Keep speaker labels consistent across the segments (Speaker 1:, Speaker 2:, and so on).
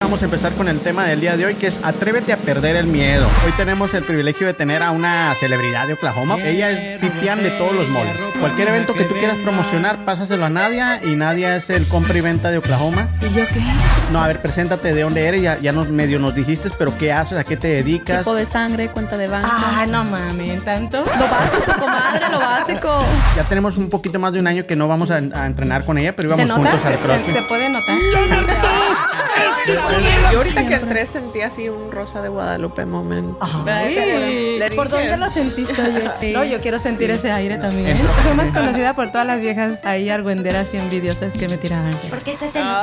Speaker 1: vamos a empezar con el tema del día de hoy, que es Atrévete a perder el miedo. Hoy tenemos el privilegio de tener a una celebridad de Oklahoma. Ella es pipián de todos los moles. Cualquier evento que tú quieras promocionar, pásaselo a Nadia y Nadia es el compra y venta de Oklahoma.
Speaker 2: ¿Y yo qué?
Speaker 1: No, a ver, preséntate de dónde eres, ya, ya nos medio nos dijiste, pero ¿qué haces? ¿A qué te dedicas?
Speaker 3: Tipo de sangre, cuenta de banco.
Speaker 2: Ah, no mames, tanto.
Speaker 3: Lo básico, comadre, lo básico.
Speaker 1: Ya tenemos un poquito más de un año que no vamos a, a entrenar con ella, pero
Speaker 2: ¿Se
Speaker 1: íbamos
Speaker 2: nota?
Speaker 1: juntos al
Speaker 2: ¿Se, se-
Speaker 1: CrossFit.
Speaker 2: se puede notar?
Speaker 4: Yo ahorita que entré sentí así un rosa de Guadalupe moment.
Speaker 2: Ay,
Speaker 4: Le
Speaker 2: ¿Por
Speaker 4: dije.
Speaker 2: dónde lo sentiste? oye? No, yo quiero sentir ese aire también.
Speaker 1: Entró.
Speaker 2: Soy más conocida por todas las viejas ahí argüenderas y envidiosas que me tiraban.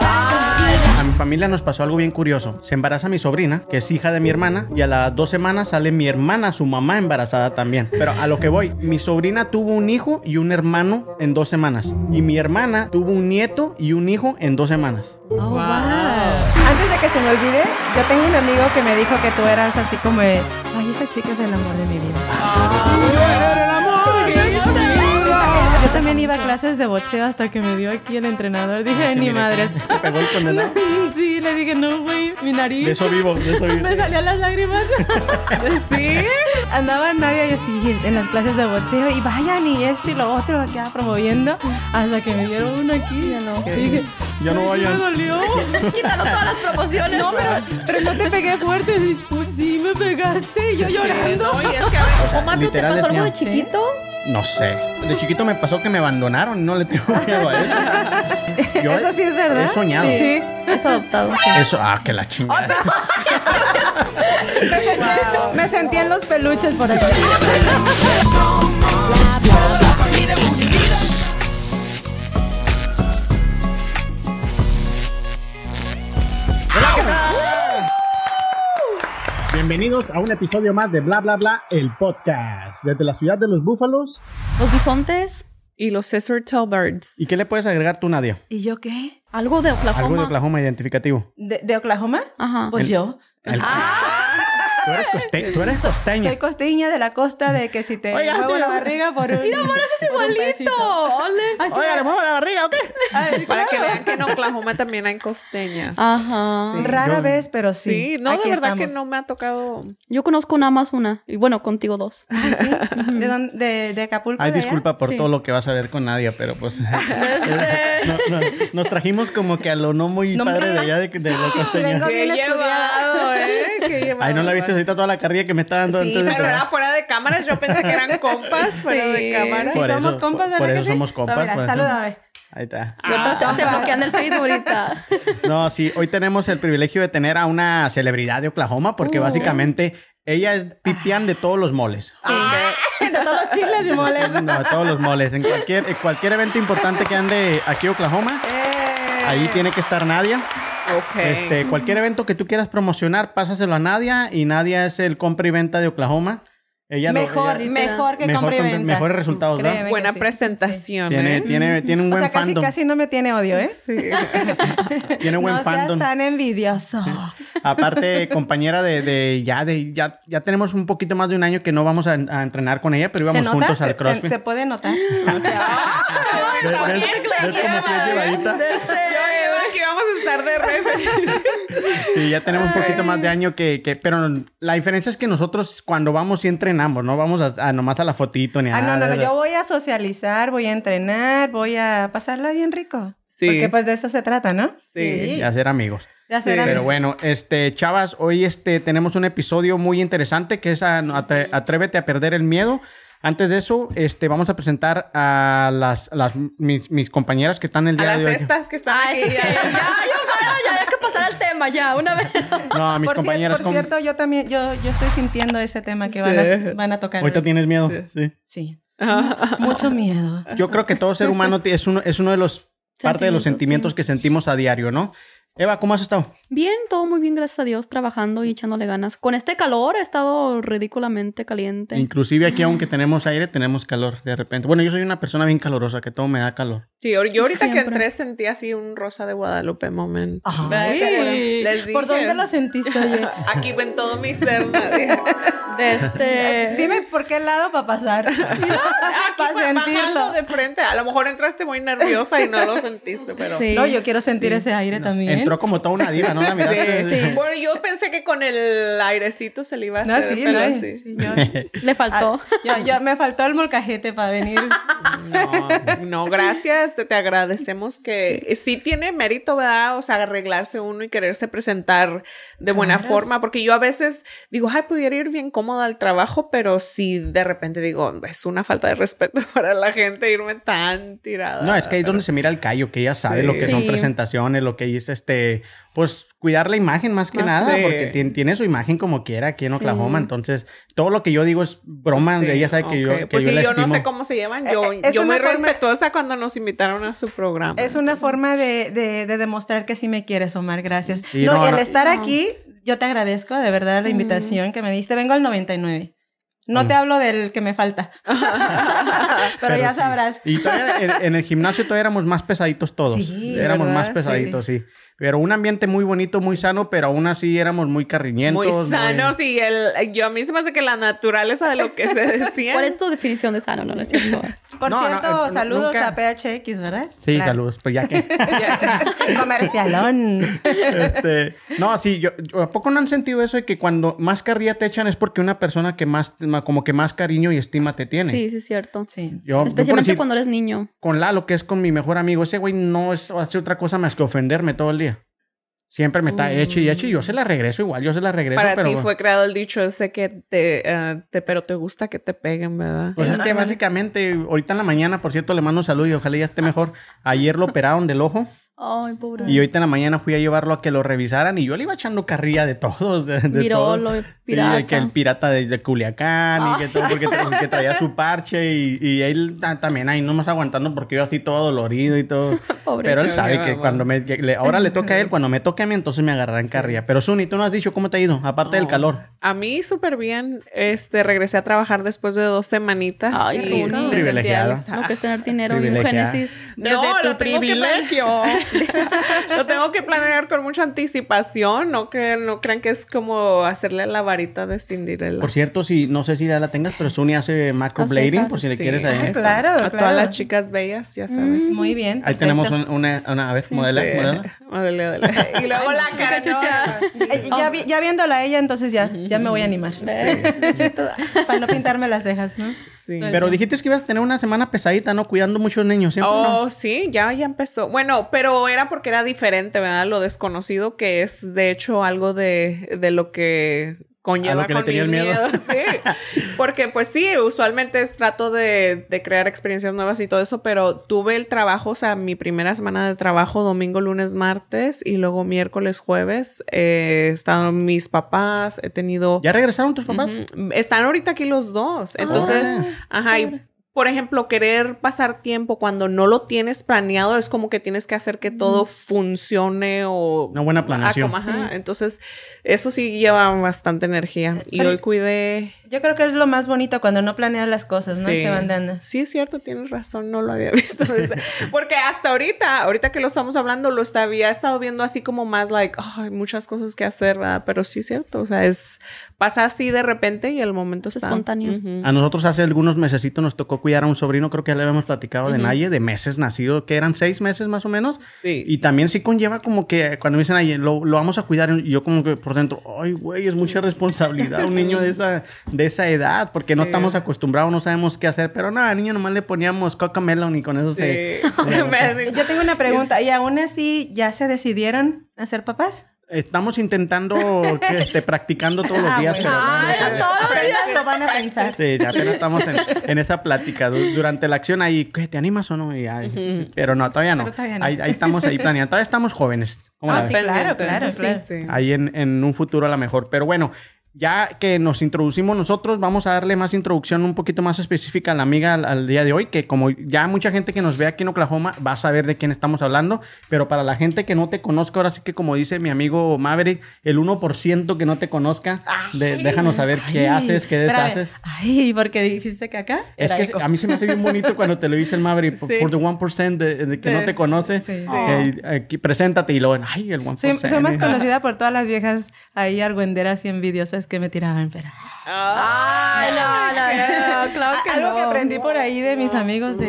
Speaker 1: A mi familia nos pasó algo bien curioso. Se embaraza mi sobrina, que es hija de mi hermana, y a las dos semanas sale mi hermana, su mamá, embarazada también. Pero a lo que voy, mi sobrina tuvo un hijo y un hermano en dos semanas. Y mi hermana tuvo un nieto y un hijo en dos semanas.
Speaker 2: wow. Antes de que se me olvide, yo tengo un amigo que me dijo que tú eras así como, de, ay, esa chica es el amor de mi vida. Yo también iba a clases de boxeo hasta que me dio aquí el entrenador. Dije, ni
Speaker 1: Ah, mira,
Speaker 2: madres.
Speaker 1: te pegó el condenado.
Speaker 2: Sí, le dije, no, güey, mi nariz.
Speaker 1: De eso vivo, de eso vivo.
Speaker 2: Me salían las lágrimas. ¿Sí? Andaba nadie y así en las clases de boxeo y vayan y esto y lo otro que iba promoviendo hasta que me dieron uno aquí ya no. Dije,
Speaker 1: Ya no
Speaker 2: "Ay, sí
Speaker 1: vayan".
Speaker 2: Me dolió.
Speaker 3: Quitando todas las promociones.
Speaker 2: No, pero, pero no te pegué fuerte. Sí, Pues sí, me pegaste y yo llorando.
Speaker 4: No, y es que a veces-
Speaker 3: Omar, ¿no te
Speaker 1: Literal,
Speaker 3: pasó algo de
Speaker 1: decía,
Speaker 3: chiquito?
Speaker 1: No sé. De chiquito me pasó que me abandonaron y no le tengo miedo a eso. Yo
Speaker 2: Eso sí es verdad.
Speaker 1: He soñado.
Speaker 2: Sí.
Speaker 3: Es adoptado.
Speaker 1: Eso, ah, que la chingada.
Speaker 2: Me sentí en los peluches por aquí.
Speaker 1: Bienvenidos a un episodio más de Bla Bla Bla, el podcast. Desde la ciudad de los búfalos.
Speaker 3: Los bisontes,
Speaker 4: Y los Caesar Talberts.
Speaker 1: ¿Y qué le puedes agregar tú, Nadia?
Speaker 2: ¿Y yo qué?
Speaker 3: algo de Oklahoma.
Speaker 1: Algo de Oklahoma identificativo.
Speaker 2: ¿De, de Oklahoma?
Speaker 3: Ajá.
Speaker 2: Pues yo.
Speaker 1: El- Tú eres, coste- tú eres costeña.
Speaker 2: Ah. Soy costeña de la costa de que si te
Speaker 1: Oiga,
Speaker 2: muevo
Speaker 1: tío.
Speaker 2: la barriga por un
Speaker 3: Mira, Omar, ese es
Speaker 2: por un
Speaker 3: igualito.
Speaker 2: pesito.
Speaker 3: Ole.
Speaker 2: Así
Speaker 1: Oiga,
Speaker 2: era.
Speaker 1: ¿le muevo la barriga o qué?
Speaker 2: Ay,
Speaker 4: Para que vean que en Oklahoma también hay costeñas.
Speaker 3: Ajá.
Speaker 4: Sí.
Speaker 2: Rara
Speaker 1: yo-
Speaker 2: vez, pero
Speaker 4: Sí,
Speaker 2: Ah, sí.
Speaker 4: no,
Speaker 2: aquí
Speaker 4: de verdad que
Speaker 2: estamos.
Speaker 4: no me ha tocado.
Speaker 3: Yo conozco nada más una. Y bueno, contigo dos.
Speaker 2: ¿De, dónde- de, de Acapulco?
Speaker 1: Ay,
Speaker 2: de allá?
Speaker 1: disculpa por
Speaker 3: Sí.
Speaker 1: todo lo que vas a ver con Nadia, pero pues.
Speaker 3: Este,
Speaker 1: no- no- nos trajimos como que a lo no muy
Speaker 2: No me
Speaker 1: padre de allá de, de la
Speaker 2: sí,
Speaker 1: costeña.
Speaker 2: vengo
Speaker 4: Qué
Speaker 2: bien estudiada.
Speaker 4: llevado, ¿eh? Qué llevado.
Speaker 1: Ay, no la viste ahorita toda la carrilla que me está dando
Speaker 2: Sí,
Speaker 1: antes de
Speaker 4: Pero
Speaker 1: entrar.
Speaker 4: era fuera de cámaras, yo pensé que eran compas fuera
Speaker 3: Sí.
Speaker 4: de cámaras.
Speaker 2: Sí,
Speaker 1: Por
Speaker 2: somos
Speaker 1: eso-
Speaker 2: compas,
Speaker 1: por-
Speaker 2: ¿verdad
Speaker 1: por
Speaker 2: que
Speaker 1: eso
Speaker 2: sí?
Speaker 1: somos compas,
Speaker 2: So, mira,
Speaker 1: por eso.
Speaker 2: salúdame.
Speaker 1: Ahí está.
Speaker 3: y ahorita se, se bloquean del Facebook ahorita.
Speaker 1: No, sí, hoy tenemos el privilegio de tener a una celebridad de Oklahoma porque básicamente ella es pipián de todos los moles.
Speaker 2: De todos los chiles y Ah, moles.
Speaker 1: No, de todos los moles. En cualquier, en cualquier evento importante que ande aquí en Oklahoma,
Speaker 2: Eh,
Speaker 1: ahí tiene que estar Nadia.
Speaker 4: Ok.
Speaker 1: Este, cualquier evento que tú quieras promocionar, pásaselo a Nadia y Nadia es el compra y venta de Oklahoma. Ella lo-
Speaker 2: mejor,
Speaker 1: ella
Speaker 2: mejor que
Speaker 1: Mejor
Speaker 2: compra y
Speaker 1: compra-
Speaker 2: venta.
Speaker 1: mejores resultados, ¿verdad?
Speaker 2: Créeme que
Speaker 4: Buena
Speaker 2: sí.
Speaker 4: presentación.
Speaker 1: tiene,
Speaker 4: ¿eh?
Speaker 1: tiene, tiene un
Speaker 2: O
Speaker 1: buen
Speaker 2: sea, casi,
Speaker 1: fandom.
Speaker 2: casi no me tiene odio, ¿eh?
Speaker 4: Sí.
Speaker 1: Tiene buen
Speaker 2: no
Speaker 1: fandom.
Speaker 2: seas tan envidioso.
Speaker 1: Aparte, compañera de, de ya de ya, ya tenemos un poquito más de un año que no vamos a, a entrenar con ella, pero
Speaker 2: ¿Se
Speaker 1: íbamos
Speaker 2: nota?
Speaker 1: juntos
Speaker 2: ¿Se,
Speaker 1: al
Speaker 2: se,
Speaker 1: CrossFit.
Speaker 2: se puede notar?
Speaker 4: O sea,
Speaker 1: ¿Ves-
Speaker 4: ¿por
Speaker 1: ves-
Speaker 4: qué
Speaker 1: ves
Speaker 4: se
Speaker 1: cómo
Speaker 4: llama?
Speaker 1: estoy llevadita?
Speaker 4: Yo creo que vamos a estar de referencia.
Speaker 1: Sí, ya tenemos un poquito más de año que, que- Pero la diferencia es que nosotros cuando vamos sí entrenamos, no vamos a, a nomás a la fotito ni a
Speaker 2: Ah, no,
Speaker 1: nada.
Speaker 2: no, no.
Speaker 1: de-
Speaker 2: Yo voy a socializar, voy a entrenar, voy a pasarla bien rico.
Speaker 4: Sí.
Speaker 2: Porque pues de eso se trata, ¿no?
Speaker 4: Sí.
Speaker 1: Y hacer amigos.
Speaker 2: Ya será.
Speaker 1: Pero bueno, este, chavas, hoy este, tenemos un episodio muy interesante que es a- atre- Atrévete a perder el miedo. Antes de eso, este, vamos a presentar a las, las- mis, mis compañeras que están el
Speaker 4: A
Speaker 1: día
Speaker 4: las
Speaker 1: de hoy.
Speaker 4: estas que están
Speaker 3: Ah,
Speaker 4: aquí.
Speaker 3: eso es que ya,
Speaker 4: ya-
Speaker 3: ya, Omar, ya, hay que pasar al tema, ya, una vez.
Speaker 1: No, a mis
Speaker 2: por cier-
Speaker 1: compañeras.
Speaker 2: por
Speaker 1: com-
Speaker 2: cierto, yo también, yo, yo estoy sintiendo ese tema que van,
Speaker 4: Sí.
Speaker 2: a, van a tocar.
Speaker 1: Ahorita tienes miedo. Sí.
Speaker 2: Sí. Mucho miedo.
Speaker 1: Yo creo que todo ser humano ti- es uno, es uno de los parte de los sentimientos
Speaker 3: Sentimientos,
Speaker 1: que sentimos a diario, ¿no? Eva, ¿cómo has estado?
Speaker 3: Bien, todo muy bien, gracias a Dios, trabajando y echándole ganas. Con este calor ha estado ridículamente caliente.
Speaker 1: Inclusive aquí, aunque tenemos aire, tenemos calor de repente. Bueno, yo soy una persona bien calorosa, que todo me da calor.
Speaker 4: Sí, yo yo ahorita que
Speaker 3: Siempre.
Speaker 4: entré sentí así un rosa de Guadalupe moment.
Speaker 2: Ay,
Speaker 4: Les
Speaker 2: ¿Por
Speaker 4: dije.
Speaker 2: dónde lo sentiste, oye?
Speaker 4: Aquí ven todo mi ser. Nadia.
Speaker 3: De este...
Speaker 2: Dime por qué lado para pasar.
Speaker 4: Aquí
Speaker 2: para
Speaker 4: fue
Speaker 2: sentirlo.
Speaker 4: bajando de frente. A lo mejor entraste muy nerviosa y no lo sentiste, pero
Speaker 3: Sí.
Speaker 2: No, yo quiero sentir ese aire también.
Speaker 1: entró como toda una diva, ¿no? La mirada.
Speaker 3: Sí.
Speaker 4: Bueno, yo pensé que con el airecito se le iba a
Speaker 2: No,
Speaker 4: hacer
Speaker 2: sí,
Speaker 4: el pelo
Speaker 2: no, eh.
Speaker 4: así.
Speaker 2: sí, yo-
Speaker 3: Le faltó.
Speaker 2: Ah, ya, ya, me faltó el molcajete para venir.
Speaker 4: No, no, gracias, te, te agradecemos que eh, sí. tiene mérito, ¿verdad? O sea, arreglarse uno y quererse presentar de buena forma, porque yo a veces digo, ay, pudiera ir bien cómoda al trabajo, pero sí de repente digo, es una falta de respeto para la gente irme tan tirada.
Speaker 1: No, es que ahí es donde se mira el callo, que ella sabe lo que son
Speaker 3: Sí.
Speaker 1: presentaciones, lo que dice este, pues cuidar la imagen más que
Speaker 4: Ah,
Speaker 1: nada,
Speaker 4: sí.
Speaker 1: porque tien- tiene su imagen como quiera aquí en
Speaker 3: Sí.
Speaker 1: Oklahoma, entonces todo lo que yo digo es broma,
Speaker 4: Sí,
Speaker 1: ella sabe que yo,
Speaker 4: ok.
Speaker 1: que
Speaker 4: pues
Speaker 1: yo
Speaker 4: sí,
Speaker 1: la
Speaker 4: yo no
Speaker 1: estimo.
Speaker 4: sé cómo se llevan. Yo,
Speaker 2: Eh, eh, es
Speaker 4: yo muy
Speaker 2: una forma-
Speaker 4: respetuosa cuando nos invitaron a su programa.
Speaker 2: Es una forma de, de- de demostrar que sí me quieres, Omar, gracias.
Speaker 1: Sí,
Speaker 2: no,
Speaker 1: no,
Speaker 2: y el
Speaker 1: no.
Speaker 2: estar
Speaker 3: No.
Speaker 2: aquí, yo te agradezco de verdad la invitación que me diste. Vengo al 99. No te hablo del que me falta. Pero, ya
Speaker 1: sí.
Speaker 2: sabrás.
Speaker 1: Y todavía en, en el gimnasio todavía éramos más pesaditos todos.
Speaker 2: Sí,
Speaker 1: éramos
Speaker 4: ¿verdad?
Speaker 1: más
Speaker 4: Sí,
Speaker 1: pesaditos, sí, Pero un ambiente muy bonito, muy sano, pero aún así éramos muy carriñentos.
Speaker 4: muy sanos y el, yo a mí se me hace que la naturaleza de lo que se decía.
Speaker 3: ¿Cuál es tu definición de sano? No, no es cierto.
Speaker 2: Por
Speaker 1: No, no,
Speaker 2: cierto,
Speaker 1: eh, no,
Speaker 2: saludos
Speaker 1: nunca-
Speaker 2: a PHX, ¿verdad?
Speaker 1: Sí,
Speaker 2: Claro.
Speaker 1: saludos, pues ya que...
Speaker 2: Comercialón.
Speaker 1: Este, no, sí, yo, yo- ¿a poco no han sentido eso de que cuando más carrilla te echan es porque una persona que más, ma- como que más cariño y estima te tiene?
Speaker 3: Sí, sí, es cierto.
Speaker 2: Sí.
Speaker 1: Yo, yo por
Speaker 3: Especialmente
Speaker 1: decir,
Speaker 3: cuando eres niño.
Speaker 1: Con Lalo, que es con mi mejor amigo, ese güey no es, hace otra cosa más que ofenderme todo el día. Siempre me
Speaker 2: Mm.
Speaker 1: está hecho y hecho y yo se la regreso igual, yo se la regreso,
Speaker 4: Para
Speaker 1: pero...
Speaker 4: ti fue creado el dicho ese que te, eh, te- pero te gusta que te peguen, ¿verdad?
Speaker 1: Pues es que básicamente, ahorita en la mañana, por cierto, le mando un saludo y ojalá ya esté mejor. Ayer lo operaron del ojo
Speaker 3: Ay, pobre.
Speaker 1: y ahorita en la mañana fui a llevarlo a que lo revisaran y yo le iba echando carrilla de todos. De, de todos.
Speaker 3: Virolo, pirata.
Speaker 1: Y de que el pirata de, de Culiacán
Speaker 3: Ah.
Speaker 1: y que, todo, porque tra- que traía su parche y, y él ta- también ahí nomás aguantando porque yo así todo dolorido y todo.
Speaker 3: Pobre
Speaker 1: Pero él
Speaker 4: señor,
Speaker 1: sabe que
Speaker 4: vamos.
Speaker 1: cuando me, que le- ahora le toca a él, cuando me toque a mí, entonces me agarrarán carrilla. Pero Suni, tú no has dicho cómo te ha ido, aparte del
Speaker 4: No.
Speaker 1: calor.
Speaker 4: A mí súper bien. Este, regresé a trabajar después de dos semanitas.
Speaker 3: Ay,
Speaker 4: y
Speaker 3: sí,
Speaker 4: me sentía
Speaker 1: privilegiada.
Speaker 4: lista.
Speaker 3: Lo que es tener dinero y un
Speaker 1: Privilegiada.
Speaker 3: génesis.
Speaker 4: No,
Speaker 1: Desde
Speaker 4: lo
Speaker 1: tu
Speaker 4: tengo que
Speaker 1: privilegio.
Speaker 4: Lo tengo que planear con mucha anticipación. No crean, no crean que es como hacerle la varita de Cinderella.
Speaker 1: Por cierto, si no sé si ya la tengas, pero Suni hace macro
Speaker 3: Hace
Speaker 1: blading,
Speaker 3: fácil.
Speaker 1: por si le
Speaker 4: Sí, Ah,
Speaker 1: quieres
Speaker 4: eso.
Speaker 1: ahí.
Speaker 2: Claro,
Speaker 4: A
Speaker 2: claro.
Speaker 4: todas las chicas bellas, ya sabes.
Speaker 2: Muy bien.
Speaker 1: Ahí
Speaker 2: perfecto.
Speaker 1: tenemos un- una, una, a ver, modela,
Speaker 4: Sí.
Speaker 1: modela.
Speaker 4: Modelo, modelo. Y luego la cara. ¿no?
Speaker 3: Cachucha.
Speaker 4: Sí.
Speaker 2: Eh, ya, vi- ya viéndola a ella, entonces ya, ya me voy a animar.
Speaker 3: Eh,
Speaker 2: Para no pintarme las cejas, ¿no?
Speaker 4: Sí.
Speaker 1: Pero dijiste que ibas a tener una semana pesadita, ¿no? Cuidando muchos niños, siempre. ¿no?
Speaker 4: Oh, sí, ya, ya empezó. Bueno, pero era porque era diferente, ¿verdad? Lo desconocido que es, de hecho, algo de, de lo que
Speaker 1: A
Speaker 4: conlleva
Speaker 1: lo que le
Speaker 4: con
Speaker 1: tenías
Speaker 4: mis
Speaker 1: miedo.
Speaker 4: miedos, sí. Porque, pues sí, usualmente es- trato de, de crear experiencias nuevas y todo eso, pero tuve el trabajo, o sea, mi primera semana de trabajo, domingo, lunes, martes, y luego miércoles, jueves, eh, estaban mis papás, he tenido...
Speaker 1: ¿Ya regresaron tus papás?
Speaker 4: Ujú. Están ahorita aquí los
Speaker 2: Ah,
Speaker 4: dos. Entonces, ajá, y por ejemplo, querer pasar tiempo cuando no lo tienes planeado es como que tienes que hacer que todo funcione o...
Speaker 1: Una buena
Speaker 4: Ah,
Speaker 1: planeación.
Speaker 4: como, ajá. Entonces, eso sí lleva bastante energía. Y
Speaker 2: Pero-
Speaker 4: hoy cuidé...
Speaker 2: Yo creo que es lo más bonito cuando no planeas las cosas, ¿no? Y Se van dando.
Speaker 4: Sí, es cierto, tienes razón, no lo había visto. desde- Porque hasta ahorita, ahorita que lo estamos hablando, lo está- había estado viendo así como más, like, "Ah, hay muchas cosas que hacer, ¿verdad? Pero sí es cierto, o sea, es pasa así de repente y el momento
Speaker 3: Es
Speaker 4: está
Speaker 3: espontáneo.
Speaker 4: Ujú.
Speaker 1: A nosotros hace algunos mesecitos nos tocó cuidar a un sobrino, creo que ya le habíamos platicado de Naye, de meses nacido, que eran seis meses más o menos.
Speaker 4: Sí.
Speaker 1: Y también sí conlleva como que cuando me dicen, Naye, lo, lo vamos a cuidar, y yo como que por dentro, ay, güey, es mucha responsabilidad un niño de esa, de esa edad, porque no
Speaker 4: Sí.
Speaker 1: estamos acostumbrados, no sabemos qué hacer, pero nada, al niño nomás le poníamos coca melon y con eso se...
Speaker 4: Me-
Speaker 2: Yo tengo una pregunta, ¿y aún así ya se decidieron a ser papás?
Speaker 1: Estamos intentando, que esté practicando todos los
Speaker 2: Ah,
Speaker 1: días,
Speaker 2: bueno.
Speaker 1: pero no, no
Speaker 3: Ay,
Speaker 1: sabemos.
Speaker 3: todos los días.
Speaker 2: Lo van a pensar.
Speaker 1: Sí, ya apenas estamos en, en esa plática. Du- Durante la acción ahí, ¿qué, ¿te animas o no? Y ahí- Pero no, todavía no.
Speaker 2: Pero todavía no.
Speaker 1: Ahí, ahí estamos ahí planeando. Todavía estamos jóvenes. ¿Cómo la
Speaker 2: Ah,
Speaker 1: ves?
Speaker 2: sí, claro,
Speaker 4: Pendiente,
Speaker 2: claro,
Speaker 4: eso
Speaker 2: claro.
Speaker 4: sí, sí.
Speaker 1: Ahí en, en un futuro a lo mejor. Pero bueno, ya que nos introducimos nosotros, vamos a darle más introducción un poquito más específica a la amiga al, al día de hoy, que como ya mucha gente que nos ve aquí en Oklahoma va a saber de quién estamos hablando, pero para la gente que no te conozca, ahora sí que como dice mi amigo Maverick, el 1% que no te conozca, de- déjanos saber qué
Speaker 2: Ay,
Speaker 1: haces, qué
Speaker 2: espérame.
Speaker 1: deshaces.
Speaker 2: Ay, porque dijiste que acá
Speaker 1: Es
Speaker 2: era
Speaker 1: que
Speaker 2: eco.
Speaker 1: a mí se me hace bien bonito cuando te lo dice el Maverick por-
Speaker 4: Sí.
Speaker 1: por the 1% de, de que no
Speaker 4: Sí.
Speaker 1: te conoce.
Speaker 2: Sí.
Speaker 1: eh, aquí, preséntate y luego, ay, el 1%.
Speaker 2: Soy, soy más conocida por todas las viejas ahí argüenderas y envidiosas que me tiraban, pero...
Speaker 4: Ah.
Speaker 3: Ay, no, no, no, claro que
Speaker 2: Algo que
Speaker 3: no.
Speaker 2: aprendí por ahí de mis amigos de,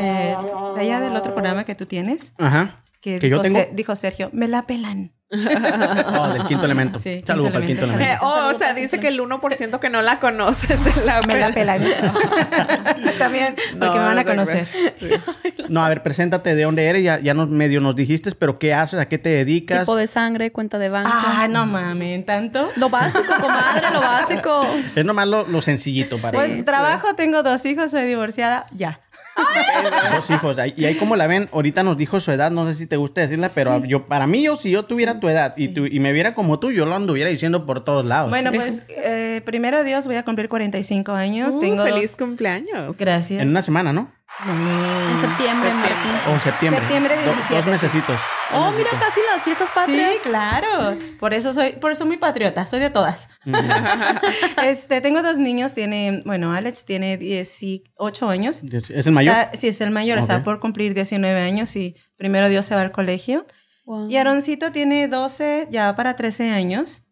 Speaker 2: de allá del otro programa que tú tienes,
Speaker 1: Ajá.
Speaker 2: que,
Speaker 1: Que yo
Speaker 2: dijo,
Speaker 1: tengo.
Speaker 2: Se- dijo Sergio, me la pelan.
Speaker 1: Oh, del quinto elemento.
Speaker 2: Sí, quinto
Speaker 1: Saludos para el
Speaker 2: elemento,
Speaker 1: quinto
Speaker 2: saludo.
Speaker 1: elemento.
Speaker 4: Eh, oh, o sea, dice que el 1% que no la conoces se la
Speaker 2: Me la
Speaker 4: pela.
Speaker 2: pelan. También, porque
Speaker 4: No,
Speaker 2: me van a
Speaker 4: de
Speaker 2: conocer.
Speaker 4: verdad, sí.
Speaker 1: No, a ver, preséntate de dónde eres, ya, ya nos, medio nos dijiste, pero ¿qué haces? ¿A qué te dedicas?
Speaker 3: Tipo de sangre, cuenta de banco.
Speaker 2: Ah, no mamen, tanto.
Speaker 3: Lo básico, comadre, lo básico.
Speaker 1: Es nomás lo, lo sencillito para
Speaker 2: Pues trabajo, tengo dos hijos, soy divorciada, ya.
Speaker 1: dos hijos. Y ahí como la ven, ahorita nos dijo su edad, no sé si te gusta decirla, pero yo para mí, yo si yo tuviera tu edad y, tú- y me viera como tú, yo lo anduviera diciendo por todos lados.
Speaker 2: Bueno, pues eh, primero Dios, voy a cumplir 45 años.
Speaker 4: Uh,
Speaker 2: tengo
Speaker 4: feliz
Speaker 2: dos-
Speaker 4: cumpleaños.
Speaker 2: Gracias.
Speaker 1: en una semana, ¿no?
Speaker 3: En septiembre, Martín.
Speaker 1: O en septiembre.
Speaker 2: Septiembre
Speaker 1: Do-
Speaker 2: 17.
Speaker 1: dos mesecitos.
Speaker 3: Oh, mira, casi las fiestas patrias.
Speaker 2: Sí, claro. Por eso soy, por eso muy patriota, soy de todas. este, tengo dos niños, tiene, bueno, Alex tiene 18 años.
Speaker 1: ¿Es el mayor?
Speaker 2: Está- sí, es el mayor,
Speaker 1: Ok.
Speaker 2: está por cumplir 19 años y primero Dios se va al colegio.
Speaker 3: Wow.
Speaker 2: Y Aaroncito tiene 12, ya para 13 años.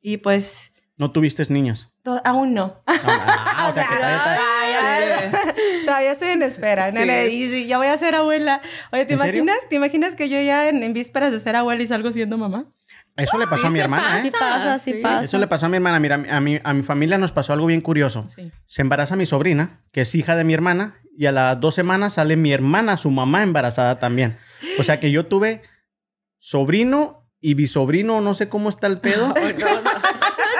Speaker 2: Y pues,
Speaker 1: No tuviste niños.
Speaker 2: to- aún no.
Speaker 1: Ah, o sea, que todavía está-
Speaker 2: Todavía estoy en espera.
Speaker 4: Sí.
Speaker 2: nene, y si ya voy a ser abuela. Oye, ¿te
Speaker 1: ¿En serio?
Speaker 2: imaginas? ¿Te imaginas que yo ya en, en vísperas de ser abuela y salgo siendo mamá?
Speaker 1: Eso le pasó
Speaker 4: Sí,
Speaker 1: a mi
Speaker 4: se
Speaker 1: hermana,
Speaker 4: pasa.
Speaker 1: ¿eh?
Speaker 3: Sí pasa, sí,
Speaker 4: Sí.
Speaker 3: pasa.
Speaker 1: Eso le pasó a mi hermana. Mira, a mi, a mi familia nos pasó algo bien curioso.
Speaker 2: Sí.
Speaker 1: Se embaraza mi sobrina, que es hija de mi hermana, y a las dos semanas sale mi hermana, su mamá, embarazada también. O sea que yo tuve sobrino y bisobrino, no sé cómo está el pedo.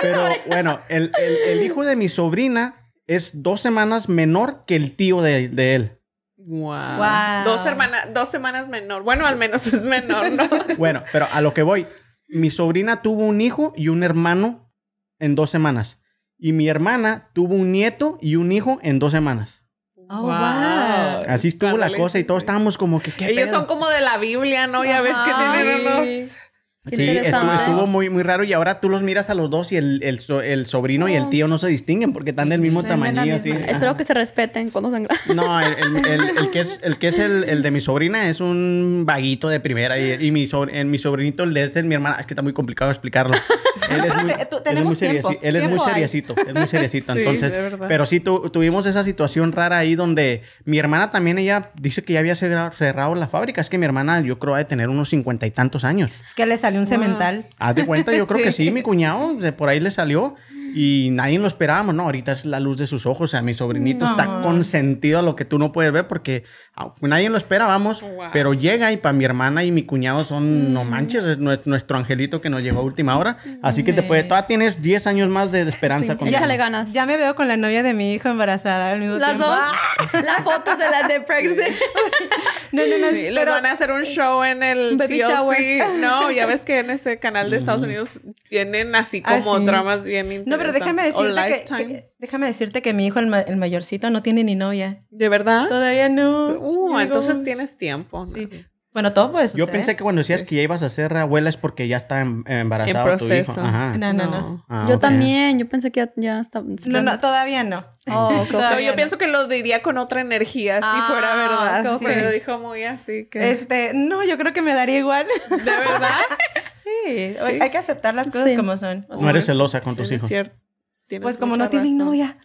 Speaker 1: Pero bueno, el, el- el hijo de mi sobrina es dos semanas menor que el tío de, de él.
Speaker 4: Wow.
Speaker 2: Wow.
Speaker 4: Dos, hermana- dos semanas menor. Bueno, al menos es menor, ¿no? Oh,
Speaker 1: Bueno, pero a lo que voy, mi sobrina tuvo un hijo y un hermano en dos semanas. Y mi hermana tuvo un nieto y un hijo en dos semanas.
Speaker 2: Oh, wow.
Speaker 1: Así estuvo la
Speaker 4: Ándale,
Speaker 1: cosa y
Speaker 4: sí,
Speaker 1: todos
Speaker 4: sí.
Speaker 1: estábamos como que qué
Speaker 4: Ellos
Speaker 1: pedo?
Speaker 4: son como de la Biblia, ¿no? Ya ves que
Speaker 3: Ajá.
Speaker 4: tienen unos...
Speaker 3: Qué
Speaker 1: Sí, estu- estuvo,
Speaker 3: interesante.
Speaker 1: muy, muy raro y ahora tú los miras a los dos y el, el so- el sobrino y el tío no se distinguen porque están del mismo
Speaker 2: Están de la
Speaker 1: tamaño. Así.
Speaker 2: misma.
Speaker 1: Ajá.
Speaker 3: Espero que se respeten cuando sangran.
Speaker 1: No, el, el- el- el que es, el, que es el, el de mi sobrina es un vaguito de primera y, y mi, sobr- en mi sobrinito, el de este, mi hermana, es que está muy complicado explicarlo. Él es muy,
Speaker 2: Espérate, tú-
Speaker 1: él es
Speaker 2: tenemos
Speaker 1: muy
Speaker 2: tiempo.
Speaker 1: serieci- él es muy
Speaker 2: Tiempo hay.
Speaker 1: seriecito, es muy seriecito.
Speaker 4: Sí,
Speaker 1: entonces,
Speaker 4: de verdad.
Speaker 1: pero sí tu- tuvimos esa situación rara ahí donde mi hermana también, ella dice que ya había cerra- cerrado la fábrica. Es que mi hermana, yo creo, ha de tener unos cincuenta y tantos años.
Speaker 2: Es que le salió un semental.
Speaker 1: Haz de cuenta, yo creo que
Speaker 2: Sí.
Speaker 1: sí, mi cuñado, de por ahí le salió y nadie lo esperábamos, ¿no? Ahorita es la luz de sus ojos, o sea, mi sobrinito está
Speaker 2: No.
Speaker 1: consentido a lo que tú no puedes ver porque ah, nadie lo espera, vamos,
Speaker 4: Wow.
Speaker 1: pero llega y para mi hermana y mi cuñado son, no manches, es nue- nuestro angelito que nos llegó a última hora, así que te puede, todavía tienes 10 años más de de esperanza con
Speaker 3: Échale
Speaker 1: él.
Speaker 3: ganas.
Speaker 2: Ya me veo con la novia de mi hijo embarazada al mismo
Speaker 3: Las
Speaker 2: tiempo.
Speaker 3: dos,
Speaker 2: ¡Ah!
Speaker 3: las fotos de las de pregnancy.
Speaker 2: No, no, no.
Speaker 4: Sí, les van a hacer un show en el
Speaker 3: Baby
Speaker 4: TLC.
Speaker 3: shower.
Speaker 4: No, ya ves que en ese canal de Estados Unidos tienen así
Speaker 2: Ah,
Speaker 4: como
Speaker 2: sí.
Speaker 4: dramas bien interesantes.
Speaker 2: No, pero déjame
Speaker 4: O
Speaker 2: decirte que,
Speaker 4: Lifetime.
Speaker 2: que- déjame decirte que mi hijo, el, ma- el mayorcito, no tiene ni novia.
Speaker 4: ¿De verdad?
Speaker 2: Todavía no.
Speaker 4: Uh,
Speaker 2: Yo digo, "Mm,
Speaker 4: entonces tienes tiempo. ¿no?
Speaker 2: sí. Bueno, todo puede
Speaker 1: Yo
Speaker 2: suceder.
Speaker 1: pensé que cuando decías que ya ibas a ser abuela es porque ya está em- embarazado
Speaker 4: En
Speaker 1: tu
Speaker 4: proceso.
Speaker 1: hijo. Ajá.
Speaker 2: No, no, no.
Speaker 1: Ah,
Speaker 3: Yo
Speaker 1: ok.
Speaker 3: también, yo pensé que ya, ya estaba.
Speaker 2: No, no, todavía no.
Speaker 3: Oh, ok, ok.
Speaker 4: No,
Speaker 2: Todavía
Speaker 4: yo pienso que lo diría con otra energía si
Speaker 3: Ah,
Speaker 4: fuera verdad.
Speaker 3: ok, ok.
Speaker 4: Pero dijo muy así que.
Speaker 2: Este, no, yo creo que me daría igual.
Speaker 4: ¿De verdad?
Speaker 2: Sí, o- hay que aceptar las cosas
Speaker 3: Sí.
Speaker 2: como son. O sea,
Speaker 1: No eres celosa con tus
Speaker 4: Es
Speaker 1: hijos.
Speaker 4: cierto. Tienes
Speaker 2: pues como
Speaker 4: mucha
Speaker 2: no tiene
Speaker 4: razón.
Speaker 2: novia,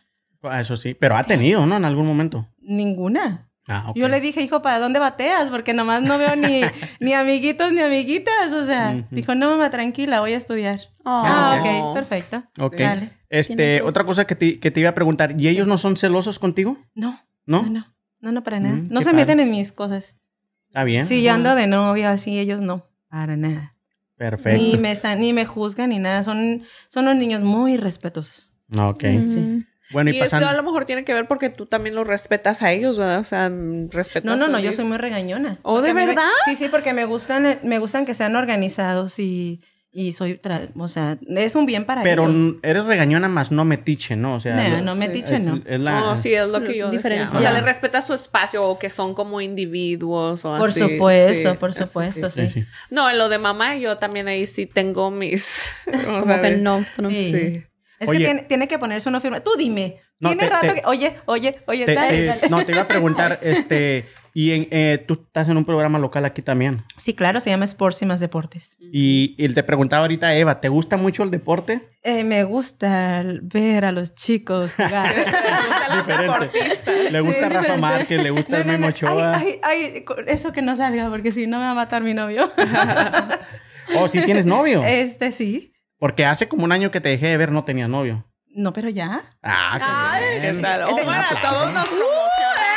Speaker 1: Ah, Eso sí, pero ha tenido, ¿no? En algún momento.
Speaker 2: ninguna.
Speaker 1: Ah, ok.
Speaker 2: Yo le dije, hijo, ¿para dónde bateas? Porque nomás no veo ni, ni amiguitos ni amiguitas. O sea,
Speaker 1: Ujú.
Speaker 2: dijo, no, mamá, tranquila, voy a estudiar.
Speaker 3: Oh.
Speaker 2: Ah, ok,
Speaker 4: ok.
Speaker 2: perfecto.
Speaker 1: Ok.
Speaker 2: Dale.
Speaker 1: Este,
Speaker 3: Tiene tres.
Speaker 1: otra cosa que te, que te iba a preguntar, ¿y ellos no son celosos contigo?
Speaker 2: No,
Speaker 1: ¿No?
Speaker 2: no, no, no, no, para nada.
Speaker 1: Mm,
Speaker 2: no
Speaker 1: qué
Speaker 2: se
Speaker 1: padre.
Speaker 2: meten en mis cosas.
Speaker 1: Está Ah, bien.
Speaker 2: Sí, yo ando de novia, así, ellos no. Para nada. Ni
Speaker 1: Perfecto.
Speaker 2: me están, ni me juzgan ni nada. Son, son unos niños muy respetuosos.
Speaker 1: Ok.
Speaker 3: Mm.
Speaker 2: Sí.
Speaker 1: Bueno, y,
Speaker 4: Y eso
Speaker 1: pasando.
Speaker 4: a lo mejor tiene que ver porque tú también los respetas a ellos, ¿verdad? O sea, mm, respetas.
Speaker 2: No, no,
Speaker 4: su
Speaker 2: no, yo
Speaker 4: vida.
Speaker 2: soy muy regañona.
Speaker 4: ¿Oh,
Speaker 2: Porque
Speaker 4: de
Speaker 2: a mí me-
Speaker 4: verdad?
Speaker 2: Sí, sí, porque me gustan, me gustan que sean organizados y, y soy, tra- o sea, es un bien para
Speaker 1: Pero
Speaker 2: ellos.
Speaker 1: n- eres regañona más no metiche, ¿no? O sea,
Speaker 2: no,
Speaker 1: lo-
Speaker 2: no me
Speaker 4: sí.
Speaker 2: tiche,
Speaker 1: es-
Speaker 2: no.
Speaker 1: es la-
Speaker 4: No, sí, es lo que yo decía.
Speaker 3: Diferencia.
Speaker 4: O sea, le respeta su espacio o que son como individuos o
Speaker 2: Por
Speaker 4: así.
Speaker 2: supuesto,
Speaker 4: sí,
Speaker 2: por
Speaker 4: así que-
Speaker 2: supuesto,
Speaker 1: sí,
Speaker 2: sí.
Speaker 1: sí.
Speaker 4: No, en lo de mamá yo también ahí sí tengo mis... o
Speaker 3: Como
Speaker 4: sea,
Speaker 3: que no, esto no.
Speaker 2: Sí.
Speaker 4: Sí.
Speaker 2: Es
Speaker 1: Oye.
Speaker 2: que tiene, tiene que ponerse uno firme. Tú dime.
Speaker 1: No,
Speaker 2: tiene
Speaker 1: te-
Speaker 2: rato
Speaker 1: te-
Speaker 2: que. Oye, oye, oye,
Speaker 1: Te-
Speaker 2: dale,
Speaker 1: te-
Speaker 2: dale.
Speaker 1: No, te iba a preguntar, este, y en, eh, tú estás en un programa local aquí también.
Speaker 2: Sí, claro, se llama Sports y más deportes.
Speaker 1: Y, y te preguntaba ahorita, Eva, ¿te gusta mucho el deporte?
Speaker 2: Eh, me gusta el- ver a los chicos jugar.
Speaker 4: Me gustan los deportistas.
Speaker 1: Le gusta Rafa
Speaker 3: diferente.
Speaker 1: Márquez, le gusta el Memo Ochoa.
Speaker 2: Ay, ay, ay, co- eso que no salga, porque si no me va a matar mi novio.
Speaker 1: Oh, sí tienes novio.
Speaker 2: Este sí.
Speaker 1: Porque hace como un año que te dejé de ver, no tenías novio.
Speaker 2: No, pero ya.
Speaker 1: Ah, qué
Speaker 3: Ay,
Speaker 1: bien.
Speaker 4: ¿Qué tal?
Speaker 1: Un
Speaker 4: Omar, a
Speaker 1: aplauso.
Speaker 4: todos nos promociona.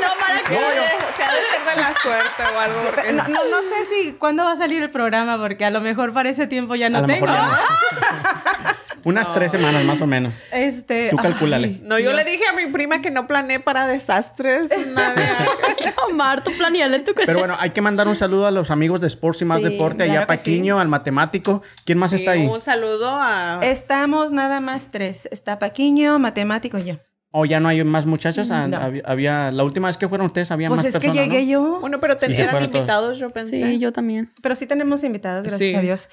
Speaker 3: No, para
Speaker 4: Bueno, o sea, de ser de la suerte o algo. porque-
Speaker 2: No, no, no sé si cuándo va a salir el programa, porque a lo mejor para ese tiempo ya no
Speaker 1: A lo
Speaker 2: tengo.
Speaker 1: mejor ya no. Unas tres semanas más o menos.
Speaker 2: Este.
Speaker 1: Tú
Speaker 2: ay,
Speaker 1: calcúlale.
Speaker 4: No, yo
Speaker 2: Dios.
Speaker 4: le dije a mi prima que no planeé para desastres. Nadia.
Speaker 3: qué. Omar, tú planeale tu
Speaker 1: Pero bueno, hay que mandar un saludo a los amigos de Sports y Más
Speaker 3: Sí,
Speaker 1: Deporte, allá
Speaker 2: claro
Speaker 1: a
Speaker 2: que sí.
Speaker 1: Paquiño, al matemático. ¿Quién más
Speaker 4: Sí,
Speaker 1: está ahí?
Speaker 4: Un saludo a.
Speaker 2: Estamos nada más tres. Está Paquiño, matemático y yo.
Speaker 1: ¿O ya no hay más muchachas? Ah,
Speaker 2: No.
Speaker 1: Había, había- la última vez que fueron ustedes había
Speaker 2: Pues
Speaker 1: más
Speaker 2: es
Speaker 1: personas.
Speaker 2: que llegué
Speaker 1: ¿no?
Speaker 2: yo.
Speaker 4: Bueno, pero
Speaker 1: Sí,
Speaker 4: tenían
Speaker 1: se fueron todos.
Speaker 4: invitados, yo pensé.
Speaker 3: Sí, yo también.
Speaker 2: Pero sí tenemos invitados, gracias
Speaker 4: Sí.
Speaker 2: a Dios.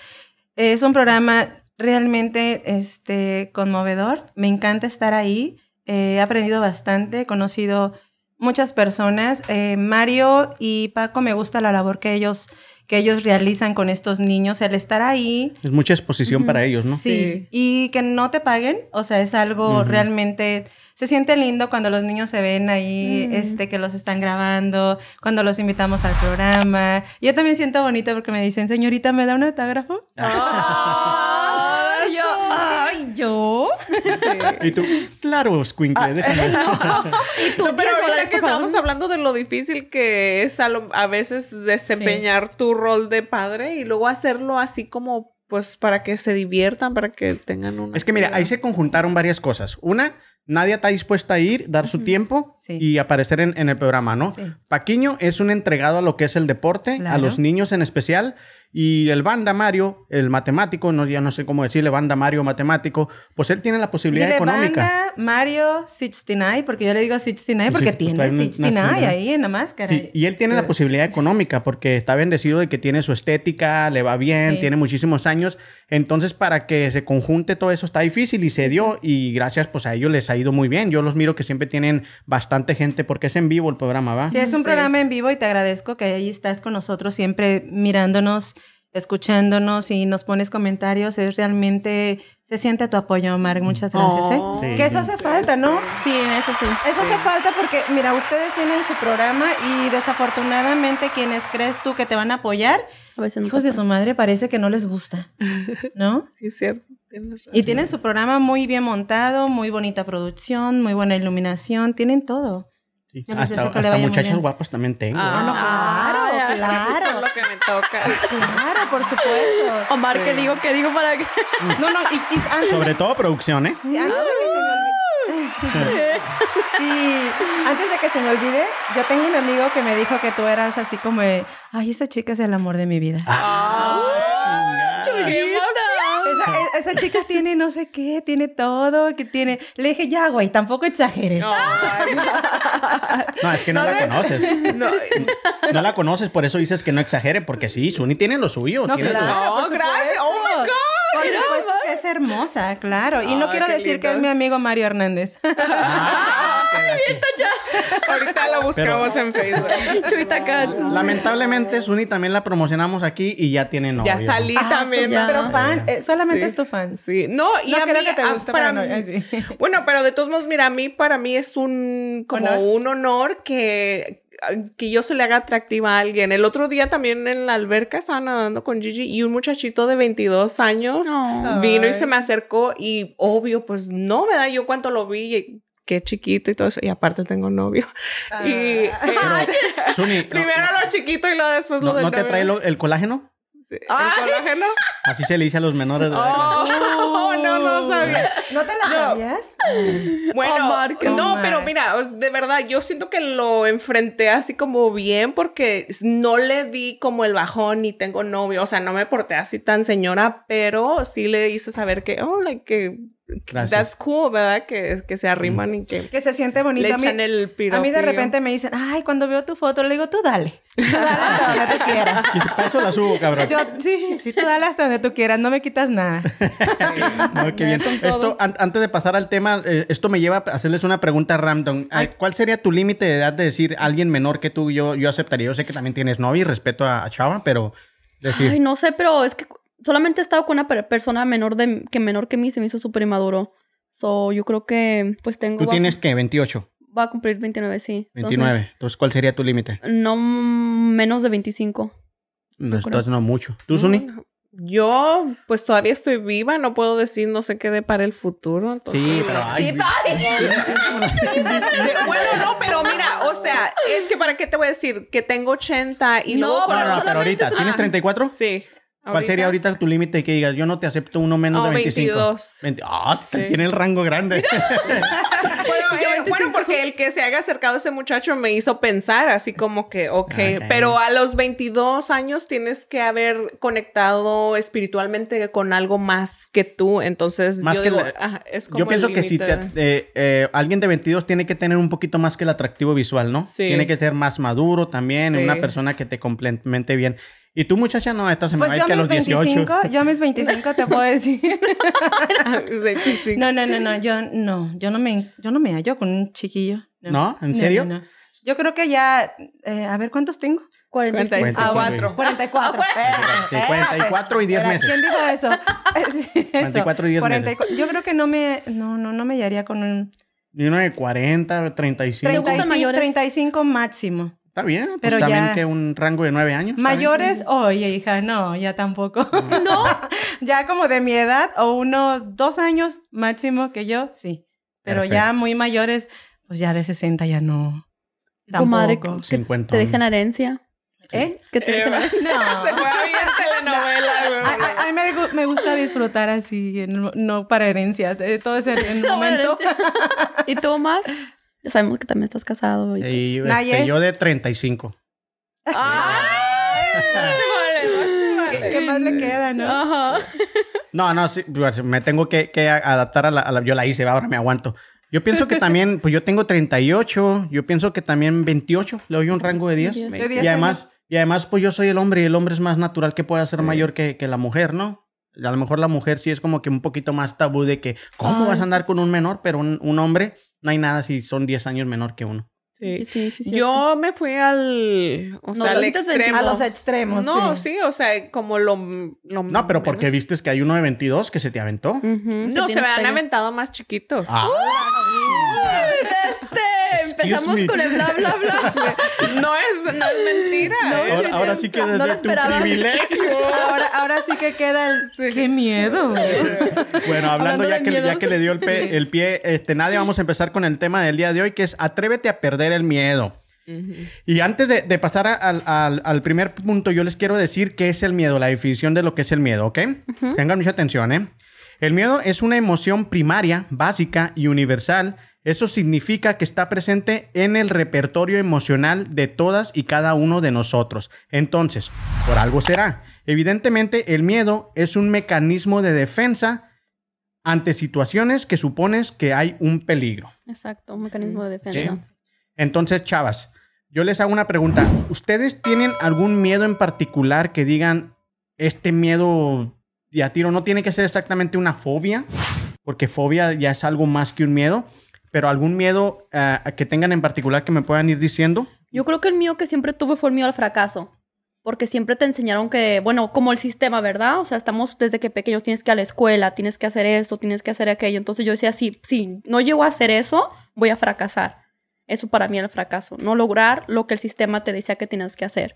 Speaker 2: Es un programa realmente este, conmovedor. Me encanta estar ahí. Eh, he aprendido bastante, he conocido muchas personas. Eh, Mario y Paco, me gusta la labor que ellos, que ellos realizan con estos niños. El estar ahí,
Speaker 1: Es mucha exposición para ellos, ¿no?
Speaker 2: Sí.
Speaker 4: Sí.
Speaker 2: Y que no te paguen, o sea, es algo
Speaker 1: Ujú.
Speaker 2: realmente... Se siente lindo cuando los niños se ven ahí,
Speaker 3: Mm.
Speaker 2: este, que los están grabando, cuando los invitamos al programa. Yo también siento bonito porque me dicen, señorita, ¿me da un autógrafo?
Speaker 1: Ah.
Speaker 2: Y yo, ay, ¿yo?
Speaker 1: Y tú, claro,
Speaker 2: Ah.
Speaker 1: Squinkle, déjame.
Speaker 3: Y tú,
Speaker 4: No, pero
Speaker 3: 10
Speaker 4: ahorita
Speaker 3: dólares,
Speaker 4: que
Speaker 3: por favor.
Speaker 4: estamos hablando de lo difícil que es a, lo- a veces desempeñar tu rol de padre y luego hacerlo así como, pues, para que se diviertan, para que tengan una...
Speaker 1: Es que mira, ahí se conjuntaron varias cosas. Una, nadie está dispuesta a ir, dar su tiempo
Speaker 2: Sí.
Speaker 1: y aparecer en, en el programa, ¿no?
Speaker 2: Sí.
Speaker 1: Paquiño es un entregado a lo que es el deporte, a
Speaker 2: Claro.
Speaker 1: los niños en especial, y el banda Mario, el matemático, no, ya no sé cómo decirle, banda Mario matemático, pues él tiene la posibilidad
Speaker 2: Dile
Speaker 1: económica.
Speaker 2: banda Mario 69, porque yo le digo 69 porque
Speaker 1: Sí,
Speaker 2: tiene
Speaker 1: trae una- una
Speaker 2: 69
Speaker 1: señora.
Speaker 2: ahí en la máscara.
Speaker 1: Sí, y él tiene la posibilidad económica porque está bendecido de que tiene su estética, le va bien,
Speaker 2: Sí.
Speaker 1: tiene muchísimos años. Entonces, para que se conjunte todo eso está difícil y se dio. Y gracias, pues a ellos les ha ido muy bien. Yo los miro que siempre tienen bastante gente porque es en vivo el programa, ¿va?
Speaker 2: Sí, es un
Speaker 4: Sí.
Speaker 2: programa en vivo y te agradezco que ahí estás con nosotros siempre mirándonos, escuchándonos y nos pones comentarios. Es realmente, se siente tu apoyo, Omar. Muchas gracias. ¿eh?
Speaker 4: Oh.
Speaker 1: Sí.
Speaker 2: Que eso hace falta, ¿no?
Speaker 3: Sí, eso sí.
Speaker 2: Eso hace falta porque, mira, ustedes tienen su programa y desafortunadamente quienes crees tú que te van a apoyar,
Speaker 3: A veces no.
Speaker 2: hijos de su madre, parece que no les gusta, ¿no?
Speaker 4: Sí, es cierto. tienes razón.
Speaker 2: Y tienen su programa muy bien montado, muy bonita producción, muy buena iluminación, tienen todo.
Speaker 1: Sí.
Speaker 2: Yo les
Speaker 1: Hasta,
Speaker 2: deseo que le
Speaker 1: hasta
Speaker 2: vaya muy
Speaker 1: muchachos
Speaker 2: bien.
Speaker 1: guapos también tengo.
Speaker 4: Ah.
Speaker 1: ¿eh?
Speaker 2: no,
Speaker 3: Ah,
Speaker 2: claro,
Speaker 4: Eso es
Speaker 2: claro.
Speaker 4: por lo que me toca.
Speaker 2: Claro, por supuesto.
Speaker 3: Omar, ¿qué digo? ¿Qué digo para que
Speaker 2: No, no, y, y antes, de,
Speaker 1: Sobre todo producción, ¿eh?
Speaker 2: sí, antes de que se me olvide. Sí, antes de que se me olvide, yo tengo un amigo que me dijo que tú eras así como, de, ay, esa chica es el amor de mi vida. Ah.
Speaker 1: Chingada.
Speaker 2: Esa, e- esa chica tiene no sé qué, tiene todo, que tiene. Le dije, ya, güey, tampoco exageres.
Speaker 4: Ay,
Speaker 1: No, es que no, la conoces.
Speaker 4: no,
Speaker 1: No la conoces, por eso dices que no exagere, porque sí, Suni tiene lo suyo. tiene lo-
Speaker 4: claro.
Speaker 2: por
Speaker 4: No, gracias.
Speaker 2: supuesto.
Speaker 4: Oh, my God.
Speaker 2: Por supuesto que es hermosa, claro. Y no
Speaker 4: Ay,
Speaker 2: quiero
Speaker 4: Ah, qué
Speaker 2: decir que es
Speaker 4: lindos.
Speaker 2: mi amigo Mario Hernández.
Speaker 1: Ah, ok, ok.
Speaker 4: ahorita lo buscamos en Facebook.
Speaker 3: Chuita Katz?
Speaker 1: Lamentablemente, Suni también la promocionamos aquí y ya tiene novio.
Speaker 4: Ya salí
Speaker 2: Ah,
Speaker 4: también.
Speaker 2: soy-
Speaker 3: ya.
Speaker 2: Pero fan, eh, solamente
Speaker 4: Sí.
Speaker 2: es tu fan.
Speaker 4: Sí, no, y
Speaker 2: No
Speaker 4: a
Speaker 2: creo
Speaker 4: mí,
Speaker 2: que te
Speaker 4: a-
Speaker 2: guste,
Speaker 4: para
Speaker 2: pero no,
Speaker 4: mí-
Speaker 2: sí.
Speaker 4: Bueno, pero de todos modos, mira, a mí, para mí es un, como
Speaker 2: Honor.
Speaker 4: un honor que, que yo se le haga atractiva a alguien. El otro día también en la alberca estaba nadando con Gigi y un muchachito de 22 años
Speaker 3: No.
Speaker 4: vino y se
Speaker 2: Ay.
Speaker 4: me acercó y obvio, pues no, ¿verdad? Yo cuando lo vi, y- qué chiquito y todo eso, y aparte tengo novio. Y eh,
Speaker 2: Ah.
Speaker 1: Suni, no-
Speaker 4: primero lo chiquito y luego después
Speaker 1: no,
Speaker 4: lo del
Speaker 1: no te
Speaker 4: novio.
Speaker 1: trae lo- el colágeno?
Speaker 4: Sí, ¿El colágeno?
Speaker 1: Así se le dice a los menores de edad.
Speaker 4: Oh, no, no sabía.
Speaker 2: ¿No te la sabías? Oh,
Speaker 4: Bueno,
Speaker 3: Omar, qué
Speaker 4: no,
Speaker 2: Omar.
Speaker 4: pero mira, os- de verdad, yo siento que lo enfrenté así como bien porque s- no le di como el bajón ni tengo novio, o sea, no me porté así tan señora, pero sí le hice saber que, oh, like, que que
Speaker 1: Gracias.
Speaker 4: that's cool, ¿verdad? Que, que se arriman y que
Speaker 2: Que se siente bonito.
Speaker 4: le
Speaker 2: A mí-
Speaker 4: echan el piropillo.
Speaker 2: A mí de repente me dicen, ay, cuando veo tu foto, le digo, tú dale. Tú dale hasta donde tú quieras.
Speaker 1: Y si para eso la subo, cabrón.
Speaker 2: Yo, sí, sí, tú dale hasta donde tú quieras, no me quitas nada.
Speaker 1: No, qué bien.
Speaker 3: Con todo.
Speaker 1: Esto, an- antes de pasar al tema, eh, esto me lleva a hacerles una pregunta random. Ay, ¿Cuál sería tu límite de edad de decir alguien menor que tú yo, yo aceptaría? Yo sé que también tienes novia y respeto a, a Chava, pero decir,
Speaker 3: Ay, no sé, pero es que cu- solamente he estado con una per- persona menor de, que menor que mí se me hizo súper inmaduro. So, yo creo que pues tengo...
Speaker 1: tú
Speaker 3: va-
Speaker 1: tienes que 28,
Speaker 3: Va a cumplir 29, sí. Entonces,
Speaker 1: 29. Entonces, ¿cuál sería tu límite?
Speaker 3: no mm, menos de 25.
Speaker 1: No estás no mucho. ¿Tú, Suni?
Speaker 4: Yo, pues todavía estoy viva, no puedo decir no sé qué de para el futuro. entonces-
Speaker 1: Sí, pero. ay,
Speaker 3: Sí,
Speaker 4: De- bueno, no, pero mira, o sea, es que para qué te voy a decir que tengo 80 y
Speaker 3: No,
Speaker 4: luego con
Speaker 1: No, no,
Speaker 4: los-
Speaker 1: pero
Speaker 3: solamente
Speaker 1: ahorita.
Speaker 3: es-
Speaker 1: ¿Tienes 34?
Speaker 4: Sí.
Speaker 1: ¿Cuál sería ahorita tu límite que digas, yo no te acepto uno menos
Speaker 4: Oh,
Speaker 1: de 25?
Speaker 4: 22.
Speaker 1: 20 Ah,
Speaker 4: Sí.
Speaker 1: tiene el rango grande.
Speaker 4: Bueno,
Speaker 3: Yo
Speaker 4: eh,
Speaker 3: 25.
Speaker 4: bueno, porque el que se haya acercado a ese muchacho me hizo pensar así como que,
Speaker 1: Ah, Ok.
Speaker 4: ok, pero a los 22 años tienes que haber conectado espiritualmente con algo más que tú, entonces
Speaker 1: Más
Speaker 4: yo
Speaker 1: que
Speaker 4: digo,
Speaker 1: la-
Speaker 4: ajá, es como
Speaker 1: Yo
Speaker 4: el
Speaker 1: pienso que si te,
Speaker 4: límite.
Speaker 1: eh, eh, alguien de 22 tiene que tener un poquito más que el atractivo visual, ¿no?
Speaker 4: Sí.
Speaker 1: Tiene que ser más maduro también,
Speaker 4: Sí.
Speaker 1: una persona que te complemente bien. Y tú, muchacha, no, esta se me
Speaker 2: Pues
Speaker 1: va a
Speaker 2: yo
Speaker 1: ir
Speaker 2: a
Speaker 1: que a
Speaker 2: mis
Speaker 1: los 18.
Speaker 2: 25, yo a mis 25 te puedo decir.
Speaker 4: 25.
Speaker 2: No, no, no, no, yo no, yo no me, yo no me hallo con un chiquillo.
Speaker 1: ¿No? ¿En serio?
Speaker 2: no, no. Yo creo que ya, eh, a ver, ¿cuántos tengo?
Speaker 3: 46.
Speaker 1: Ah,
Speaker 4: cuatro.
Speaker 2: 44.
Speaker 1: Sí, 44 y 10
Speaker 2: Espera,
Speaker 1: meses.
Speaker 2: Eh, ¿Quién dijo eso? Es- eso.
Speaker 1: 44 y 10 meses.
Speaker 2: 44. Yo creo que no me, no, no, no me hallaría con un
Speaker 1: Y uno de 40, 35.
Speaker 3: Treinta y-
Speaker 2: 35,
Speaker 3: gustan mayores?
Speaker 2: 35 máximo.
Speaker 1: Está bien, pues
Speaker 2: Pero
Speaker 1: también
Speaker 2: ya-
Speaker 1: que un rango de 9 años. está bien.
Speaker 2: Mayores, oye hija, no, ya tampoco. No. ya como de mi edad o uno, dos años máximo que yo, sí. Pero ya muy mayores, pues ya de 60 ya no.
Speaker 3: Comadre,
Speaker 2: Tampoco.
Speaker 3: que
Speaker 1: Cincuentón.
Speaker 3: te dejen herencia.
Speaker 2: ¿Eh?
Speaker 3: Que te dejen
Speaker 4: Eva.
Speaker 3: herencia.
Speaker 2: No.
Speaker 4: Se fue a ver telenovela, güey.
Speaker 2: A, a- a mí me, gu- me gusta disfrutar así, en el- no para herencias, eh, todo es en en el momento.
Speaker 3: ¿Y tú, Omar? Ya sabemos que también estás casado. y-
Speaker 1: Y, este,
Speaker 2: Naye.
Speaker 1: yo de 35.
Speaker 4: Ay, más te vale, más te
Speaker 2: ¿Qué,
Speaker 4: vale.
Speaker 2: qué más le queda, no?
Speaker 3: Ajá.
Speaker 1: No, no, sí, pues, me tengo que, que a- adaptar a la, a la- Yo la hice, va, ahora me aguanto. Yo pienso que también, pues yo tengo 38, yo pienso que también 28, le doy un rango de 10.
Speaker 3: Diez.
Speaker 2: De
Speaker 1: Y
Speaker 2: diez
Speaker 1: además, y además, pues yo soy el hombre y el hombre es más natural que pueda ser mayor que, que la mujer, ¿no? A lo mejor la mujer sí es como que un poquito más tabú de que, ¿cómo
Speaker 3: Ay.
Speaker 1: vas a andar con un menor? Pero un, un hombre, no hay nada si son 10 años menor que uno.
Speaker 4: Sí.
Speaker 3: Sí, sí, sí. cierto.
Speaker 4: Yo me fui al, o
Speaker 3: No,
Speaker 4: sea, al
Speaker 3: ahorita es 22.
Speaker 4: extremo.
Speaker 2: a los extremos.
Speaker 4: No, sí, o sea, como lo, lo
Speaker 1: No, pero porque vistes que hay uno de 22 que se te aventó.
Speaker 3: Ujú, que
Speaker 4: No, se
Speaker 3: tienes
Speaker 4: me han
Speaker 3: pega.
Speaker 4: aventado más chiquitos.
Speaker 1: Ah,
Speaker 3: Este,
Speaker 1: Excuse
Speaker 3: empezamos
Speaker 1: me.
Speaker 3: con el bla, bla, bla.
Speaker 4: No es, no es mentira.
Speaker 3: No,
Speaker 4: ¿eh?
Speaker 1: ahora, ahora sí que
Speaker 3: No lo
Speaker 1: desde tu
Speaker 3: esperaba.
Speaker 1: privilegio.
Speaker 2: Ahora, ahora sí que queda el... ¡Qué miedo!
Speaker 1: Bueno, hablando,
Speaker 3: Hablando
Speaker 1: ya,
Speaker 3: de
Speaker 1: que, ya
Speaker 3: miedos.
Speaker 1: que le dio el, pe- el pie, este, nadie, vamos a empezar con el tema del día de hoy, que es atrévete a perder el miedo. Y antes de, de pasar a- al, al- al primer punto, yo les quiero decir qué es el miedo, la definición de lo que es el miedo, ¿ok? Tengan mucha atención, ¿eh? El miedo es una emoción primaria, básica y universal. Eso significa que está presente en el repertorio emocional de todas y cada uno de nosotros. Entonces, por algo será. Evidentemente, el miedo es un mecanismo de defensa ante situaciones que supones que hay un peligro.
Speaker 3: Exacto, un mecanismo de
Speaker 1: Sí.
Speaker 3: defensa.
Speaker 1: Entonces, chavas, yo les hago una pregunta. ¿Ustedes tienen algún miedo en particular que digan, este miedo de a tiro no tiene que ser exactamente una fobia? Porque fobia ya es algo más que un miedo. Pero algún miedo ah, que tengan en particular que me puedan ir diciendo.
Speaker 3: Yo creo que el mío que siempre tuve fue el mío al fracaso. Porque siempre te enseñaron que, bueno, como el sistema, ¿verdad? O sea, estamos desde que pequeños tienes que ir a la escuela, tienes que hacer esto, tienes que hacer aquello. Entonces yo decía, sí, si no llego a hacer eso, voy a fracasar. Eso para mí era el fracaso. No lograr lo que el sistema te decía que tienes que hacer.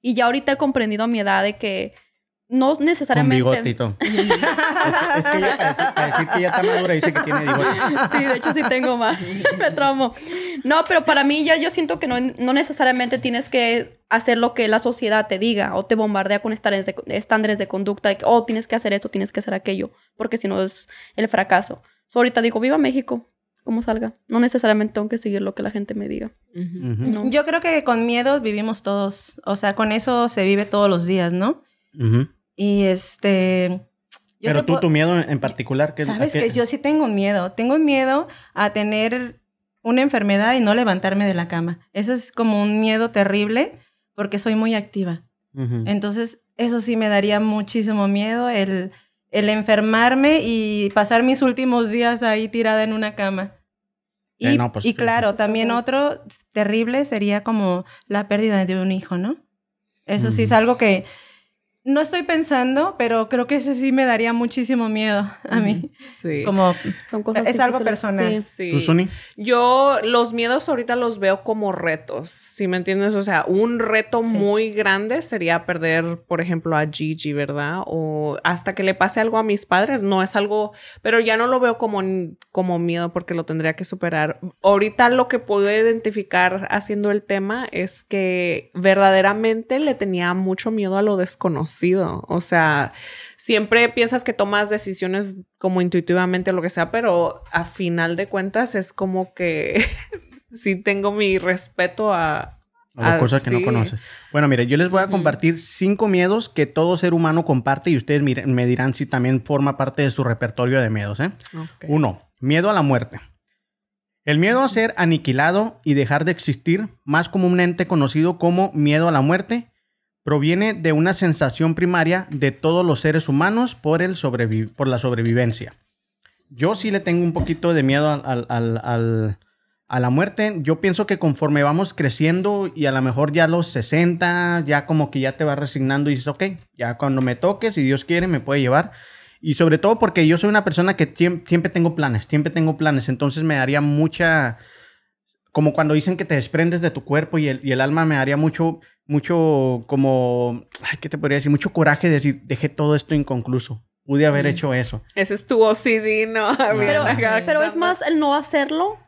Speaker 3: Y ya ahorita he comprendido a mi edad de que no
Speaker 1: Con
Speaker 3: necesariamente.
Speaker 1: bigotito. es, es que ya para decir, para decir que ya está madura dice que tiene bigote.
Speaker 3: Sí, de hecho sí tengo más. Me traumo. No, pero para mí ya yo siento que no, no necesariamente tienes que hacer lo que la sociedad te diga o te bombardea con estándares de, estándares de conducta de que, oh, tienes que hacer eso, tienes que hacer aquello, porque si no es el fracaso. So, ahorita digo, viva México, como salga. No necesariamente tengo que seguir lo que la gente me diga.
Speaker 4: Ujú.
Speaker 1: Ujú,
Speaker 3: No.
Speaker 2: Yo creo que con miedo vivimos todos. O sea, con eso se vive todos los días, ¿no?
Speaker 1: ujú.
Speaker 2: Y este... yo
Speaker 1: Pero
Speaker 2: te
Speaker 1: tú,
Speaker 2: puedo-
Speaker 1: tu miedo en particular. ¿qué-
Speaker 2: Sabes
Speaker 1: a qué-
Speaker 2: que yo sí tengo un miedo. Tengo un miedo a tener una enfermedad y no levantarme de la cama. Eso es como un miedo terrible porque soy muy activa.
Speaker 1: Ujú.
Speaker 2: Entonces, eso sí me daría muchísimo miedo el, el enfermarme y pasar mis últimos días ahí tirada en una cama. Y,
Speaker 1: Eh, no, pues,
Speaker 2: y
Speaker 1: sí,
Speaker 2: claro,
Speaker 3: eso está
Speaker 2: también
Speaker 3: feo.
Speaker 2: otro
Speaker 1: Mm.
Speaker 2: terrible sería como la pérdida de un hijo, ¿no? Eso sí es
Speaker 1: Ujú.
Speaker 2: algo que No estoy pensando, pero creo que ese sí me daría muchísimo miedo a
Speaker 1: Mm.
Speaker 2: mí.
Speaker 4: Sí.
Speaker 2: Como
Speaker 3: Son cosas
Speaker 2: Es algo
Speaker 3: difíciles,
Speaker 2: personal.
Speaker 3: sí.
Speaker 4: Sí.
Speaker 1: ¿Tú, Suni?
Speaker 4: Yo los miedos ahorita los veo como retos, si me entiendes? O sea, un reto muy grande sería perder, por ejemplo, a Gigi, ¿verdad? O hasta que le pase algo a mis padres, no es algo, pero ya no lo veo como, como miedo porque lo tendría que superar. Ahorita lo que puedo identificar haciendo el tema es que verdaderamente le tenía mucho miedo a lo desconocido, o sea, siempre piensas que tomas decisiones como intuitivamente o lo que sea, pero a final de cuentas es como que sí tengo mi respeto a...
Speaker 1: O
Speaker 4: a-
Speaker 1: cosas que no
Speaker 4: Ah, sí.
Speaker 1: conoces. Bueno, mire, yo les voy a compartir cinco miedos que todo ser humano comparte y ustedes miren- me dirán si también forma parte de su repertorio de miedos. ¿eh?
Speaker 4: Ok.
Speaker 1: Uno, miedo a la muerte. El miedo a ser aniquilado y dejar de existir, más comúnmente conocido como miedo a la muerte, proviene de una sensación primaria de todos los seres humanos por, el sobrevi- por la sobrevivencia. Yo sí le tengo un poquito de miedo al- al- al- al- a la muerte. Yo pienso que conforme vamos creciendo y a lo mejor ya a los 60, ya como que ya te vas resignando y dices, ok, ya cuando me toque, si Dios quiere, me puede llevar. Y sobre todo porque yo soy una persona que tiem- siempre tengo planes, siempre tengo planes. Entonces me daría mucha. Como cuando dicen que te desprendes de tu cuerpo y el, y el alma, me daría mucho, mucho, como. Ay, ¿Qué te podría decir? Mucho coraje de decir, dejé todo esto inconcluso. Pude haber hecho eso.
Speaker 4: Ese es tu OCD, ¿no? Bien,
Speaker 3: Pero,
Speaker 4: acá,
Speaker 3: pero es más el no hacerlo.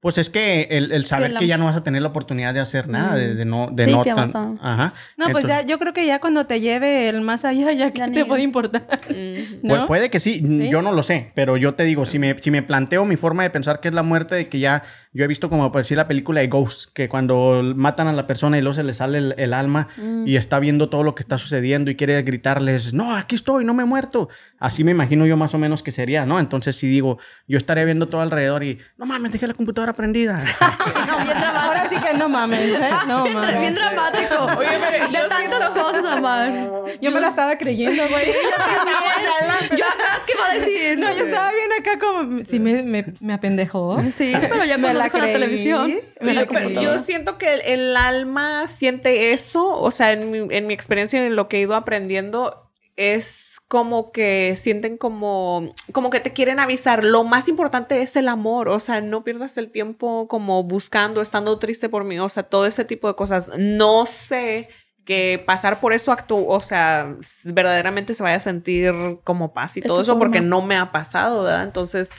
Speaker 1: Pues es que el, el saber
Speaker 3: Que
Speaker 1: que,
Speaker 3: la-
Speaker 1: ya no vas a tener la oportunidad de hacer nada, de, de no, de
Speaker 3: Sí,
Speaker 1: no
Speaker 3: que
Speaker 1: tan-
Speaker 3: vas a-
Speaker 1: Ajá.
Speaker 2: No, pues ya,
Speaker 1: Entonces-
Speaker 2: yo creo que ya cuando te lleve el más allá, ya
Speaker 3: Ya
Speaker 2: que
Speaker 3: ni
Speaker 2: te
Speaker 3: yo.
Speaker 2: puede importar.
Speaker 4: Mm.
Speaker 1: Pu-
Speaker 2: ¿no?
Speaker 1: Puede que sí,
Speaker 2: Sí.
Speaker 1: yo no lo sé, pero yo te digo, si me, si me planteo mi forma de pensar que es la muerte, de que ya yo he visto como por decir la película de Ghost, que cuando matan a la persona y luego se le sale el, el alma
Speaker 3: Mm.
Speaker 1: y está viendo todo lo que está sucediendo y quiere gritarles, no, aquí estoy, no me he muerto. Así me imagino yo más o menos que sería, ¿no? Entonces si digo, yo estaría viendo todo alrededor y, no mames, dejé la computadora prendida.
Speaker 2: Ahora sí que no mames, ¿eh? No
Speaker 3: Pero bien
Speaker 2: mames.
Speaker 3: dramático.
Speaker 4: Oye, pero
Speaker 3: de
Speaker 4: yo
Speaker 3: tantas cosas, amor.
Speaker 2: Yo me la estaba creyendo, güey.
Speaker 3: Yo acá, ¿qué va a decir?
Speaker 2: No, yo estaba bien acá como... Sí, me, me, me apendejó.
Speaker 3: Sí, pero ya me la, con la
Speaker 2: creí.
Speaker 3: televisión.
Speaker 2: Me la
Speaker 3: Ay,
Speaker 4: Yo-
Speaker 2: creí.
Speaker 3: computadora.
Speaker 4: Yo siento que el, el alma siente eso, o sea, en mi, en mi experiencia y en lo que he ido aprendiendo es como que sienten como como que te quieren avisar. Lo más importante es el amor, o sea, no pierdas el tiempo como buscando, estando triste por mí, o sea, todo ese tipo de cosas. No sé que pasar por eso actu o sea, s- verdaderamente se vaya a sentir como paz y
Speaker 3: Esa
Speaker 4: todo eso porque
Speaker 3: forma.
Speaker 4: no me ha pasado, ¿verdad? Entonces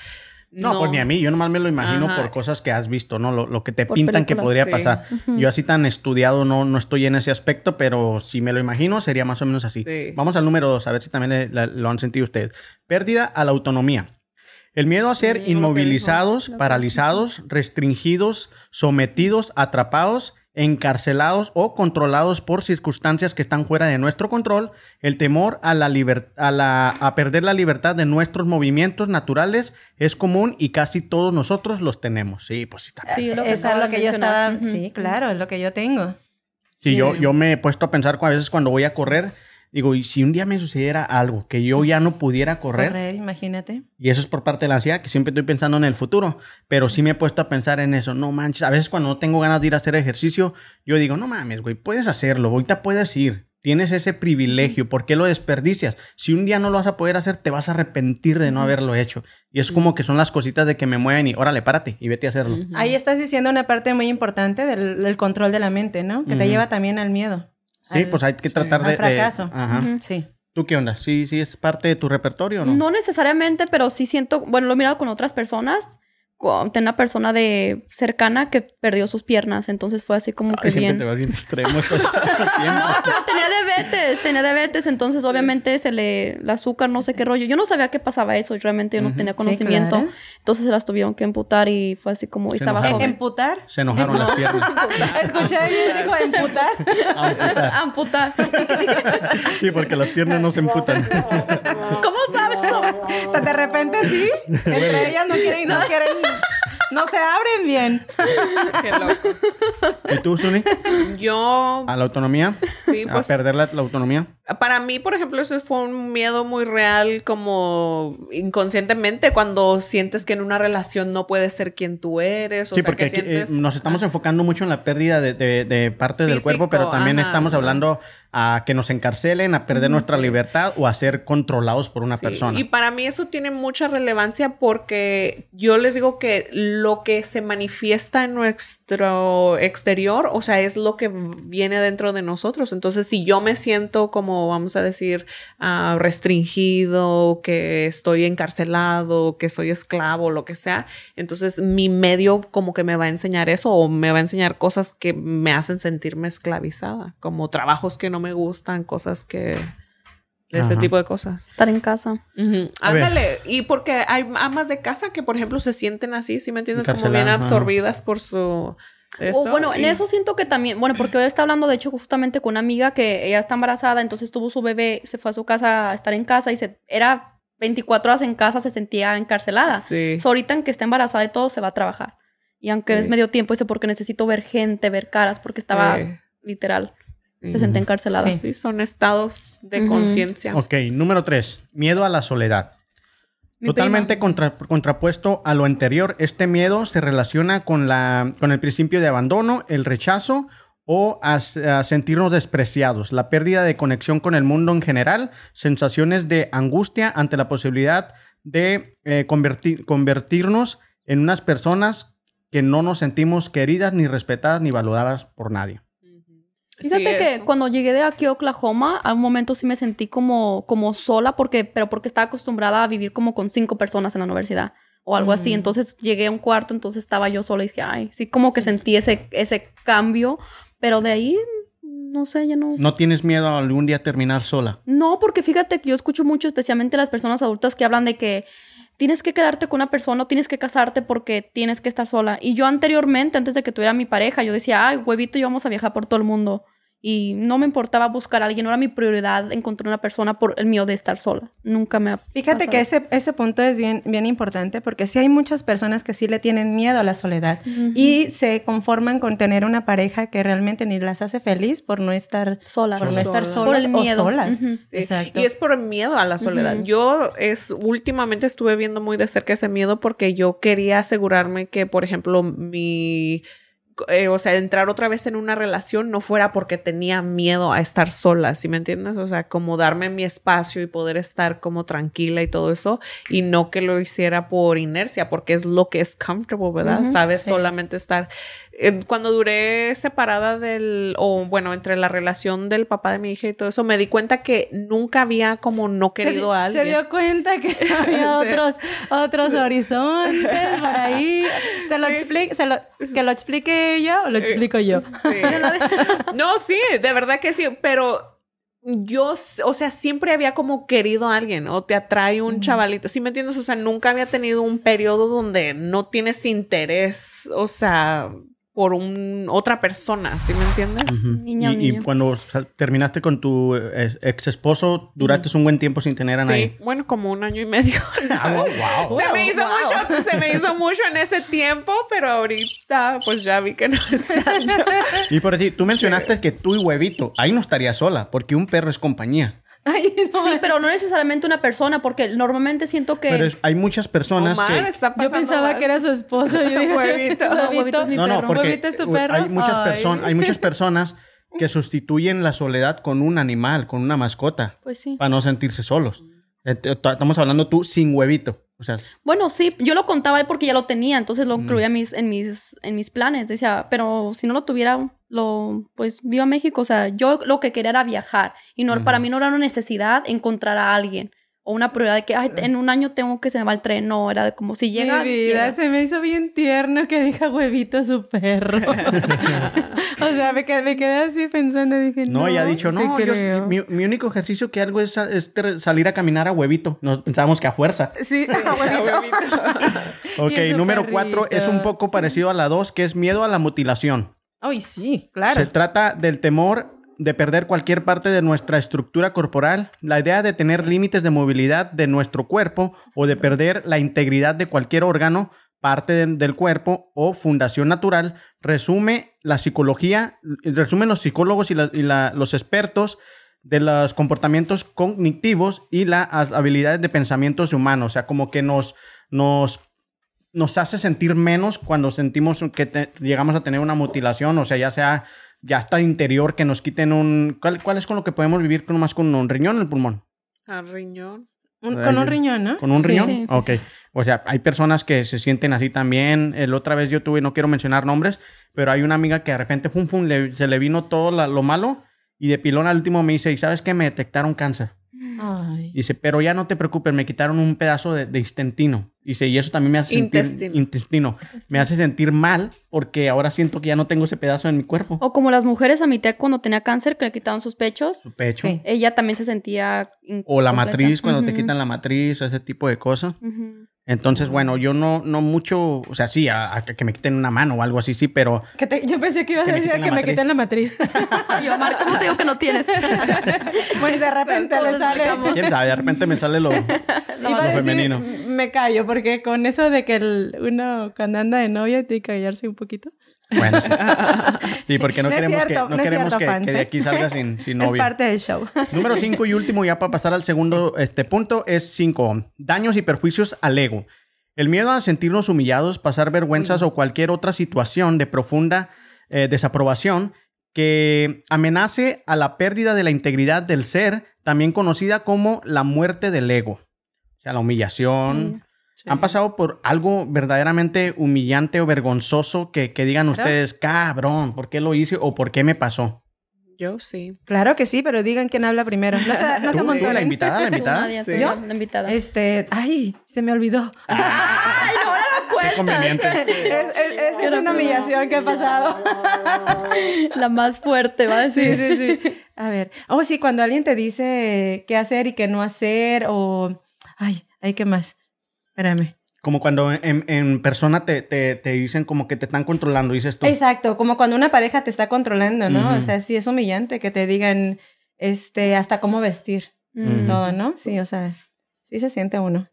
Speaker 1: No, pues ni a mí, yo nomás me lo imagino
Speaker 4: Ajá.
Speaker 1: por cosas que has visto, ¿no? Lo, lo que te
Speaker 3: Por
Speaker 1: pintan que podría
Speaker 3: películas,
Speaker 4: sí.
Speaker 1: pasar. Yo así tan estudiado no, no estoy en ese aspecto, pero si me lo imagino sería más o menos así.
Speaker 4: Sí.
Speaker 1: Vamos al número dos, a ver si también le- la- lo han sentido ustedes. Pérdida a la autonomía. El miedo a ser
Speaker 4: Mm, lo que dijo.
Speaker 1: inmovilizados, paralizados, restringidos, sometidos, atrapados, encarcelados o controlados por circunstancias que están fuera de nuestro control, el temor a, la liber- a, la- a perder la libertad de nuestros movimientos naturales es común y casi todos nosotros los tenemos. Sí, pues sí, está
Speaker 3: Sí, lo
Speaker 2: Eso
Speaker 3: que
Speaker 2: es
Speaker 3: acabas
Speaker 2: lo
Speaker 3: de
Speaker 2: que yo estaba...
Speaker 3: mencionar. Ujú.
Speaker 2: Sí, claro, es lo que yo tengo.
Speaker 1: Sí,
Speaker 2: Sí.
Speaker 1: Yo, yo me he puesto a pensar cu- a veces cuando voy a correr, digo, y si un día me sucediera algo que yo ya no pudiera correr,
Speaker 2: Correr, imagínate.
Speaker 1: y eso es por parte de la ansiedad, que siempre estoy pensando en el futuro, pero sí me he puesto a pensar en eso, no manches, a veces cuando no tengo ganas de ir a hacer ejercicio, yo digo, no mames, güey, puedes hacerlo, ahorita puedes ir. Tienes ese privilegio, ¿por qué lo desperdicias? Si un día no lo vas a poder hacer, te vas a arrepentir de no haberlo hecho. Y es como que son las cositas de que me mueven y, órale, párate y vete a hacerlo.
Speaker 2: Ahí estás diciendo una parte muy importante del, del control de la mente, ¿no? Que te
Speaker 1: Ujú.
Speaker 2: lleva también al miedo.
Speaker 1: Sí,
Speaker 2: al-
Speaker 1: pues hay que tratar
Speaker 2: al
Speaker 1: de... de-
Speaker 2: fracaso.
Speaker 1: ajá.
Speaker 3: Ujú.
Speaker 2: Sí.
Speaker 1: ¿Tú qué onda? ¿Sí, sí es parte de tu repertorio o no?
Speaker 3: No necesariamente, pero sí siento, bueno, lo he mirado con otras personas. con- Tengo una persona de cercana que perdió sus piernas, entonces fue así como
Speaker 1: Ay,
Speaker 3: que
Speaker 1: siempre
Speaker 3: bien.
Speaker 1: te vas bien extremo. esto es- siempre.
Speaker 3: No, pero tenía diabetes, tenía diabetes, entonces obviamente se le, el azúcar, no sé qué rollo. Yo no sabía qué pasaba eso, realmente yo no
Speaker 1: Ujú.
Speaker 3: tenía
Speaker 2: Sí,
Speaker 3: conocimiento.
Speaker 2: claro.
Speaker 3: Entonces se las tuvieron que amputar y fue así como, y
Speaker 1: Se
Speaker 3: estaba
Speaker 1: enojaron.
Speaker 3: joven.
Speaker 2: ¿Emputar?
Speaker 1: Se enojaron las piernas.
Speaker 2: Escuché y dijo emputar.
Speaker 3: amputar.
Speaker 1: Sí, porque las piernas no se emputan.
Speaker 3: ¿Cómo sabes?
Speaker 2: De repente sí. Entre ellas no quieren, no quieren, no se abren bien.
Speaker 4: Qué locos.
Speaker 1: ¿Y tú, Suni?
Speaker 4: Yo
Speaker 1: ¿A la autonomía?
Speaker 4: Sí,
Speaker 1: ¿A
Speaker 4: pues-
Speaker 1: perder la, la autonomía?
Speaker 4: Para mí, por ejemplo, eso fue un miedo muy real, como inconscientemente, cuando sientes que en una relación no puedes ser quien tú eres. O
Speaker 1: sí,
Speaker 4: sea,
Speaker 1: porque aquí,
Speaker 4: que
Speaker 1: eh,
Speaker 4: sientes...
Speaker 1: nos estamos enfocando mucho en la pérdida de, de- de partes del
Speaker 4: Físico,
Speaker 1: cuerpo, pero también
Speaker 4: ajá,
Speaker 1: estamos
Speaker 4: ajá.
Speaker 1: hablando a que nos encarcelen, a perder nuestra libertad o a ser controlados por una
Speaker 4: Sí,
Speaker 1: persona.
Speaker 4: Y para mí eso tiene mucha relevancia porque yo les digo que lo que se manifiesta en nuestro exterior, o sea, es lo que viene dentro de nosotros. Entonces, si yo me siento como, vamos a decir, ah, restringido, que estoy encarcelado, que soy esclavo, lo que sea, entonces mi medio como que me va a enseñar eso o me va a enseñar cosas que me hacen sentirme esclavizada, como trabajos que no me gustan, cosas que... de Ese
Speaker 1: Ajá.
Speaker 4: tipo de cosas.
Speaker 3: Estar en casa.
Speaker 4: Ujú,
Speaker 1: A ver.
Speaker 4: Ándale, y porque hay amas de casa que, por ejemplo, se sienten así, si me entiendes, como
Speaker 1: Encarceladas,
Speaker 4: bien
Speaker 1: ajá.
Speaker 4: absorbidas por su... eso,
Speaker 3: O, bueno, en
Speaker 4: y-
Speaker 3: eso siento que también, bueno, porque hoy está hablando, de hecho, justamente con una amiga que ella está embarazada, entonces tuvo su bebé, se fue a su casa a estar en casa y se era 24 horas en casa, se sentía encarcelada.
Speaker 4: Sí.
Speaker 3: So, ahorita en que está embarazada y todo, se va a trabajar. Y aunque
Speaker 4: Sí.
Speaker 3: es medio tiempo, dice, porque necesito ver gente, ver caras, porque estaba
Speaker 4: Sí,
Speaker 3: literal,
Speaker 4: sí.
Speaker 3: se sentía encarcelada.
Speaker 2: Sí.
Speaker 4: Sí, son estados de
Speaker 3: Ujú.
Speaker 4: conciencia.
Speaker 1: Ok, número tres, miedo a la soledad.
Speaker 3: Mi
Speaker 1: Totalmente contra- contrapuesto a lo anterior, este miedo se relaciona con, la, con el principio de abandono, el rechazo o a, s- a sentirnos despreciados, la pérdida de conexión con el mundo en general, sensaciones de angustia ante la posibilidad de eh, convertir- convertirnos en unas personas que no nos sentimos queridas, ni respetadas, ni valoradas por nadie.
Speaker 3: Fíjate
Speaker 4: Sí,
Speaker 3: que
Speaker 4: eso.
Speaker 3: cuando llegué de aquí a Oklahoma, a un momento sí me sentí como, como sola, porque, pero porque estaba acostumbrada a vivir como con cinco personas en la universidad o algo así.
Speaker 4: Mm.
Speaker 3: Entonces llegué a un cuarto, entonces estaba yo sola y dije, ay, sí, como que sentí ese, ese cambio, pero de ahí, no sé, ya no.
Speaker 1: ¿No tienes miedo a algún día terminar sola?
Speaker 3: No, porque fíjate que yo escucho mucho, especialmente las personas adultas que hablan de que tienes que quedarte con una persona o tienes que casarte porque tienes que estar sola. Y yo anteriormente, antes de que tuviera mi pareja, yo decía, ay, huevito, yo vamos a viajar por todo el mundo. Y no me importaba buscar a alguien, no era mi prioridad encontrar una persona por el mío de estar sola. Nunca me ha
Speaker 2: Fíjate
Speaker 3: pasado.
Speaker 2: que ese, ese punto es bien, bien importante porque sí hay muchas personas que sí le tienen miedo a la soledad
Speaker 3: Ujú.
Speaker 2: y se conforman con tener una pareja que realmente ni las hace feliz por no estar,
Speaker 3: sola.
Speaker 2: por no estar
Speaker 4: Sola.
Speaker 2: solas
Speaker 3: Por el miedo.
Speaker 2: o solas.
Speaker 3: Ujú.
Speaker 4: Sí,
Speaker 2: Exacto.
Speaker 4: Y es por miedo a la soledad.
Speaker 3: Ujú.
Speaker 4: Yo es últimamente estuve viendo muy de cerca ese miedo porque yo quería asegurarme que, por ejemplo, mi eh, o sea, entrar otra vez en una relación no fuera porque tenía miedo a estar sola, ¿sí me entiendes? O sea, como darme mi espacio y poder estar como tranquila y todo eso, y no que lo hiciera por inercia, porque es lo que es comfortable, ¿verdad?
Speaker 3: Ujú,
Speaker 4: Sabes
Speaker 2: sí.
Speaker 4: solamente estar. Eh, Cuando duré separada del, o bueno, entre la relación del papá de mi hija y todo eso, me di cuenta que nunca había como no
Speaker 2: Se
Speaker 4: querido
Speaker 2: di-
Speaker 4: a alguien.
Speaker 2: Se dio cuenta que había
Speaker 4: Sí.
Speaker 2: otros, otros horizontes por ahí. ¿Te lo
Speaker 4: Sí. Eh,
Speaker 2: expli- se lo- ¿Que lo explique ella o lo explico yo?
Speaker 4: Sí. No, sí, de verdad que sí, pero yo, s- o sea, siempre había como querido a alguien o te atrae un chavalito, ¿sí me entiendes? O sea, nunca había tenido un periodo donde no tienes interés, o sea, por un, otra persona, ¿sí me entiendes?
Speaker 1: Ujú.
Speaker 3: Niña o
Speaker 1: y, y
Speaker 3: niño.
Speaker 1: cuando o sea, terminaste con tu eh, ex esposo, duraste un buen tiempo sin tener a
Speaker 4: Sí,
Speaker 1: nadie.
Speaker 4: bueno, como un año y medio.
Speaker 1: Ah, wow, wow.
Speaker 4: Se me, hizo
Speaker 2: Wow.
Speaker 4: mucho, se me hizo mucho en ese tiempo, pero ahorita pues ya vi que no es tanto.
Speaker 1: Y por ti, tú mencionaste que tú y huevito, ahí no estaría sola, porque un perro es compañía.
Speaker 2: Ay, no.
Speaker 3: Sí, pero no necesariamente una persona, porque normalmente siento que...
Speaker 1: Pero es- hay muchas personas
Speaker 4: Omar
Speaker 1: que
Speaker 4: está
Speaker 2: Yo
Speaker 4: pasando
Speaker 2: pensaba
Speaker 4: mal.
Speaker 2: que era su esposo. Yo dije,
Speaker 4: Huevito.
Speaker 3: No, huevito es mi
Speaker 1: no, no,
Speaker 3: perro.
Speaker 1: porque
Speaker 2: ¿Huevito es tu
Speaker 1: güey,
Speaker 2: perro?
Speaker 1: hay muchas
Speaker 2: Ay.
Speaker 1: personas, hay muchas personas que sustituyen la soledad con un animal, con una mascota,
Speaker 3: Pues sí.
Speaker 1: para no sentirse solos. Eh, te- ta- Estamos hablando tú sin huevito, o sea,
Speaker 3: Bueno, sí, yo lo contaba él porque ya lo tenía, entonces
Speaker 1: Mm.
Speaker 3: lo incluía en, mis, en, mis, en mis planes. Decía, pero si no lo tuviera, lo, pues viva México. O sea, yo lo que quería era viajar. Y no,
Speaker 1: Ujú.
Speaker 3: para mí no era una necesidad encontrar a alguien o una prioridad de que
Speaker 1: Eh.
Speaker 3: "Ay, en un año tengo que se me va el tren. No, era de como si llega.
Speaker 2: Mi vida
Speaker 3: llega.
Speaker 2: se me hizo bien tierno que diga huevito su perro. o sea, me quedé, me quedé así pensando, dije, no.
Speaker 1: No, ella ha dicho,
Speaker 2: te
Speaker 1: no, yo-
Speaker 2: creo".
Speaker 1: mi, mi único ejercicio que hago es, es ter- salir a caminar a huevito. No pensábamos que a fuerza.
Speaker 2: Sí, a huevito.
Speaker 1: Ok,
Speaker 2: es un
Speaker 1: número cuatro es un
Speaker 2: perrito,
Speaker 1: poco parecido a la dos, que es miedo a la mutilación.
Speaker 2: Ay, sí, claro.
Speaker 1: Se trata del temor de perder cualquier parte de nuestra estructura corporal, la idea de tener límites de movilidad de nuestro cuerpo o de perder la integridad de cualquier órgano, parte de- del cuerpo o fundación natural, resume la psicología, resumen los psicólogos y, la- y la- los expertos de los comportamientos cognitivos y las habilidades de pensamientos humanos, o sea, como que nos, nos nos hace sentir menos cuando sentimos que te- llegamos a tener una mutilación, o sea, ya sea ya hasta interior, que nos quiten un... ¿Cuál, cuál es con lo que podemos vivir con, más con un riñón o el pulmón?
Speaker 4: Al riñón.
Speaker 2: Un-
Speaker 1: Ay,
Speaker 2: con
Speaker 1: yo-
Speaker 2: un riñón, ¿no?
Speaker 1: ¿Con un
Speaker 3: Sí,
Speaker 1: riñón?
Speaker 3: sí, sí,
Speaker 1: ok. O sea, hay personas que se sienten así también. El otra vez yo tuve, no quiero mencionar nombres, pero hay una amiga que de repente fum, fum, le- se le vino todo la- lo malo y de pilón al último me dice, ¿y sabes qué? Me detectaron cáncer.
Speaker 2: Ay.
Speaker 1: Dice, pero ya no te preocupes, me quitaron un pedazo de, de intestino. Dice, y eso también me hace sentir-
Speaker 4: Intestino.
Speaker 1: intestino. Me hace sentir mal porque ahora siento que ya no tengo ese pedazo en mi cuerpo.
Speaker 3: O como las mujeres a mi tía cuando tenía cáncer que le quitaban sus pechos,
Speaker 1: Su pecho.
Speaker 2: Sí.
Speaker 3: ella también se sentía
Speaker 1: Mm. O la
Speaker 3: incompleta.
Speaker 1: matriz, cuando te
Speaker 3: Ujú,
Speaker 1: quitan la matriz, o ese tipo de cosas.
Speaker 3: ujú.
Speaker 1: Entonces, bueno, yo no, no mucho, o sea, sí, a, a que me quiten una mano o algo así, sí, pero
Speaker 2: Que te- yo pensé que ibas
Speaker 1: Que
Speaker 2: a
Speaker 1: me
Speaker 2: decir que
Speaker 1: quiten la
Speaker 2: me
Speaker 1: matriz.
Speaker 2: quiten la matriz.
Speaker 3: Y yo, Mar, ¿cómo te digo que no tienes?
Speaker 2: pues de repente
Speaker 3: Todos
Speaker 2: le sale.
Speaker 3: explicamos.
Speaker 1: quién sabe, de repente me sale lo,
Speaker 2: Iba
Speaker 1: lo
Speaker 2: a decir,
Speaker 1: femenino.
Speaker 2: me callo, porque con eso de que el- uno cuando anda de novia tiene que callarse un poquito.
Speaker 1: Bueno, sí. Sí, porque no,
Speaker 2: No es
Speaker 1: queremos,
Speaker 2: cierto,
Speaker 1: que, no
Speaker 2: no es
Speaker 1: queremos
Speaker 2: cierto,
Speaker 1: que- que,
Speaker 2: fans,
Speaker 1: de
Speaker 2: ¿eh?
Speaker 1: aquí salga sin, sin
Speaker 2: es
Speaker 1: novio.
Speaker 2: parte del show.
Speaker 1: Número 5 y último, ya para pasar al segundo este punto, es 5. Daños y perjuicios al ego. El miedo a sentirnos humillados, pasar vergüenzas o cualquier otra situación de profunda eh, desaprobación que amenace a la pérdida de la integridad del ser, también conocida como la muerte del ego. O sea, la humillación. ¿Han pasado por algo verdaderamente humillante o vergonzoso que, que digan
Speaker 2: Claro.
Speaker 1: ustedes, cabrón, ¿por qué lo hice o por qué me pasó?
Speaker 4: Yo sí.
Speaker 2: Claro que sí, pero digan quién habla primero. No se,
Speaker 1: ¿Tú,
Speaker 2: no se
Speaker 1: tú, la
Speaker 2: amontonen.
Speaker 1: invitada, la
Speaker 3: Tú,
Speaker 1: invitada?
Speaker 3: Nadia, tú,
Speaker 4: Sí.
Speaker 3: la- la invitada.
Speaker 2: Este, ay, se me olvidó.
Speaker 3: Ay, no, ahora lo cuentas.
Speaker 1: conveniente.
Speaker 2: Es, es- es- es
Speaker 3: Pero-
Speaker 2: una humillación que ha pasado.
Speaker 3: La más fuerte, va a
Speaker 2: Sí,
Speaker 3: decir.
Speaker 2: sí, sí. A ver. Oh, sí, cuando alguien te dice qué hacer y qué no hacer, o. Ay, ay, ¿qué más? Espérame.
Speaker 1: Como cuando en, en persona te, te, te dicen como que te están controlando, dices tú.
Speaker 2: Exacto, como cuando una pareja te está controlando, ¿no?
Speaker 1: Ujú.
Speaker 2: O sea, sí es humillante que te digan, este, hasta cómo vestir,
Speaker 1: Mm.
Speaker 2: todo, ¿no? Sí, o sea, sí se siente uno.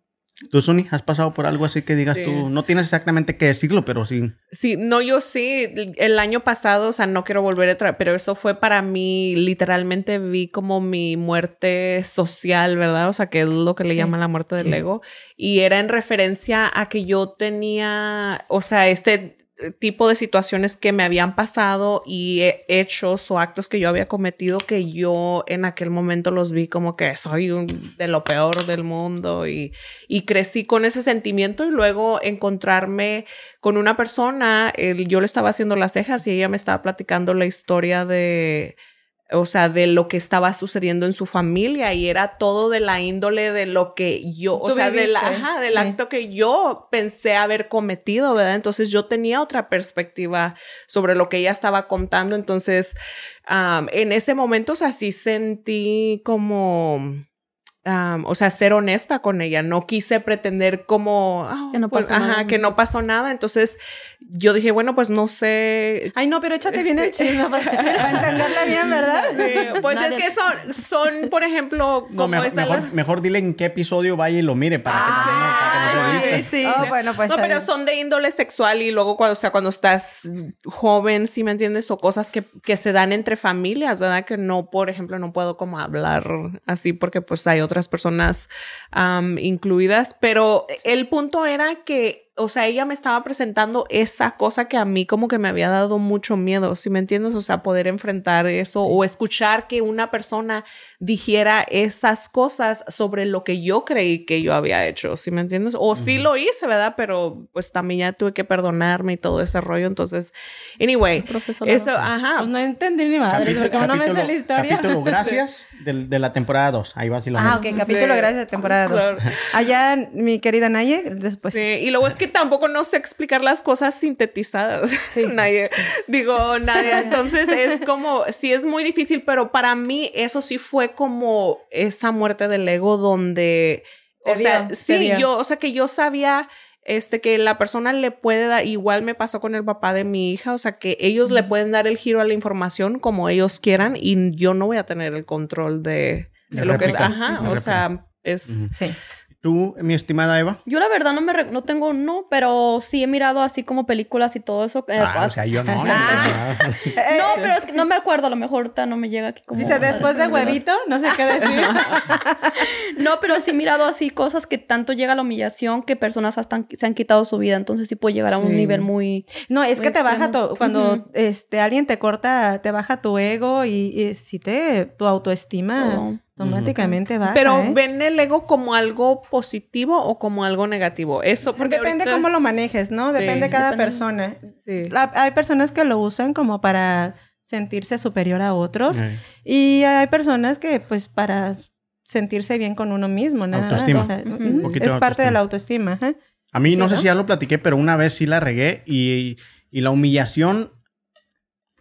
Speaker 1: ¿Tú, Suni, has pasado por algo así que digas
Speaker 4: Sí.
Speaker 1: tú? No tienes exactamente que decirlo, pero sí.
Speaker 4: Sí, no, yo sí. El- El año pasado, o sea, no quiero volver a traer, pero eso fue para mí, literalmente vi como mi muerte social, ¿verdad? O sea, que es lo que le
Speaker 2: Sí.
Speaker 4: llaman la muerte del ego. Y era en referencia a que yo tenía, o sea, este eh, tipo de situaciones que me habían pasado y eh, hechos o actos que yo había cometido que yo en aquel momento los vi como que soy un- de lo peor del mundo y, y crecí con ese sentimiento y luego encontrarme con una persona, el- yo le estaba haciendo las cejas y ella me estaba platicando la historia de, o sea, de lo que estaba sucediendo en su familia y era todo de la índole de lo que yo, o
Speaker 2: Tú
Speaker 4: sea, de la-
Speaker 2: viviste,
Speaker 4: ajá, del
Speaker 2: sí.
Speaker 4: acto que yo pensé haber cometido, ¿verdad? Entonces yo tenía otra perspectiva sobre lo que ella estaba contando, entonces um, en ese momento, o sea, sí sentí como... um, o sea, ser honesta con ella. No quise pretender como... "Ah,
Speaker 3: Que no
Speaker 4: pues,
Speaker 3: pasó nada".
Speaker 4: Ajá, que no pasó nada. Entonces yo dije, bueno, pues no sé
Speaker 2: Ay, no, pero échate bien el
Speaker 4: Sí.
Speaker 2: chisme para, para entenderla bien, ¿verdad?
Speaker 4: Sí, pues es
Speaker 3: Nadie-
Speaker 4: que son, son, por ejemplo, como
Speaker 1: No, mejor,
Speaker 4: esa
Speaker 1: mejor,
Speaker 4: la-
Speaker 1: mejor dile en qué episodio vaya y lo mire para que también- para que no se
Speaker 3: sí,
Speaker 1: viste.
Speaker 3: sí.
Speaker 2: Oh, bueno, pues.
Speaker 4: no,
Speaker 2: está
Speaker 4: pero
Speaker 2: bien.
Speaker 4: son de índole sexual y luego cuando, o sea, cuando estás joven, si me entiendes, o cosas que, que se dan entre familias, ¿verdad? Que no, por ejemplo, no puedo como hablar así porque pues hay otras personas am, incluidas, pero el punto era que, o sea, ella me estaba presentando esa cosa que a mí como que me había dado mucho miedo, si me entiendes, o sea, poder enfrentar eso o escuchar que una persona dijera esas cosas sobre lo que yo creí que yo había hecho, ¿sí me entiendes? O sí lo hice, ¿verdad? Pero pues también ya tuve que perdonarme y todo ese rollo, entonces, anyway,
Speaker 3: proceso largo.
Speaker 4: eso, ajá.
Speaker 2: Pues no entendí ni madre,
Speaker 1: Capítulo-
Speaker 2: porque como no me sé la
Speaker 1: capítulo-
Speaker 2: historia.
Speaker 1: Capítulo gracias del- de, la temporada 2. Ahí vas y lo
Speaker 2: Ah,
Speaker 1: miras.
Speaker 2: ok, capítulo
Speaker 4: Sí.
Speaker 2: gracias, temporada 2.
Speaker 4: Claro.
Speaker 2: Allá, mi querida Naye, después.
Speaker 4: Sí, y luego es que tampoco no sé explicar las cosas sintetizadas. nadie, digo, nadie. Entonces es como, sí es muy difícil, pero para mí eso sí fue como esa muerte del ego donde,
Speaker 2: Te
Speaker 4: o sea,
Speaker 2: dio, te
Speaker 4: sí,
Speaker 2: dio.
Speaker 4: yo, o sea, que yo sabía. Este, que la persona le puede dar, igual me pasó con el papá de mi hija, o sea, que ellos le pueden dar el giro a la información como ellos quieran y yo no voy a tener el control de, de
Speaker 1: De
Speaker 4: lo que es,
Speaker 1: réplica,
Speaker 4: ajá,
Speaker 1: de
Speaker 4: o sea, es,
Speaker 1: Ujú.
Speaker 2: Sí.
Speaker 1: ¿Tú, mi estimada Eva?
Speaker 3: Yo la verdad no me re- no tengo no, pero sí he mirado así como películas y todo eso. eh,
Speaker 1: Ah,
Speaker 3: pa-
Speaker 1: o sea, yo no.
Speaker 2: Ah.
Speaker 3: no, pero es que no me acuerdo, a lo mejor ahorita no me llega aquí como.
Speaker 2: eh, Dice, después de huevito, no sé qué decir.
Speaker 3: No, pero sí he mirado así cosas que tanto llega a la humillación que personas hasta han- se han quitado su vida. Entonces sí puede llegar a
Speaker 4: Sí.
Speaker 3: un nivel muy.
Speaker 2: No, es
Speaker 3: Muy
Speaker 2: que te baja
Speaker 3: extremo.
Speaker 2: tu, cuando
Speaker 3: Ujú.
Speaker 2: este, alguien te corta, te baja tu ego y, y si te, tu autoestima
Speaker 3: Oh.
Speaker 2: automáticamente baja.
Speaker 4: Pero
Speaker 2: ¿eh?
Speaker 4: ven el ego como algo positivo o como algo negativo. Eso, porque
Speaker 2: Depende
Speaker 4: ahorita-
Speaker 2: cómo lo manejes, ¿no?
Speaker 4: Sí.
Speaker 2: Depende de cada
Speaker 3: Depende.
Speaker 2: persona.
Speaker 4: Sí.
Speaker 2: La- hay personas que lo usan como para sentirse superior a otros
Speaker 1: Eh.
Speaker 2: y hay personas que pues para sentirse bien con uno mismo, nada más.
Speaker 1: Autoestima.
Speaker 2: O sea,
Speaker 3: Ujú.
Speaker 2: ujú,
Speaker 1: Poquito
Speaker 2: Es parte de
Speaker 1: autoestima.
Speaker 2: la autoestima. ajá.
Speaker 1: A mí no
Speaker 3: Sí,
Speaker 1: sé
Speaker 3: ¿no?
Speaker 1: si ya lo platiqué, pero una vez sí la regué y, y la humillación,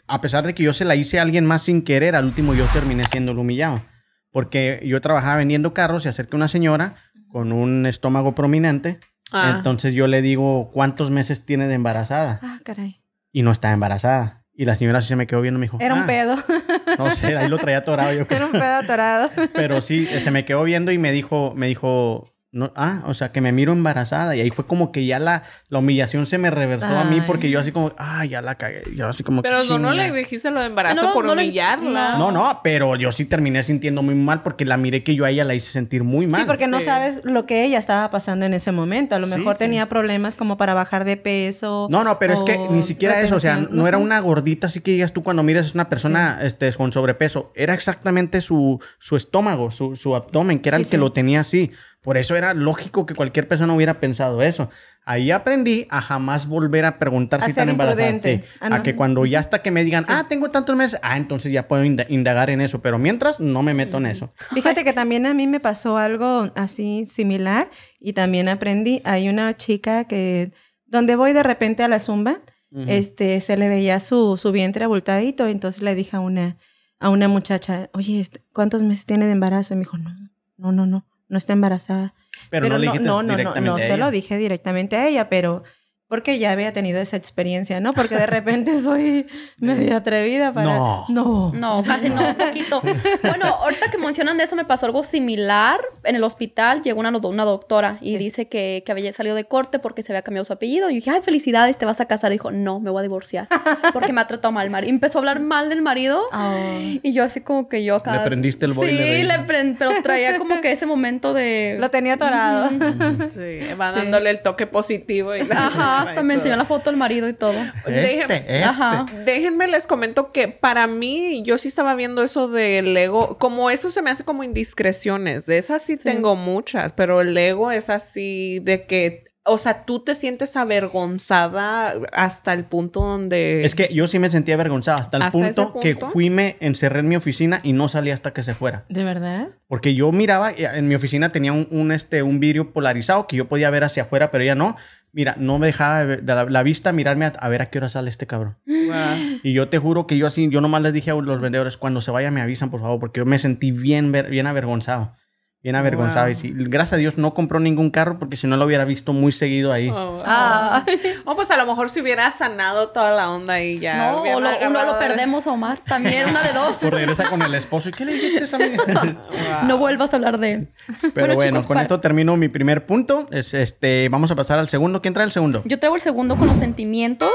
Speaker 1: a pesar de que yo se la hice a alguien más sin querer, al último yo terminé siendo el humillado. Porque yo trabajaba vendiendo carros, se acerca una señora con un estómago prominente.
Speaker 4: Ah.
Speaker 1: Entonces yo le digo, ¿cuántos meses tiene de embarazada?
Speaker 2: Ah, caray.
Speaker 1: Y no está embarazada. Y la señora sí se me quedó viendo y me dijo,
Speaker 2: Era un
Speaker 1: "Ah".
Speaker 2: pedo.
Speaker 1: No sé, ahí lo traía atorado yo creo.
Speaker 2: Era un pedo atorado.
Speaker 1: Pero sí, se me quedó viendo y me dijo, me dijo, no, ah, o sea, que me miro embarazada. Y ahí fue como que ya la, la humillación se me reversó a mí
Speaker 2: Ay.
Speaker 1: porque yo así como, ah, ya la cagué. Yo así como,
Speaker 4: Pero no, no
Speaker 1: "Chinga".
Speaker 4: le dijiste lo de embarazo
Speaker 3: Ah, no,
Speaker 4: por
Speaker 3: no le-
Speaker 4: humillarla.
Speaker 1: No, no, pero yo sí terminé sintiendo muy mal porque la miré que yo a ella la hice sentir muy mal.
Speaker 2: Sí, porque no
Speaker 4: sí.
Speaker 2: sabes lo que ella estaba pasando en ese momento. A lo
Speaker 1: Sí,
Speaker 2: mejor
Speaker 1: sí.
Speaker 2: tenía problemas como para bajar de peso.
Speaker 1: No, no, pero es que
Speaker 2: o
Speaker 1: ni siquiera eso, o sea,
Speaker 2: retención,
Speaker 1: no era
Speaker 2: sé.
Speaker 1: una gordita, así que digas tú cuando miras es una persona este, con sobrepeso, era exactamente su, su estómago, su, su abdomen, que era
Speaker 2: Sí,
Speaker 1: el que
Speaker 2: sí.
Speaker 1: lo tenía así. Por eso era lógico que cualquier persona hubiera pensado eso. Ahí aprendí a jamás volver a preguntar
Speaker 2: A
Speaker 1: si están
Speaker 2: ser
Speaker 1: embarazadas.
Speaker 2: imprudente.
Speaker 1: sí.
Speaker 2: Ah,
Speaker 1: A
Speaker 2: no.
Speaker 1: que cuando ya hasta que me digan, ah, tengo tantos meses, ah, entonces ya puedo inda- indagar en eso. Pero mientras, no me meto en eso.
Speaker 2: Fíjate que también a mí me pasó algo así similar y también aprendí. Hay una chica que donde voy de repente a la zumba, este, se le veía su, su vientre abultadito, entonces le dije a una, a una muchacha, oye, este, ¿cuántos meses tiene de embarazo? Y me dijo, no, no, no, no, no está embarazada.
Speaker 1: Pero, no le dijiste
Speaker 2: no, no,
Speaker 1: directamente
Speaker 2: no,
Speaker 1: a
Speaker 2: se
Speaker 1: ella.
Speaker 2: lo dije directamente a ella, pero porque ya había tenido esa experiencia, ¿no? Porque de repente soy medio atrevida para...
Speaker 1: No.
Speaker 2: no.
Speaker 3: No, casi no, poquito. Bueno, ahorita que mencionan de eso, me pasó algo similar. En el hospital llegó una, una doctora y
Speaker 2: Sí.
Speaker 3: dice que, que había salido de corte porque se había cambiado su apellido. Y yo dije, ay, felicidades, te vas a casar. dijo, no, me voy a divorciar porque me ha tratado mal. Mari. Empezó a hablar mal del marido.
Speaker 2: Ay.
Speaker 3: Y yo así como que yo acá...
Speaker 1: Le prendiste el boiler
Speaker 3: Sí,
Speaker 1: ahí.
Speaker 3: le prend- pero traía como que ese momento de...
Speaker 2: Lo tenía atorado.
Speaker 4: Sí, va dándole el toque positivo. Y la-
Speaker 3: Ajá, hasta me enseñó la foto del marido y todo.
Speaker 1: Este, este.
Speaker 3: Ajá.
Speaker 4: Déjenme les comento que para mí yo sí estaba viendo eso del ego, como eso se me hace como indiscreciones, de esas sí, tengo muchas, pero el ego es así de que, o sea, tú te sientes avergonzada hasta el punto donde...
Speaker 1: Es que yo sí me sentía avergonzada hasta el
Speaker 4: ¿Hasta ese
Speaker 1: punto, que
Speaker 4: punto?
Speaker 1: fui me encerré en mi oficina y no salí hasta que se fuera.
Speaker 2: ¿De verdad?
Speaker 1: Porque yo miraba, eh, en mi oficina tenía un, un, este, un vidrio polarizado que yo podía ver hacia afuera, pero ella no. Mira, no me dejaba de ver- de la, la vista mirarme a, a ver a qué hora sale este cabrón.
Speaker 4: Wow.
Speaker 1: Y yo te juro que yo así, yo nomás les dije a los vendedores, cuando se vaya me avisan, por favor, porque yo me sentí bien, ver- bien avergonzado. Bien avergonzado.
Speaker 4: Wow.
Speaker 1: Y sí, gracias a Dios no compró ningún carro porque si no lo hubiera visto muy seguido ahí.
Speaker 4: Oh, wow.
Speaker 2: Ah.
Speaker 4: Oh, pues a lo mejor si hubiera sanado toda la onda y ya.
Speaker 3: No,
Speaker 4: hubiera
Speaker 3: o lo- uno
Speaker 4: agarrado
Speaker 3: lo
Speaker 4: de-
Speaker 3: perdemos a Omar. También una de dos.
Speaker 1: O regresa con el esposo. ¿Y qué le dijiste a esa amiga?
Speaker 4: Wow.
Speaker 3: No vuelvas a hablar de él.
Speaker 1: Pero bueno,
Speaker 3: chicos,
Speaker 1: con
Speaker 3: para-
Speaker 1: esto termino mi primer punto. Es, este, vamos a pasar al segundo. ¿Quién trae el segundo?
Speaker 3: Yo traigo el segundo con los sentimientos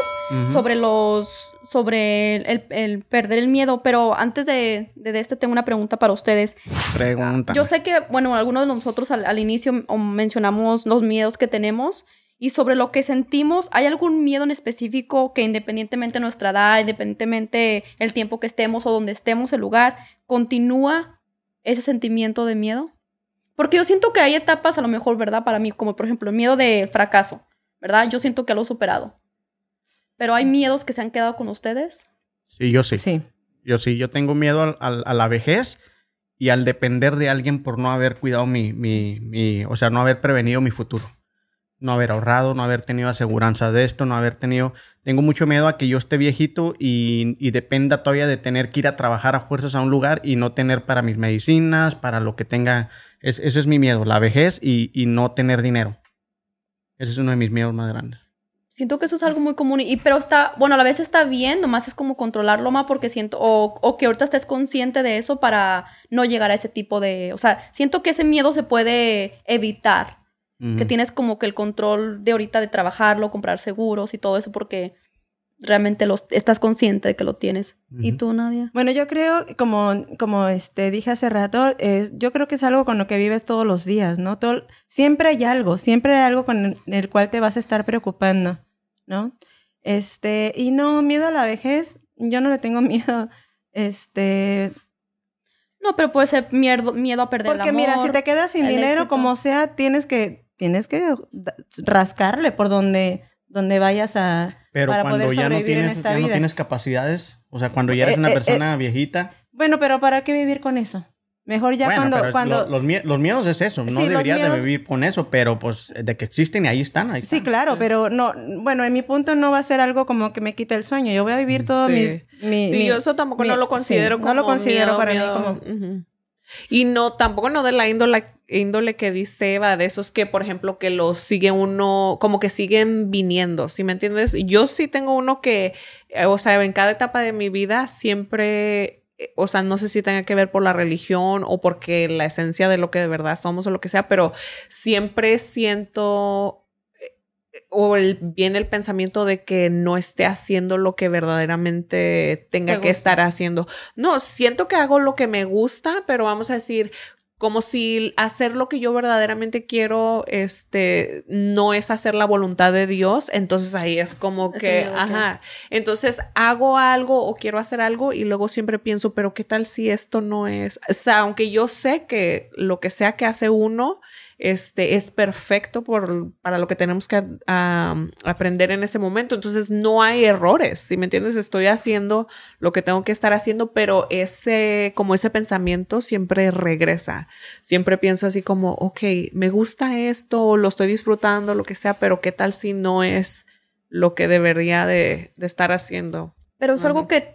Speaker 3: sobre los sobre el, el- el perder el miedo, pero antes de, de- de este tengo una pregunta para ustedes.
Speaker 1: Pregunta.
Speaker 3: Yo sé que, bueno, algunos de nosotros al, al inicio o mencionamos los miedos que tenemos y sobre lo que sentimos, ¿hay algún miedo en específico que independientemente de nuestra edad, independientemente el tiempo que estemos o donde estemos, el lugar, continúa ese sentimiento de miedo? Porque yo siento que hay etapas a lo mejor, ¿verdad? Para mí, como por ejemplo el miedo de fracaso, ¿verdad? Yo siento que lo he superado. Pero hay miedos que se han quedado con ustedes.
Speaker 1: Sí, yo sí.
Speaker 2: Sí.
Speaker 1: Yo sí. Yo tengo miedo al- al- a la vejez y al depender de alguien por no haber cuidado mi, mi, mi- o sea, no haber prevenido mi futuro. No haber ahorrado, no haber tenido aseguranza de esto, no haber tenido... Tengo mucho miedo a que yo esté viejito y, y dependa todavía de tener que ir a trabajar a fuerzas a un lugar y no tener para mis medicinas, para lo que tenga... Es- ese es mi miedo, la vejez y, y no tener dinero. Ese es uno de mis miedos más grandes.
Speaker 3: Siento que eso es algo muy común, y, pero está, bueno, a la vez está bien, nomás es como controlarlo más porque siento, o, o que ahorita estés consciente de eso para no llegar a ese tipo de, o sea, siento que ese miedo se puede evitar, que
Speaker 4: Mm.
Speaker 1: Ujú.
Speaker 3: tienes como que el control de ahorita de trabajarlo, comprar seguros y todo eso porque realmente los, estás consciente de que lo tienes. ¿Y
Speaker 1: Ujú.
Speaker 3: tú, Nadia?
Speaker 2: Bueno, yo creo, como, como este, dije hace rato, es, yo creo que es algo con lo que vives todos los días, ¿no? Todo- siempre hay algo, siempre hay algo con el, el cual te vas a estar preocupando, ¿no? Este, y no, miedo a la vejez, yo no le tengo miedo, este,
Speaker 3: No, pero puede ser mierdo- miedo a perder
Speaker 2: porque
Speaker 3: el amor.
Speaker 2: mira, si te quedas sin
Speaker 3: el
Speaker 2: dinero,
Speaker 3: éxito.
Speaker 2: como sea, tienes que, tienes que da- rascarle por donde, donde vayas a...
Speaker 1: Pero
Speaker 2: para
Speaker 1: cuando
Speaker 2: poder
Speaker 1: ya no
Speaker 2: sobrevivir en
Speaker 1: tienes,
Speaker 2: esta
Speaker 1: ya no
Speaker 2: vida.
Speaker 1: tienes capacidades, o sea, cuando ya eres
Speaker 2: Eh,
Speaker 1: una
Speaker 2: eh, eh.
Speaker 1: persona viejita,
Speaker 2: Bueno, pero ¿para qué vivir con eso? Mejor ya
Speaker 1: bueno, pero
Speaker 2: cuando...
Speaker 1: lo-
Speaker 2: cuando
Speaker 1: los, mie- los miedos es eso,
Speaker 2: Sí,
Speaker 1: no
Speaker 2: los
Speaker 1: deberías de
Speaker 2: miedos-
Speaker 1: vivir con eso, pero pues de que existen y ahí están, ahí
Speaker 2: Sí,
Speaker 1: están.
Speaker 2: claro, pero no, bueno, en mi punto no va a ser algo como que me quita el sueño. Yo voy a vivir todo
Speaker 4: Sí.
Speaker 2: mis- mi,
Speaker 4: Sí,
Speaker 2: mi-
Speaker 4: yo eso tampoco
Speaker 2: mi-
Speaker 4: no lo considero
Speaker 2: sí,
Speaker 4: como
Speaker 2: No lo considero
Speaker 4: miedo,
Speaker 2: para
Speaker 4: miedo.
Speaker 2: mí como...
Speaker 4: Ujú. Y no, tampoco no de la índole, índole que dice Eva, de esos que, por ejemplo, que los sigue uno, como que siguen viniendo, ¿sí me entiendes? Yo sí tengo uno que, eh, o sea, en cada etapa de mi vida siempre, eh, o sea, no sé si tenga que ver por la religión o porque la esencia de lo que de verdad somos o lo que sea, pero siempre siento eh, o el, viene el pensamiento de que no esté haciendo lo que verdaderamente tenga
Speaker 2: Te
Speaker 4: que
Speaker 2: gusta.
Speaker 4: estar haciendo. No, siento que hago lo que me gusta, pero vamos a decir, como si hacer lo que yo verdaderamente quiero, este, no es hacer la voluntad de Dios, entonces ahí es como
Speaker 3: Ese
Speaker 4: que,
Speaker 3: miedo que-
Speaker 4: ajá, entonces hago algo o quiero hacer algo y luego siempre pienso, pero ¿qué tal si esto no es? O sea, aunque yo sé que lo que sea que hace uno, este, es perfecto por, para lo que tenemos que am, aprender en ese momento. Entonces no hay errores, si me entiendes, estoy haciendo lo que tengo que estar haciendo, pero ese, como ese pensamiento siempre regresa. Siempre pienso así como, ok, me gusta esto, lo estoy disfrutando, lo que sea, pero ¿qué tal si no es lo que debería de, de estar haciendo?
Speaker 3: Pero es algo
Speaker 4: Ujú.
Speaker 3: que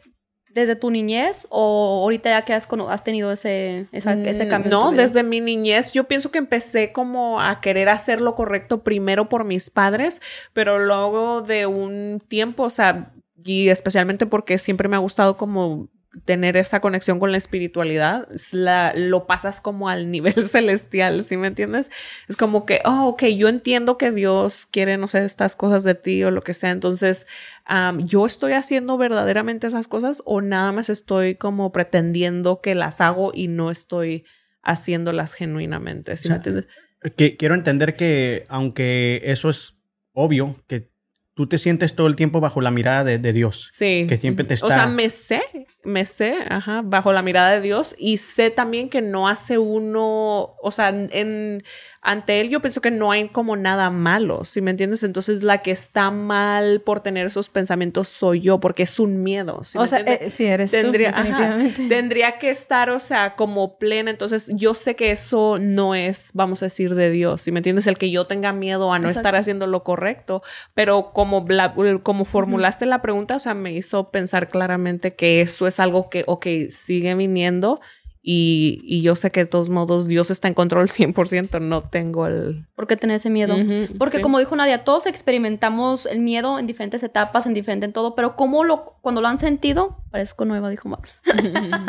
Speaker 3: desde tu niñez o ahorita ya que has, cono- has tenido ese, esa- ese
Speaker 4: Mm,
Speaker 3: cambio. en
Speaker 4: No,
Speaker 3: tu vida?
Speaker 4: desde mi niñez yo pienso que empecé como a querer hacer lo correcto primero por mis padres, pero luego de un tiempo, o sea, y especialmente porque siempre me ha gustado como tener esa conexión con la espiritualidad, es la- lo pasas como al nivel celestial, ¿sí me entiendes? Es como que, oh, ok, yo entiendo que Dios quiere, no sé, estas cosas de ti o lo que sea, entonces um, yo estoy haciendo verdaderamente esas cosas o nada más estoy como pretendiendo que las hago y no estoy haciéndolas genuinamente. ¿sí
Speaker 1: O sea,
Speaker 4: me entiendes?
Speaker 1: Que, quiero entender que aunque eso es obvio, que tú te sientes todo el tiempo bajo la mirada de, de Dios.
Speaker 4: Sí.
Speaker 1: que siempre te
Speaker 4: O sea,
Speaker 1: está-
Speaker 4: me sé, me sé, ajá, bajo la mirada de Dios y sé también que no hace uno, o sea, en, ante él yo pienso que no hay como nada malo, ¿sí me entiendes? Entonces la que está mal por tener esos pensamientos soy yo porque es un miedo. ¿sí
Speaker 2: o
Speaker 4: me
Speaker 2: sea,
Speaker 1: e,
Speaker 4: entiendes?
Speaker 2: eh, sí, eres
Speaker 4: tendría,
Speaker 2: tú,
Speaker 4: ajá,
Speaker 2: definitivamente.
Speaker 4: tendría que estar, o sea, como plena. Entonces, yo sé que eso no es, vamos a decir, de Dios. Si me entiendes, el que yo tenga miedo a no
Speaker 3: Exacto.
Speaker 4: estar haciendo lo correcto. Pero como, bla- como formulaste la pregunta, o sea, me hizo pensar claramente que eso es algo que, ok, sigue viniendo. Y, y yo sé que de todos modos Dios está en control 100%, no tengo el...
Speaker 3: ¿Por qué tener ese miedo?
Speaker 4: Ujú,
Speaker 3: Porque
Speaker 4: sí.
Speaker 3: como dijo Nadia, todos experimentamos el miedo en diferentes etapas, en diferente en todo, pero ¿cómo lo, cuando lo han sentido? Parezco nueva, dijo Mar.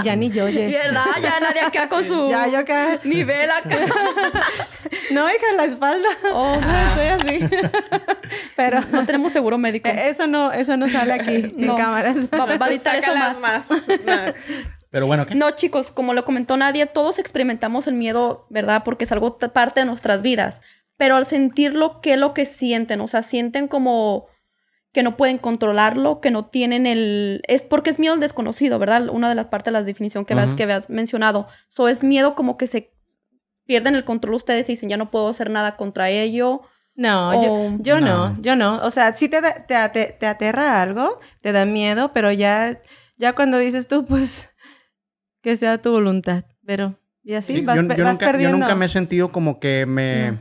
Speaker 2: Ya ni yo, oye.
Speaker 3: ¿Verdad? Ya Nadia acá con su
Speaker 2: Ya yo acá...
Speaker 3: nivel acá.
Speaker 2: No, hija, la espalda.
Speaker 3: Oh,
Speaker 2: Estoy así. Pero
Speaker 3: no tenemos seguro médico.
Speaker 2: eh, eso no, eso no sale aquí
Speaker 3: No.
Speaker 2: en cámaras.
Speaker 3: Va, va a editar eso más.
Speaker 4: Sácalas más. No.
Speaker 1: Pero bueno, ¿qué?
Speaker 3: No, chicos, como lo comentó Nadia, todos experimentamos el miedo, ¿verdad? Porque es algo t- parte de nuestras vidas. Pero al sentirlo, ¿qué es lo que sienten? O sea, sienten como que no pueden controlarlo, que no tienen el... Es porque es miedo al desconocido, ¿verdad? Una de las partes de la definición que, habías-
Speaker 1: Ujú.
Speaker 3: que habías mencionado. So, es miedo como que se pierden el control ustedes y dicen, ya no puedo hacer nada contra ello.
Speaker 2: No,
Speaker 3: O-
Speaker 2: yo, yo no.
Speaker 1: No.
Speaker 2: yo no. O sea, sí te, da- te, ate- te aterra algo, te da miedo, pero ya, ya cuando dices tú, pues, que sea tu voluntad. Pero, y así
Speaker 1: Sí,
Speaker 2: vas,
Speaker 1: yo,
Speaker 2: pe-
Speaker 1: yo
Speaker 2: vas
Speaker 1: nunca, yo
Speaker 2: perdiendo.
Speaker 1: nunca me he sentido como que me,
Speaker 2: No.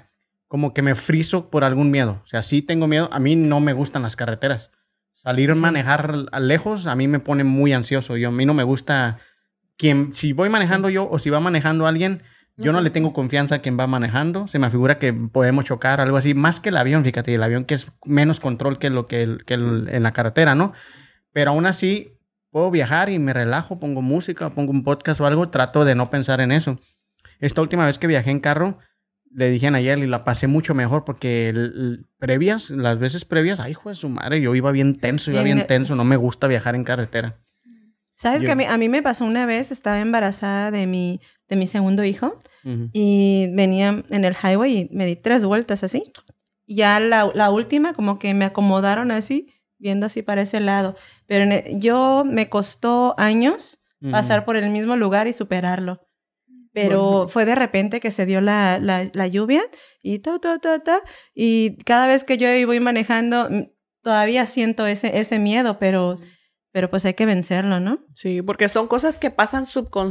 Speaker 1: como que me friso por algún miedo. O sea, sí tengo miedo. A mí no me gustan las carreteras. Salir a
Speaker 2: Sí.
Speaker 1: manejar a lejos a mí me pone muy ansioso. Yo, a mí no me gusta quien, si voy manejando yo o si va manejando alguien, Yo no le tengo confianza a quien va manejando. Se me figura que podemos chocar, algo así. Más que el avión, fíjate. El avión que es menos control que lo que, el- que el- en la carretera, ¿no? Pero aún así, puedo viajar y me relajo. Pongo música, pongo un podcast o algo. Trato de no pensar en eso. Esta última vez que viajé en carro, le dije a Nayeli, la pasé mucho mejor porque el- el- previas, las veces previas, ay, hijo de su madre, yo iba bien tenso, iba
Speaker 2: Bien
Speaker 1: bien
Speaker 2: de-
Speaker 1: tenso. No me gusta viajar en carretera.
Speaker 2: ¿Sabes
Speaker 1: Yo-
Speaker 2: que a mí, a mí me pasó una vez, estaba embarazada de mi, de mi segundo hijo
Speaker 1: Ujú.
Speaker 2: y venía en el highway y me di tres vueltas así. Y Ya la, la última como que me acomodaron así, viendo así para ese lado. Pero en e- yo me costó años pasar por el mismo lugar y superarlo. Pero fue de repente que se dio la, la- la lluvia y ta, ta, ta, ta. Y cada vez que yo voy manejando, mm, todavía siento ese, ese miedo, pero, pero pues hay que vencerlo, ¿no?
Speaker 4: Sí, porque son cosas que pasan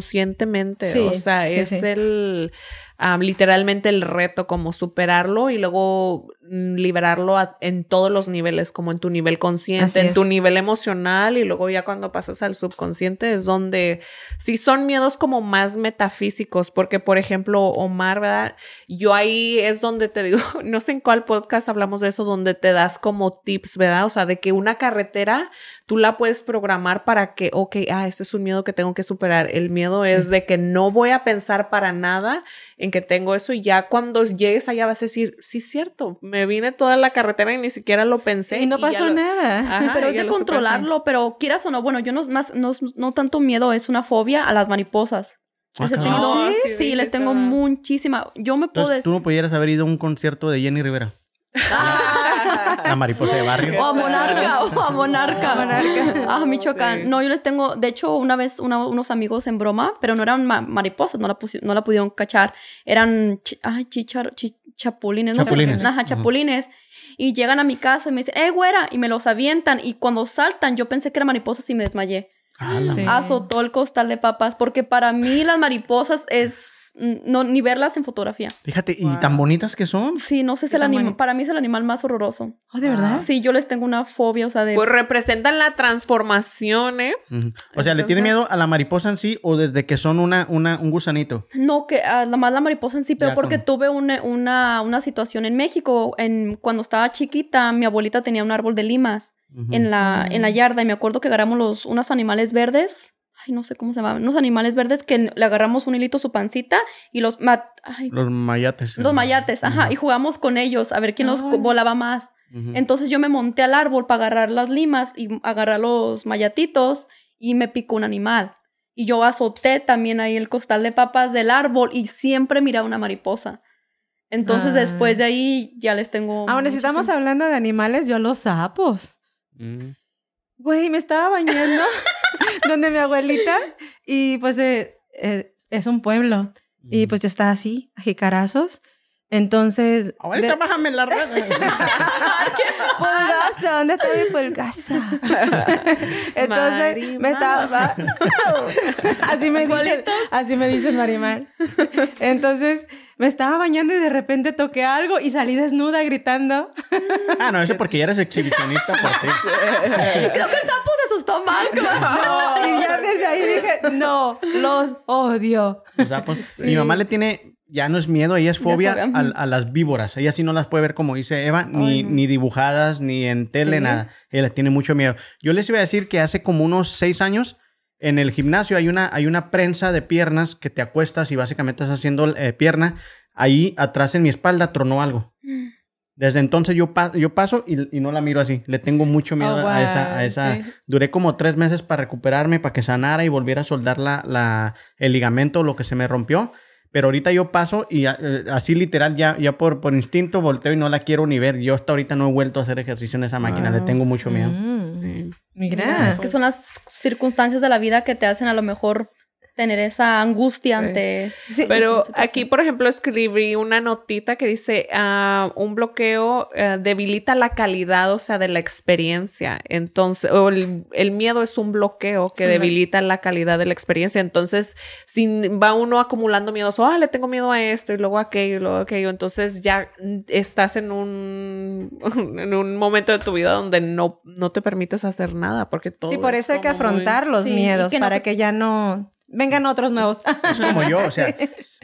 Speaker 4: subconscientemente.
Speaker 2: Sí,
Speaker 4: o sea,
Speaker 2: sí,
Speaker 4: es
Speaker 2: sí.
Speaker 4: el am, literalmente el reto, como superarlo y luego mm, liberarlo a- en todos los niveles, como en tu nivel consciente,
Speaker 2: Así
Speaker 4: en tu
Speaker 2: es.
Speaker 4: nivel emocional, y luego ya cuando pasas al subconsciente es donde sí son miedos como más metafísicos, porque por ejemplo, Omar, ¿verdad? Yo ahí es donde te digo, no sé en cuál podcast hablamos de eso, donde te das como tips, ¿verdad? O sea, de que una carretera tú la puedes programar para que, ok, ah, este es un miedo que tengo que superar. El miedo es de que no voy a pensar para nada en que tengo eso y ya cuando llegues allá vas a decir, sí, cierto, me vine toda la carretera y ni siquiera lo pensé.
Speaker 2: y no
Speaker 4: ya
Speaker 2: pasó
Speaker 4: lo- Ah,
Speaker 2: nada.
Speaker 1: Ah,
Speaker 4: Ajá,
Speaker 3: pero
Speaker 4: y
Speaker 3: es
Speaker 4: ya
Speaker 3: de
Speaker 4: lo superé.
Speaker 3: controlarlo, pero quieras o no, bueno, yo no, más, no, no tanto miedo, es una fobia a las mariposas.
Speaker 1: Ah,
Speaker 3: Les he
Speaker 1: cabrón.
Speaker 3: tenido-
Speaker 4: No, sí,
Speaker 3: sí,
Speaker 4: sí,
Speaker 3: les
Speaker 4: está-
Speaker 3: tengo muchísima. Yo me puedo
Speaker 1: Entonces, tú
Speaker 3: decir.
Speaker 1: no pudieras haber ido a un concierto de Jenny Rivera. La mariposa de barrio.
Speaker 3: O a Monarca, o a Monarca. Ah, Michoacán.
Speaker 4: Sí.
Speaker 3: No, yo les tengo, de hecho, una vez una- unos amigos en broma, pero no eran ma- mariposas, no la, pusi- no la pudieron cachar. Eran, chi- ay, chichar- chi- chapulines, no sé.
Speaker 1: Chapulines.
Speaker 3: Ajá, chapulines. Y llegan a mi casa y me dicen, ¡eh, güera! Y me los avientan. Y cuando saltan, yo pensé que eran mariposas y me desmayé.
Speaker 1: Ah, la-
Speaker 2: Sí.
Speaker 3: Azotó el costal de papas, porque para mí las mariposas es. mm, No, ni verlas en fotografía.
Speaker 1: Fíjate, y
Speaker 4: Wow.
Speaker 1: tan bonitas que son.
Speaker 3: Sí, no sé, es
Speaker 2: Qué
Speaker 3: el
Speaker 2: tan
Speaker 3: anima-
Speaker 2: bonito.
Speaker 3: Para mí es el animal más horroroso.
Speaker 2: Oh, ¿De verdad?
Speaker 3: ah, Sí, yo les tengo una fobia, o sea, de.
Speaker 4: Pues representan la transformación, ¿eh?
Speaker 1: Ujú. O sea, ¿le tiene
Speaker 3: Entonces-
Speaker 1: miedo a la mariposa en sí o desde que son una, una, un gusanito?
Speaker 3: No, que ah, la más la mariposa en sí, pero
Speaker 1: Ya,
Speaker 3: porque
Speaker 1: como-
Speaker 3: tuve una, una, una situación en México. En, cuando estaba chiquita, mi abuelita tenía un árbol de limas
Speaker 1: Ujú.
Speaker 3: en, la,
Speaker 2: Mm.
Speaker 3: en la yarda y me acuerdo que agarramos los, unos animales verdes. Ay, no sé cómo se llamaban. Unos animales verdes que le agarramos un hilito a su pancita y los... mat- ay,
Speaker 1: Los mayates.
Speaker 3: los mayates, ajá, y jugamos con ellos a ver quién los
Speaker 2: Ay.
Speaker 3: volaba más.
Speaker 1: Ujú.
Speaker 3: Entonces yo me monté al árbol para agarrar las limas y agarrar los mayatitos y me picó un animal. Y yo azoté también ahí el costal de papas del árbol y siempre miraba una mariposa. Entonces
Speaker 2: Ah.
Speaker 3: después de ahí ya les tengo...
Speaker 2: Ahora, Ah, si estamos
Speaker 3: muchísimo-
Speaker 2: hablando de animales, yo los sapos.
Speaker 1: Mm.
Speaker 2: Güey, me estaba bañando donde mi abuelita y pues eh, eh, es un pueblo y pues yo estaba así, a jicarazos. Entonces...
Speaker 1: Abuelita,
Speaker 2: de-
Speaker 1: bájame la red.
Speaker 2: Pulgazo, ¿dónde está mi pulgazo? Entonces me
Speaker 4: Marimar.
Speaker 2: estaba... va- así, me dicen, así me dicen Marimar. Entonces me estaba bañando y de repente toqué algo y salí desnuda gritando.
Speaker 1: ah, no, eso porque ya eres exhibicionista por ti.
Speaker 3: Creo que el sapo se asustó más. como-
Speaker 2: No, y ya desde ahí dije, no, los odio.
Speaker 1: O sea, pues, Mi mamá le tiene, ya no es miedo, ella es fobia
Speaker 3: sabe,
Speaker 1: a,
Speaker 3: ajá.
Speaker 1: a las víboras. Ella sí no las puede ver, como dice Eva, ni, ni dibujadas, ni en tele,
Speaker 2: Sí.
Speaker 1: nada. Ella tiene mucho miedo. Yo les iba a decir que hace como unos seis años, en el gimnasio hay una, hay una prensa de piernas que te acuestas y básicamente estás haciendo eh, pierna. Ahí atrás en mi espalda tronó algo. Desde entonces yo, pa- yo paso y, y no la miro así. Le tengo mucho miedo
Speaker 2: Oh,
Speaker 1: a esa...
Speaker 2: wow,
Speaker 1: A esa
Speaker 2: sí.
Speaker 1: Duré como tres meses para recuperarme, para que sanara y volviera a soldar la, la- el ligamento, lo que se me rompió. Pero ahorita yo paso y a- eh, así literal, ya, ya por, por instinto volteo y no la quiero ni ver. Yo hasta ahorita no he vuelto a hacer ejercicio en esa máquina, le tengo mucho miedo.
Speaker 2: Mm.
Speaker 4: Sí.
Speaker 2: Mira.
Speaker 3: Es que son las circunstancias de la vida que te hacen a lo mejor tener esa angustia
Speaker 4: Sí.
Speaker 3: ante...
Speaker 2: Sí,
Speaker 4: Pero
Speaker 3: situación.
Speaker 4: aquí, por ejemplo, escribí una notita que dice, ah, un bloqueo eh, debilita la calidad, o sea, de la experiencia. Entonces, o el, el miedo es un bloqueo que
Speaker 2: un bloqueo.
Speaker 4: debilita la calidad de la experiencia. Entonces, si va uno acumulando miedos, ah, le tengo miedo a esto y luego a aquello y luego a aquello, entonces ya mm, estás en un, en un momento de tu vida donde no, no te permites hacer nada porque todo
Speaker 2: sí, por
Speaker 4: es
Speaker 2: eso hay que
Speaker 4: como muy-
Speaker 2: afrontar los
Speaker 3: Sí, y
Speaker 2: miedos
Speaker 3: que no
Speaker 2: para
Speaker 3: te-
Speaker 2: que ya no vengan otros nuevos.
Speaker 1: Es como yo, o sea,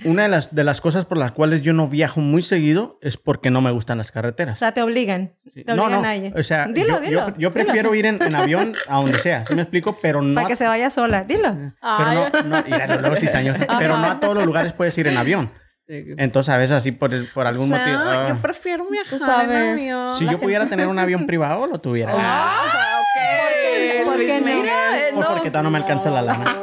Speaker 1: una de las, de las cosas por las cuales yo no viajo muy seguido es porque no me gustan las
Speaker 2: O
Speaker 1: carreteras.
Speaker 2: sea, te obligan.
Speaker 1: Sí.
Speaker 2: Te obligan a ella.
Speaker 1: o sea,
Speaker 2: dilo,
Speaker 1: yo, yo-
Speaker 2: dilo.
Speaker 1: yo prefiero ir en, en avión a donde sea, ¿sí me explico? Pero no
Speaker 2: Para
Speaker 1: a-
Speaker 2: que se vaya sola. Dilo.
Speaker 1: pero
Speaker 3: Ay,
Speaker 1: no, no- mira, los nuevos cizaños. pero no a todos los lugares puedes ir en avión. Entonces, a veces así por, el- por algún
Speaker 4: O sea,
Speaker 1: motivo. ah.
Speaker 4: Yo prefiero viajar en
Speaker 3: sabes.
Speaker 4: avión.
Speaker 1: si yo pudiera tener un avión privado, lo tuviera.
Speaker 4: Ah, ok.
Speaker 2: ¿Por qué
Speaker 4: Luis
Speaker 2: no?
Speaker 4: Miguel.
Speaker 3: mira, eh,
Speaker 1: O
Speaker 3: no.
Speaker 1: porque todavía no me alcanza la lana.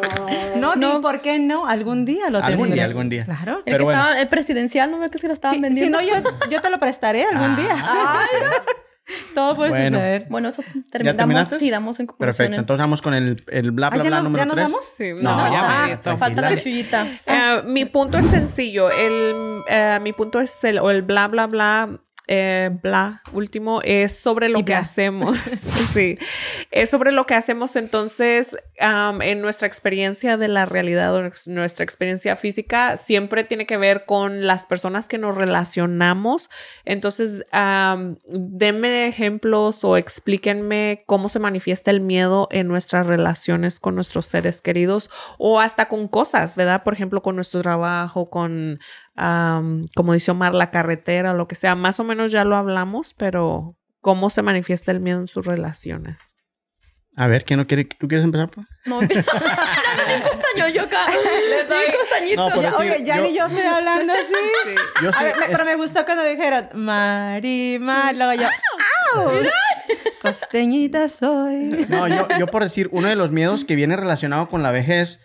Speaker 2: No, no.
Speaker 3: No.
Speaker 2: ¿por qué no? Algún día lo
Speaker 1: Algún
Speaker 2: tendré.
Speaker 1: día, algún día.
Speaker 2: Claro.
Speaker 3: El
Speaker 1: Pero
Speaker 3: que
Speaker 1: bueno.
Speaker 3: estaba, el presidencial, ¿no ves que se lo estaban
Speaker 2: Si, si
Speaker 3: vendiendo?
Speaker 2: no, yo, yo te lo prestaré algún
Speaker 1: Ah.
Speaker 2: día. Todo puede
Speaker 1: Bueno.
Speaker 2: suceder.
Speaker 3: Bueno, eso terminamos.
Speaker 1: terminaste?
Speaker 3: Sí, damos en conclusión.
Speaker 1: Perfecto,
Speaker 3: el-
Speaker 1: entonces vamos con el, el bla,
Speaker 2: Ah,
Speaker 1: bla,
Speaker 2: ¿ya
Speaker 1: bla
Speaker 2: no-
Speaker 1: número
Speaker 2: ya nos
Speaker 1: 3.
Speaker 2: vamos?
Speaker 4: Sí,
Speaker 1: No,
Speaker 4: no.
Speaker 1: ya,
Speaker 3: Ah,
Speaker 1: manito,
Speaker 3: falta la
Speaker 1: tranquila.
Speaker 3: chullita.
Speaker 4: Eh, mi punto es sencillo. El, eh, mi punto es el, o el bla, bla, bla, eh, bla, último, es sobre lo
Speaker 2: Y
Speaker 4: que
Speaker 2: bla.
Speaker 4: hacemos. sí. Es sobre lo que hacemos entonces am, en nuestra experiencia de la realidad o ex- nuestra experiencia física. Siempre tiene que ver con las personas que nos relacionamos. Entonces, am, denme ejemplos o explíquenme cómo se manifiesta el miedo en nuestras relaciones con nuestros seres queridos o hasta con cosas, ¿verdad? Por ejemplo, con nuestro trabajo, con, am, como dice Omar, la carretera, lo que sea. Más o menos ya lo hablamos, pero cómo se manifiesta el miedo en sus relaciones.
Speaker 1: A ver, ¿quién no quiere? ¿Tú quieres empezar? pues? pa?
Speaker 3: No, no, un costaño, yo acá. Les doy un costañito.
Speaker 1: No, pero
Speaker 2: Ya,
Speaker 1: sí,
Speaker 2: oye, ya
Speaker 1: yo-
Speaker 2: ni yo estoy hablando así.
Speaker 1: Yo
Speaker 2: A
Speaker 1: sí,
Speaker 2: ver, me-
Speaker 1: es-
Speaker 2: pero me gustó cuando dijeron Marimar, luego yo "Au". costeñita soy.
Speaker 1: No, yo, yo por decir, uno de los miedos que viene relacionado con la vejez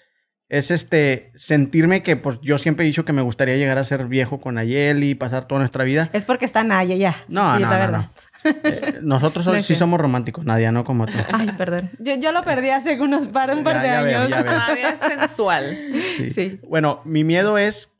Speaker 1: es este sentirme que pues yo siempre he dicho que me gustaría llegar a ser viejo con Ayeli y pasar toda nuestra vida.
Speaker 2: Es porque está Naya ya.
Speaker 1: No,
Speaker 2: Sí,
Speaker 1: no, no,
Speaker 2: la verdad.
Speaker 1: no. Eh, nosotros so-
Speaker 2: No
Speaker 1: sí
Speaker 2: sé.
Speaker 1: somos románticos, Nadia, no como tú.
Speaker 2: Ay, perdón. Yo, yo lo perdí hace unos par, un par
Speaker 1: Ya,
Speaker 2: de
Speaker 1: ya veo,
Speaker 2: años.
Speaker 1: ya veo.
Speaker 4: Todavía es sensual.
Speaker 1: Sí.
Speaker 2: Sí.
Speaker 1: Bueno, mi miedo es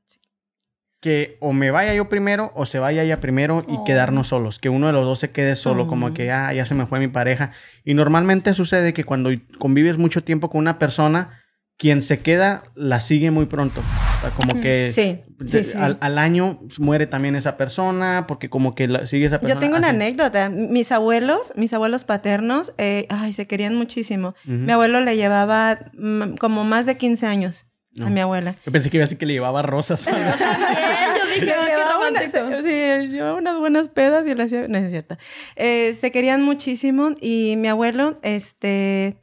Speaker 1: que o me vaya yo primero o se vaya ella primero y
Speaker 3: Oh.
Speaker 1: quedarnos solos, que uno de los dos se quede solo,
Speaker 2: Mm.
Speaker 1: como que ah, ya se me fue mi pareja. Y normalmente sucede que cuando convives mucho tiempo con una persona, quien se queda la sigue muy pronto. O sea, como que
Speaker 2: Mm, Sí, sí,
Speaker 1: de-
Speaker 2: sí.
Speaker 1: Al, al año muere también esa persona, porque como que la- sigue esa persona.
Speaker 2: Yo tengo una
Speaker 1: así.
Speaker 2: anécdota. Mis abuelos, mis abuelos paternos, eh, ay, se querían muchísimo.
Speaker 1: Mm.
Speaker 2: Mi abuelo le llevaba mm, como más de 15 años
Speaker 1: No.
Speaker 2: a mi abuela.
Speaker 1: Yo pensé que iba a decir que le llevaba rosas.
Speaker 3: Bien, yo
Speaker 2: Le
Speaker 3: dije, ah, qué
Speaker 2: llevaba unas-
Speaker 3: romántico.
Speaker 2: sí, le llevaba unas buenas pedas y le hacía... No, es cierto. Eh, se querían muchísimo y mi abuelo, este...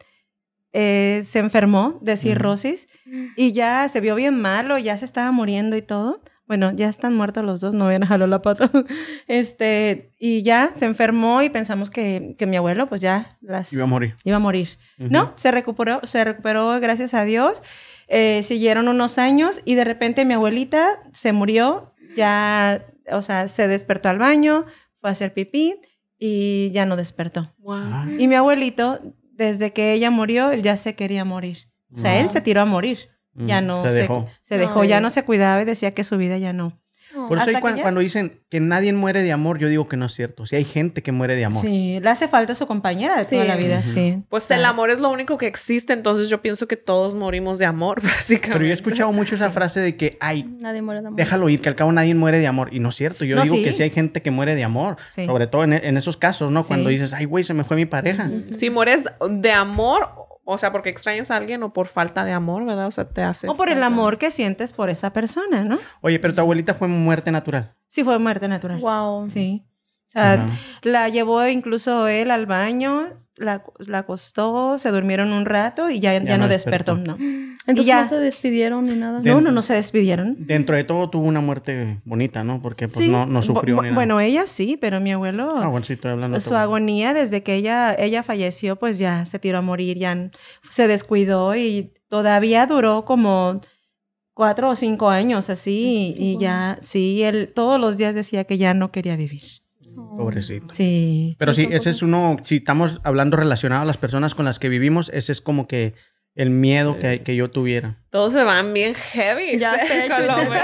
Speaker 2: eh, se enfermó de cirrosis
Speaker 3: Mm.
Speaker 2: y ya se vio bien malo, ya se estaba muriendo y todo. Bueno, ya están muertos los dos, no vayan a jalar la pata. Este, y ya se enfermó y pensamos que, que mi abuelo, pues ya las
Speaker 1: Iba a morir.
Speaker 2: iba a morir. No, se recuperó, se recuperó, gracias a Dios. Eh, siguieron unos años y de repente mi abuelita se murió, ya, o sea, se despertó al baño, fue a hacer pipí y ya no despertó.
Speaker 1: Ah,
Speaker 2: Y mi abuelito, desde que ella murió, él ya se quería morir. O sea, él se tiró a morir. Ya
Speaker 1: mm,
Speaker 2: no
Speaker 1: Se dejó.
Speaker 2: se dejó,
Speaker 3: Sí.
Speaker 2: ya no se cuidaba y decía que su vida ya no.
Speaker 3: Ah,
Speaker 1: Por eso
Speaker 2: Hasta
Speaker 1: ahí
Speaker 2: que
Speaker 1: cuan-
Speaker 2: ya-
Speaker 1: cuando dicen que nadie muere de amor, yo digo que no es cierto. Si hay gente que muere de amor.
Speaker 2: Sí, le hace falta su compañera de toda
Speaker 3: Sí.
Speaker 2: la vida, sí.
Speaker 4: Pues el amor es lo único que existe, entonces yo pienso que todos morimos de amor, básicamente.
Speaker 1: Pero yo he escuchado mucho esa frase de que, ay,
Speaker 3: Nadie muere de amor.
Speaker 1: déjalo ir, que al cabo nadie muere de amor. Y no es cierto. Yo
Speaker 2: No,
Speaker 1: digo
Speaker 2: sí.
Speaker 1: que sí hay gente que muere de amor.
Speaker 2: Sí.
Speaker 1: Sobre todo en, e, en esos casos, ¿no? Cuando
Speaker 2: Sí.
Speaker 1: dices, ay, güey, se me fue mi pareja.
Speaker 4: Si mueres de amor, o sea, porque extrañas a alguien o por falta de amor, ¿verdad? O sea, te hace.
Speaker 2: O por el
Speaker 4: falta.
Speaker 2: amor que sientes por esa persona, ¿no?
Speaker 1: Oye, pero tu abuelita fue muerte natural.
Speaker 2: Sí, fue muerte natural.
Speaker 3: Wow.
Speaker 2: Sí. O sea,
Speaker 1: Ajá.
Speaker 2: la llevó incluso él al baño, la, la acostó, se durmieron un rato y ya, ya,
Speaker 1: no
Speaker 2: no despertó,
Speaker 1: despertó.
Speaker 2: ¿no?
Speaker 3: Entonces
Speaker 2: Y ya.
Speaker 3: no se despidieron ni nada.
Speaker 1: De-
Speaker 2: No, no, no se despidieron.
Speaker 1: Dentro de todo tuvo una muerte bonita, ¿no? Porque pues
Speaker 2: Sí.
Speaker 1: no, no sufrió
Speaker 2: Bu-
Speaker 1: ni
Speaker 2: bu-
Speaker 1: nada.
Speaker 2: Bueno, ella sí, pero mi abuelo,
Speaker 1: Ah, bueno, sí, estoy hablando. de tu
Speaker 2: su
Speaker 1: abuela.
Speaker 2: agonía desde que ella, ella falleció, pues ya se tiró a morir, ya n- se descuidó y todavía duró como cuatro o cinco años así y
Speaker 3: Wow.
Speaker 2: ya, sí, él todos los días decía que ya no quería vivir.
Speaker 1: Pobrecito.
Speaker 2: Sí.
Speaker 1: Pero sí,
Speaker 3: son
Speaker 1: ese es
Speaker 3: cosas-
Speaker 1: uno, si estamos hablando relacionado a las personas con las que vivimos, ese es como que el miedo que, que yo tuviera.
Speaker 4: Todos se van bien heavy.
Speaker 3: Ya
Speaker 4: ¿sí?
Speaker 3: sé,
Speaker 4: Con lo
Speaker 3: Chuy.
Speaker 4: bueno.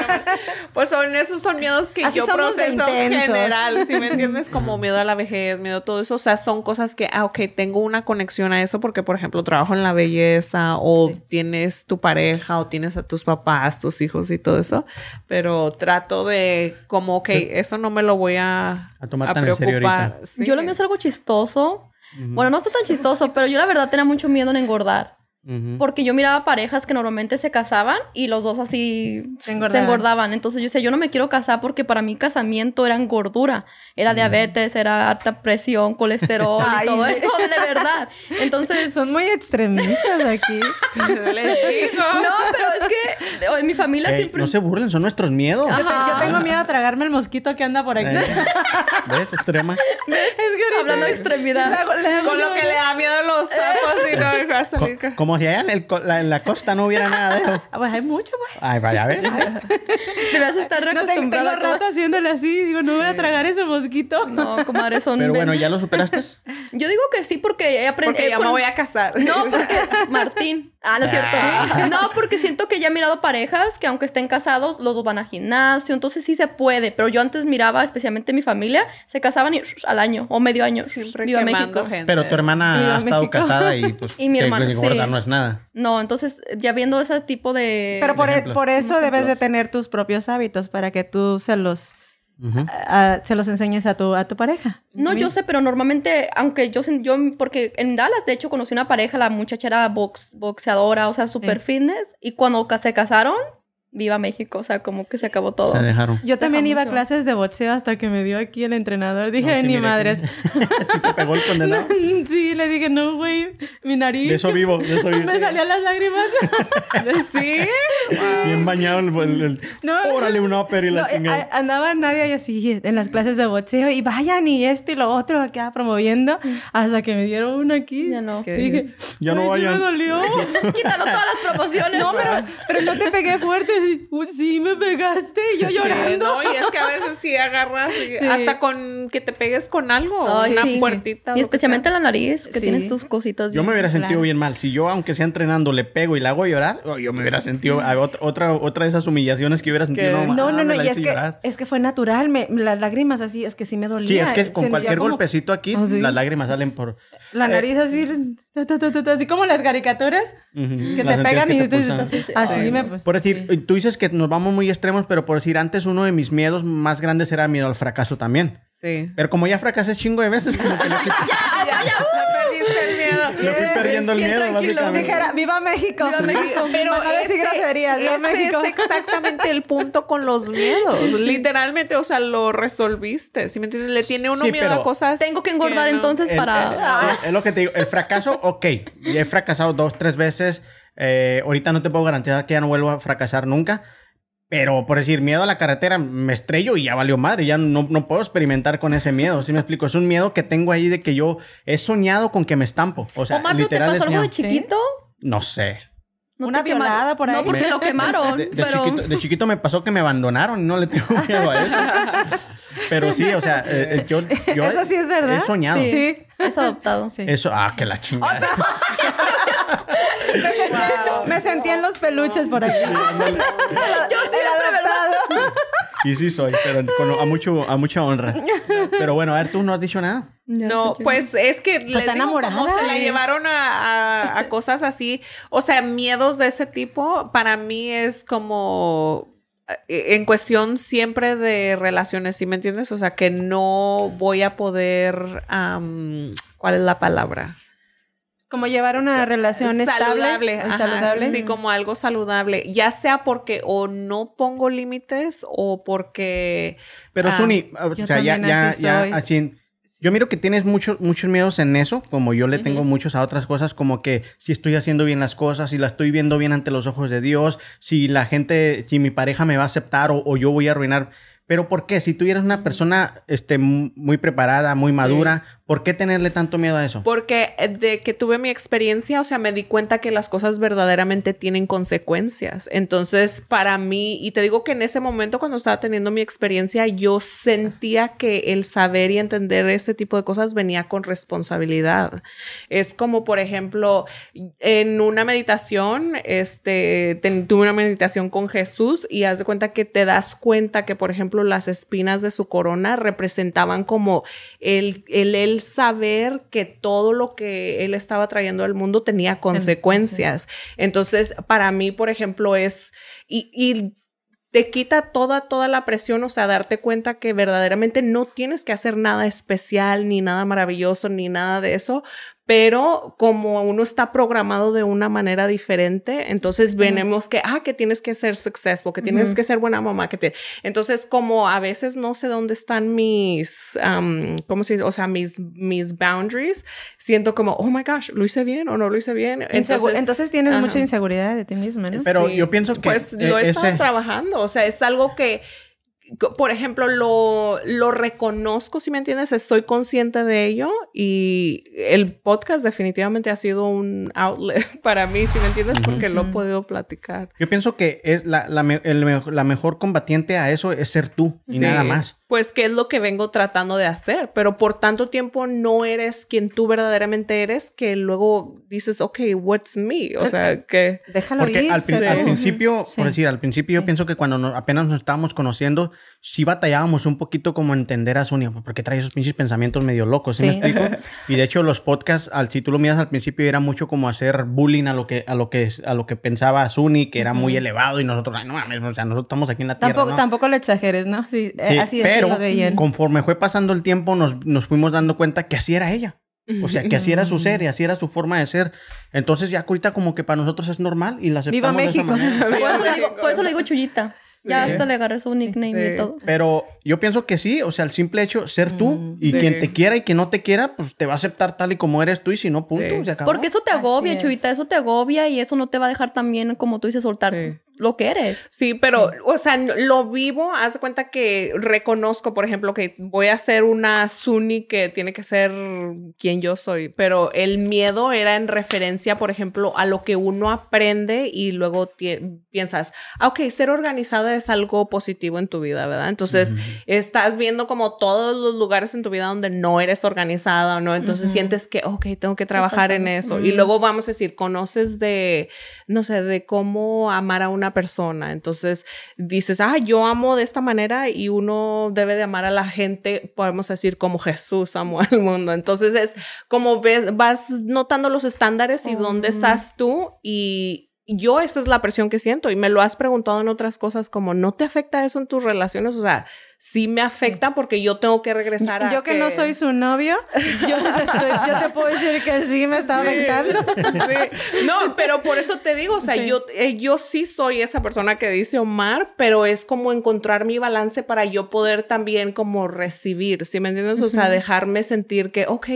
Speaker 4: Pues son esos son miedos que
Speaker 2: Así
Speaker 4: yo
Speaker 2: somos de
Speaker 4: proceso en
Speaker 2: intensos.
Speaker 4: general, si me entiendes, como miedo a la vejez, miedo a todo eso, o sea, son cosas que, ah, ok, tengo una conexión a eso porque, por ejemplo, trabajo en la belleza o tienes tu pareja o tienes a tus papás, tus hijos y todo eso, pero trato de como, ok, eso no me lo voy a,
Speaker 1: A tomar tan en serio ahorita.
Speaker 4: Sí.
Speaker 3: Yo lo mío es algo chistoso. Bueno, no está tan chistoso, pero yo la verdad tenía mucho miedo en engordar.
Speaker 1: Ujú.
Speaker 3: Porque yo miraba parejas que normalmente se casaban y los dos así
Speaker 2: Se
Speaker 3: se
Speaker 2: engordaban.
Speaker 3: engordaban. Entonces yo decía, yo no me quiero casar porque para mí casamiento era engordura. Era diabetes, era alta presión, colesterol
Speaker 2: Ay,
Speaker 3: y todo
Speaker 2: sí.
Speaker 3: eso, de verdad. Entonces,
Speaker 2: Son muy extremistas aquí.
Speaker 4: Les digo.
Speaker 3: no, pero es que en mi familia
Speaker 1: Ey,
Speaker 3: siempre...
Speaker 1: no se burlen, son nuestros miedos.
Speaker 3: Ajá.
Speaker 2: Yo tengo miedo a tragarme el mosquito que anda por aquí.
Speaker 1: Eh, ¿Ves? Extrema.
Speaker 2: es que ahorita-
Speaker 3: Hablando de
Speaker 2: La-
Speaker 3: extremidad.
Speaker 2: la-
Speaker 4: Con lo que le da miedo a los sapos y no me va a
Speaker 1: Co-
Speaker 4: salir.
Speaker 1: como si allá en, el co- la, en la costa no hubiera nada de eso.
Speaker 2: Ah, Pues hay mucho, pues.
Speaker 1: Ay, vaya a ver.
Speaker 3: Deberías estar
Speaker 2: No te- tengo
Speaker 3: acostumbrada.
Speaker 2: rato haciéndole así. Digo, no voy a tragar ese mosquito.
Speaker 3: No, comadre, son...
Speaker 1: Pero bueno,
Speaker 3: ven-
Speaker 1: ¿ya lo superaste?
Speaker 3: Yo digo que sí porque he aprendido...
Speaker 4: Porque ya me voy a casar.
Speaker 3: No, porque Martín. Ah, no es
Speaker 1: Ah.
Speaker 3: cierto. No, porque siento que ya he mirado parejas que aunque estén casados, los dos van a gimnasio, entonces sí se puede. Pero yo antes miraba, especialmente mi familia, se casaban y al año o medio año.
Speaker 4: Siempre
Speaker 3: Viva
Speaker 4: quemando
Speaker 3: México.
Speaker 4: gente.
Speaker 1: Pero tu
Speaker 2: Viva
Speaker 1: hermana ha estado
Speaker 2: México.
Speaker 1: casada y pues
Speaker 3: Y mi
Speaker 1: que-
Speaker 3: hermana,
Speaker 1: que engordar
Speaker 3: sí.
Speaker 1: no es nada.
Speaker 3: No, entonces ya viendo ese tipo de.
Speaker 2: Pero por, e-,
Speaker 1: ejemplo.
Speaker 2: por eso debes de
Speaker 1: Ejemplos.
Speaker 2: tener tus propios hábitos para que tú se los,
Speaker 1: Ujú.
Speaker 3: Ah,
Speaker 2: a- se los enseñes a tu, a tu pareja.
Speaker 3: No, yo sé, pero normalmente, aunque yo, sen- yo, porque en Dallas, de hecho, conocí una pareja, la muchacha era box, boxeadora, o sea, super fitness, y cuando ca- se casaron, viva México, o sea, como que se acabó todo.
Speaker 1: Se dejaron.
Speaker 2: Yo
Speaker 3: Se
Speaker 2: también
Speaker 3: deja
Speaker 2: iba a
Speaker 3: mucho.
Speaker 2: clases de boxeo hasta que me dio aquí el entrenador. Dije,
Speaker 1: No, sí,
Speaker 2: ni
Speaker 1: mire,
Speaker 2: madres.
Speaker 1: sí te pegó el condenado.
Speaker 2: sí, le dije, no, güey, mi nariz.
Speaker 1: De eso vivo, de eso vivo.
Speaker 2: Me salían las lágrimas.
Speaker 4: Sí.
Speaker 1: Bien bañado el... el- el-
Speaker 2: No.
Speaker 1: Órale, un upper y la
Speaker 2: No, eh,
Speaker 1: chingada.
Speaker 2: a- andaba nadie y así en las clases de boxeo y vayan y este y lo otro acá promoviendo hasta que me dieron uno aquí.
Speaker 3: Ya no.
Speaker 2: Y Dije,
Speaker 1: Ya no
Speaker 2: "Ay, sí
Speaker 1: vayan".
Speaker 2: me dolió.
Speaker 3: Quitando todas las promociones.
Speaker 2: No, pero, pero no te pegué fuerte. Sí, "Uy, sí me pegaste. Y yo
Speaker 4: Sí,
Speaker 2: llorando.
Speaker 4: no, y es que a veces sí agarras y-
Speaker 2: Sí.
Speaker 4: hasta con que te pegues con algo,
Speaker 3: Ay,
Speaker 4: una
Speaker 3: sí. Y
Speaker 4: puertita. lo que
Speaker 3: especialmente la nariz, que
Speaker 2: Sí.
Speaker 3: tienes tus cositas.
Speaker 1: Yo me
Speaker 3: bien.
Speaker 1: hubiera sentido
Speaker 2: Claro.
Speaker 1: bien mal. Si yo, aunque sea entrenando, le pego y la hago llorar, oh, yo me hubiera sentido a otra, otra, otra de esas humillaciones que hubiera sentido.
Speaker 4: Que-
Speaker 1: No,
Speaker 2: No, no,
Speaker 1: mames,
Speaker 2: no,
Speaker 1: la
Speaker 2: y es
Speaker 1: hice
Speaker 2: que,
Speaker 1: llorar.
Speaker 2: es que fue natural, me, las lágrimas así, es que sí me dolía.
Speaker 1: Sí, es que con
Speaker 2: Sentía
Speaker 1: cualquier Eh,
Speaker 2: como
Speaker 1: golpecito aquí,
Speaker 2: Ah, sí.
Speaker 1: las lágrimas salen por...
Speaker 2: La nariz así, ta, ta, ta, ta, ta, así como las caricaturas
Speaker 1: Ujú,
Speaker 2: que
Speaker 1: las
Speaker 2: te
Speaker 1: sentías
Speaker 2: pegan
Speaker 1: que
Speaker 2: y
Speaker 1: te
Speaker 2: te-
Speaker 1: pulsan.
Speaker 3: Sí, sí.
Speaker 2: así
Speaker 3: Ay,
Speaker 2: me
Speaker 3: no.
Speaker 2: pues,
Speaker 1: Por decir,
Speaker 2: sí.
Speaker 1: tú dices que nos vamos muy extremos, pero por decir, antes uno de mis miedos más grandes era miedo al fracaso también.
Speaker 4: Sí.
Speaker 1: Pero como ya fracasé chingo de veces, como que le fui,
Speaker 4: Ya, perdiste el miedo.
Speaker 1: le fui perdiendo el
Speaker 3: bien
Speaker 1: miedo,
Speaker 3: tranquilo.
Speaker 1: básicamente.
Speaker 2: Pues Dijera, ¡Viva México!
Speaker 3: Viva México.
Speaker 4: Pero
Speaker 2: Para no decir
Speaker 4: ese-
Speaker 1: este,
Speaker 2: groserías, ¿no,
Speaker 4: ese
Speaker 2: México?
Speaker 4: es exactamente el punto con los miedos. Literalmente, o sea, lo resolviste. ¿Sí me entiendes? Le tiene uno
Speaker 1: Sí,
Speaker 4: miedo
Speaker 1: pero
Speaker 4: a cosas.
Speaker 3: Tengo que engordar
Speaker 4: no.
Speaker 3: entonces
Speaker 1: El-
Speaker 3: para.
Speaker 1: el-
Speaker 3: Ah,
Speaker 1: Es lo que te digo, el fracaso, ok. Ya he fracasado dos, tres veces. eh, ahorita no te puedo garantizar que ya no vuelvo a fracasar nunca. Pero por decir, miedo a la carretera, me estrello y ya valió madre. Ya no, no puedo experimentar con ese miedo. ¿Sí me explico? Es un miedo que tengo ahí de que yo he soñado con que me estampo. O sea,
Speaker 3: Omar, ¿no te
Speaker 1: literal. he
Speaker 3: pasó algo de
Speaker 1: soñado.
Speaker 3: chiquito?
Speaker 1: No sé.
Speaker 3: ¿No
Speaker 2: Una
Speaker 3: te quemaron?
Speaker 2: violada por ahí.
Speaker 3: No, porque
Speaker 1: Me-
Speaker 3: lo quemaron.
Speaker 1: De, de
Speaker 3: pero.
Speaker 1: chiquito, de chiquito me pasó que me abandonaron y no le tengo miedo a eso. Pero sí, o sea, eh, eh, yo, yo
Speaker 2: Eso sí es verdad.
Speaker 1: He soñado.
Speaker 3: Sí.
Speaker 2: Sí.
Speaker 3: Es adoptado.
Speaker 2: Sí.
Speaker 1: Eso, ah, que la chingada.
Speaker 2: Me sentí en los peluches por aquí.
Speaker 3: Yo sí, la verdad.
Speaker 1: Y sí soy, pero con- a, mucho, a mucha honra. Pero bueno, a ver, tú no has dicho nada.
Speaker 4: No, pues es que les
Speaker 2: está
Speaker 4: digo, como
Speaker 2: enamorada,
Speaker 4: se la
Speaker 2: eh.
Speaker 4: llevaron a, a- a cosas así, o sea, miedos de ese tipo, para mí es como eh, en cuestión siempre de relaciones, ¿sí me entiendes? O sea, que no voy a poder, am, ¿cuál es la palabra?
Speaker 2: Como llevar una relación
Speaker 4: saludable,
Speaker 2: estable. pues,
Speaker 4: ajá,
Speaker 2: saludable.
Speaker 4: sí, como algo saludable, ya sea porque o no pongo límites o porque
Speaker 1: Pero
Speaker 4: Ah,
Speaker 1: Suni, o
Speaker 2: yo
Speaker 1: sea, ya,
Speaker 2: también
Speaker 1: ya,
Speaker 2: así
Speaker 1: ya,
Speaker 2: soy.
Speaker 1: así- yo miro que tienes muchos, muchos miedos en eso, como yo le tengo muchos a otras cosas, como que si estoy haciendo bien las cosas, si la estoy viendo bien ante los ojos de Dios, si la gente, si mi pareja me va a aceptar o, o yo voy a arruinar. Pero ¿por qué? Si tú eres una persona este, mu- muy preparada, muy madura, ¿por qué tenerle tanto miedo a eso?
Speaker 4: Porque eh, de que tuve mi experiencia, o sea, me di cuenta que las cosas verdaderamente tienen consecuencias. Entonces, para mí, y te digo que en ese momento cuando estaba teniendo mi experiencia, yo sentía que el saber y entender ese tipo de cosas venía con responsabilidad. Es como, por ejemplo, en una meditación, este, ten- tuve una meditación con Jesús y haz de cuenta que te das cuenta que, por ejemplo, las espinas de su corona representaban como el, el, el saber que todo lo que él estaba trayendo al mundo tenía consecuencias. Entonces, para mí, por ejemplo, es, y, y te quita toda, toda la presión, o sea, darte cuenta que verdaderamente no tienes que hacer nada especial, ni nada maravilloso, ni nada de eso, pero como uno está programado de una manera diferente, entonces venemos que, ah, que tienes que ser successful, que tienes que ser buena mamá, que te... Entonces, como a veces no sé dónde están mis, um, ¿cómo se dice? O sea, mis, mis boundaries, siento como, oh my gosh, ¿lo hice bien o no lo hice bien?
Speaker 2: Entonces,
Speaker 4: Entonces,
Speaker 2: tienes
Speaker 4: ajá.
Speaker 2: mucha inseguridad de ti misma, ¿no?
Speaker 1: Pero yo pienso que,
Speaker 4: Pues lo
Speaker 1: eh,
Speaker 4: he estado
Speaker 1: ese-
Speaker 4: trabajando, o sea, es algo que, co- por ejemplo, lo, lo reconozco, si me entiendes, estoy consciente de ello y el podcast definitivamente ha sido un outlet para mí, si me entiendes, porque lo he podido platicar.
Speaker 1: Yo pienso que es la, la me- el me- la mejor combatiente a eso es ser tú y
Speaker 4: Sí.
Speaker 1: nada más.
Speaker 4: Pues que es lo que vengo tratando de hacer, pero por tanto tiempo no eres quien tú verdaderamente eres que luego dices, ok, what's me? O sea, que...
Speaker 2: Déjalo
Speaker 1: Porque
Speaker 2: ir.
Speaker 1: al, prin-
Speaker 2: sé
Speaker 1: al
Speaker 2: tú.
Speaker 1: principio,
Speaker 2: Sí.
Speaker 1: por decir, al principio yo
Speaker 2: Sí.
Speaker 1: pienso que cuando no- apenas nos estábamos conociendo, sí batallábamos un poquito como entender a Sonia, porque trae esos pinches pensamientos medio locos, ¿sí me
Speaker 2: Sí.
Speaker 1: explico? Y de hecho los podcasts, al si tú lo miras al principio era mucho como hacer bullying a lo que a lo que a lo que pensaba Suni, que era muy elevado y nosotros, "Ay, no mames, o sea, nosotros estamos aquí en la tierra,
Speaker 2: Tampoco,
Speaker 1: ¿no?"
Speaker 2: tampoco lo exageres, ¿no? Sí, eh,
Speaker 1: Sí,
Speaker 2: así
Speaker 1: pero
Speaker 2: es lo de ayer.
Speaker 1: conforme fue pasando el tiempo nos, nos fuimos dando cuenta que así era ella. O sea, que así era su ser y así era su forma de ser. Entonces ya ahorita como que para nosotros es normal y la
Speaker 2: Viva
Speaker 1: aceptamos de esa
Speaker 2: México.
Speaker 1: manera.
Speaker 3: Por eso, le digo, por eso le digo Chuyita. Ya hasta le agarré su nickname
Speaker 4: Sí.
Speaker 3: y todo.
Speaker 1: Pero yo pienso que sí, o sea, el simple hecho ser tú
Speaker 2: Mm,
Speaker 1: y
Speaker 4: Sí.
Speaker 1: quien te quiera y quien no te quiera, pues te va a aceptar tal y como eres tú y si no, punto,
Speaker 4: Sí.
Speaker 1: se acabó.
Speaker 3: Porque eso te
Speaker 2: Así
Speaker 3: agobia,
Speaker 2: es.
Speaker 3: Chuyita, eso te agobia y eso no te va a dejar también, como tú dices, soltar
Speaker 4: Sí.
Speaker 3: lo que eres.
Speaker 4: Sí, pero, o sea, n- lo vivo, haz de cuenta que reconozco, por ejemplo, que voy a ser una Sunny que tiene que ser quien yo soy, pero el miedo era en referencia, por ejemplo, a lo que uno aprende y luego ti- piensas, ah, ok, ser organizada es algo positivo en tu vida, ¿verdad? Entonces, estás viendo como todos los lugares en tu vida donde no eres organizada o no, entonces sientes que, ok, tengo que trabajar en eso. Y luego vamos a decir, conoces de, no sé, de cómo amar a una persona. Entonces dices, ah, yo amo de esta manera y uno debe de amar a la gente, podemos decir, como Jesús amó al mundo. Entonces es como ves, vas notando los estándares y dónde estás tú y... Yo esa es la presión que siento y me lo has preguntado en otras cosas como, ¿no te afecta eso en tus relaciones? O sea, sí me afecta porque yo tengo que regresar a...
Speaker 2: Yo que no soy su novio, yo, estoy- yo te puedo decir que sí me está afectando.
Speaker 4: Sí. No, pero por eso te digo, o sea,
Speaker 2: Sí.
Speaker 4: yo, eh, yo sí soy esa persona que dice Omar, pero es como encontrar mi balance para yo poder también como recibir, ¿sí me entiendes? O sea, dejarme sentir que, ok,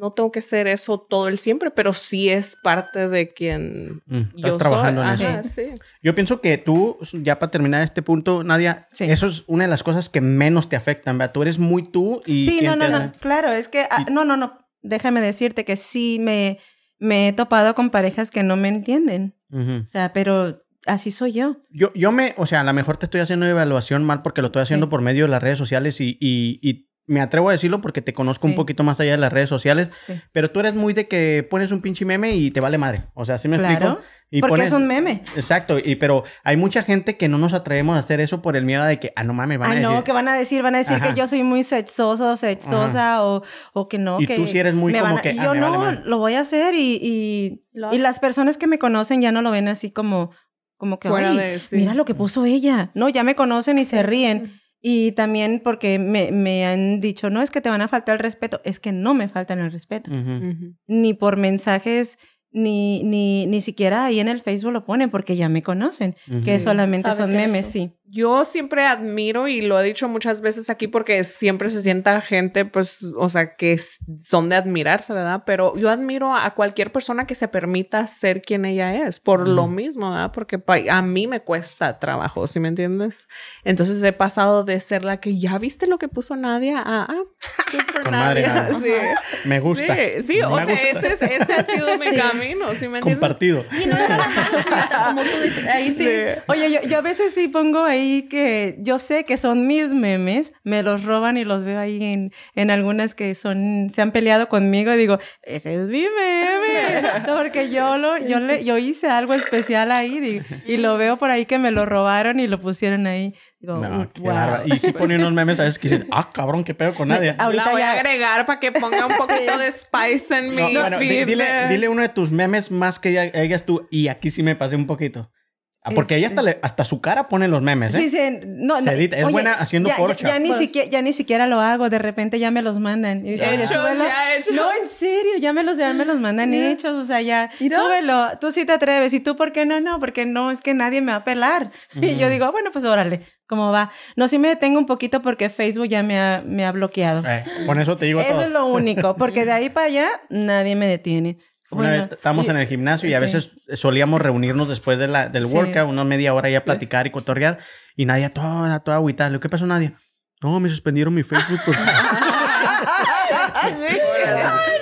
Speaker 4: no tengo que ser eso todo el siempre, pero sí es parte de quien
Speaker 1: Mm, estás
Speaker 4: yo
Speaker 1: trabajando en
Speaker 4: soy.
Speaker 2: eso.
Speaker 4: Ajá, sí.
Speaker 1: Yo pienso que tú, ya para terminar este punto, Nadia,
Speaker 2: Sí.
Speaker 1: eso es una de las cosas que menos te afectan, ¿verdad? Tú eres muy tú y...
Speaker 2: Sí, no,
Speaker 1: quien
Speaker 2: no,
Speaker 1: te-
Speaker 2: no, claro, es que, ah, no, no, no, déjame decirte que sí me, me he topado con parejas que no me entienden,
Speaker 1: Ujú.
Speaker 2: o sea, pero así soy yo.
Speaker 1: Yo, yo me, o sea, a lo mejor te estoy haciendo evaluación mal porque lo estoy haciendo
Speaker 2: Sí.
Speaker 1: por medio de las redes sociales y, y- y me atrevo a decirlo porque te conozco un
Speaker 2: Sí.
Speaker 1: poquito más allá de las redes sociales,
Speaker 2: Sí.
Speaker 1: pero tú eres muy de que pones un pinche meme y te vale madre. O sea, ¿sí me
Speaker 2: Claro,
Speaker 1: explico? Y
Speaker 2: porque
Speaker 1: pones-
Speaker 2: es un meme.
Speaker 1: Exacto, y pero hay mucha gente que no nos atrevemos a hacer eso por el miedo de que, ah, no mames, van a
Speaker 2: Ay,
Speaker 1: decir.
Speaker 2: no, que van a decir, van a decir
Speaker 1: Ajá.
Speaker 2: que yo soy muy sexoso, sexosa o, o que no.
Speaker 1: Y
Speaker 2: que
Speaker 1: tú sí eres muy
Speaker 2: me
Speaker 1: como
Speaker 2: van a-
Speaker 1: que,
Speaker 2: y
Speaker 1: ah,
Speaker 2: yo
Speaker 1: me vale
Speaker 2: no,
Speaker 1: madre.
Speaker 2: lo voy a hacer y, y,
Speaker 3: Lo
Speaker 2: y
Speaker 3: haces.
Speaker 2: las personas que me conocen ya no lo ven así como, como que,
Speaker 4: Fuera
Speaker 2: "Ay,
Speaker 4: de- sí.
Speaker 2: mira lo que puso ella. No, ya me conocen y se ríen. Y también porque me, me han dicho, no, es que te van a faltar el respeto. Es que no me faltan el respeto.
Speaker 1: Ujú.
Speaker 4: Mm.
Speaker 2: Ni por mensajes, ni, ni, ni siquiera ahí en el Facebook lo ponen porque ya me conocen.
Speaker 1: Ujú.
Speaker 2: Que solamente
Speaker 3: Saben
Speaker 2: son
Speaker 3: que eres
Speaker 2: memes,
Speaker 3: tú.
Speaker 2: sí.
Speaker 4: Yo siempre admiro y lo he dicho muchas veces aquí porque siempre se sienta gente, pues, o sea, que s- son de admirarse, ¿verdad? Pero yo admiro a cualquier persona que se permita ser quien ella es, por lo mismo, ¿verdad? Porque pa- a mí me cuesta trabajo, ¿sí me entiendes? Entonces he pasado de ser la que ya viste lo que puso Nadia a, ah, good for
Speaker 1: Con madre,
Speaker 4: Nadia",
Speaker 1: Nadia.
Speaker 4: sí.
Speaker 1: Me gusta.
Speaker 4: Sí, sí, o
Speaker 1: Me
Speaker 4: sea,
Speaker 1: gusta.
Speaker 4: ese, es- ese ha sido mi
Speaker 3: Sí.
Speaker 4: camino, ¿sí me entiendes?
Speaker 1: Compartido.
Speaker 3: Y no es nada malo, Chuyita, como tú dices, ahí sí.
Speaker 4: Sí.
Speaker 2: Oye, yo, yo a veces sí pongo ahí que yo sé que son mis memes, me los roban y los veo ahí en, en algunas que son, se han peleado conmigo y digo, ese es mi meme, porque yo, lo, yo, le, yo hice algo especial ahí di- y, lo veo por ahí que me lo robaron y lo pusieron ahí. Digo,
Speaker 1: No, qué
Speaker 2: "Wow".
Speaker 1: bárbaro. Y si pone unos memes a veces que dices, ah, cabrón, qué pedo con nadie.
Speaker 2: Ah, Ahorita
Speaker 4: la voy
Speaker 2: ya-
Speaker 4: a agregar para que ponga un poquito de spice en
Speaker 1: No,
Speaker 4: mi
Speaker 1: bueno, di-
Speaker 4: feed
Speaker 1: dile,
Speaker 4: de-
Speaker 1: dile uno de tus memes más que ya- digas tú, y aquí sí me pasé un poquito. Ah, Porque ella
Speaker 4: Este
Speaker 1: hasta, le- hasta su cara pone los memes, ¿eh?
Speaker 2: Sí, sí, no,
Speaker 1: Se
Speaker 2: no,
Speaker 1: edita, es buena haciendo
Speaker 2: ya, ya,
Speaker 1: Photoshop.
Speaker 2: ya ni
Speaker 3: Photoshop.
Speaker 2: siquiera, ya ni siquiera lo hago, de repente ya me los mandan. Y dice,
Speaker 1: Ya
Speaker 2: "Oye,
Speaker 1: hechos,
Speaker 2: súbelo".
Speaker 4: ya hechos.
Speaker 2: No, en serio, ya me los, ya me los mandan
Speaker 3: Mira.
Speaker 2: hechos, o sea, ya,
Speaker 3: Mira.
Speaker 2: súbelo, tú sí te atreves, y tú, ¿por qué no? No, porque no, es que nadie me va a pelar. Y
Speaker 1: Mm.
Speaker 2: yo digo, "Ah, bueno, pues órale, ¿cómo va? No, sí me detengo un poquito porque Facebook ya me ha, me ha bloqueado.
Speaker 1: Eh, con eso te digo
Speaker 2: Eso
Speaker 1: todo.
Speaker 2: es lo único, porque de ahí para allá nadie me detiene.
Speaker 1: Una vez
Speaker 2: Bueno,
Speaker 1: estábamos
Speaker 2: y-
Speaker 1: en el gimnasio y a
Speaker 2: sí.
Speaker 1: veces solíamos reunirnos después de la, del
Speaker 2: Sí.
Speaker 1: workout, una media hora ya a platicar y cotorrear. Y Nadia toda, toda agüitada. Le digo, ¿Qué pasó, Nadia? No, me suspendieron mi Facebook. por-
Speaker 2: Ah,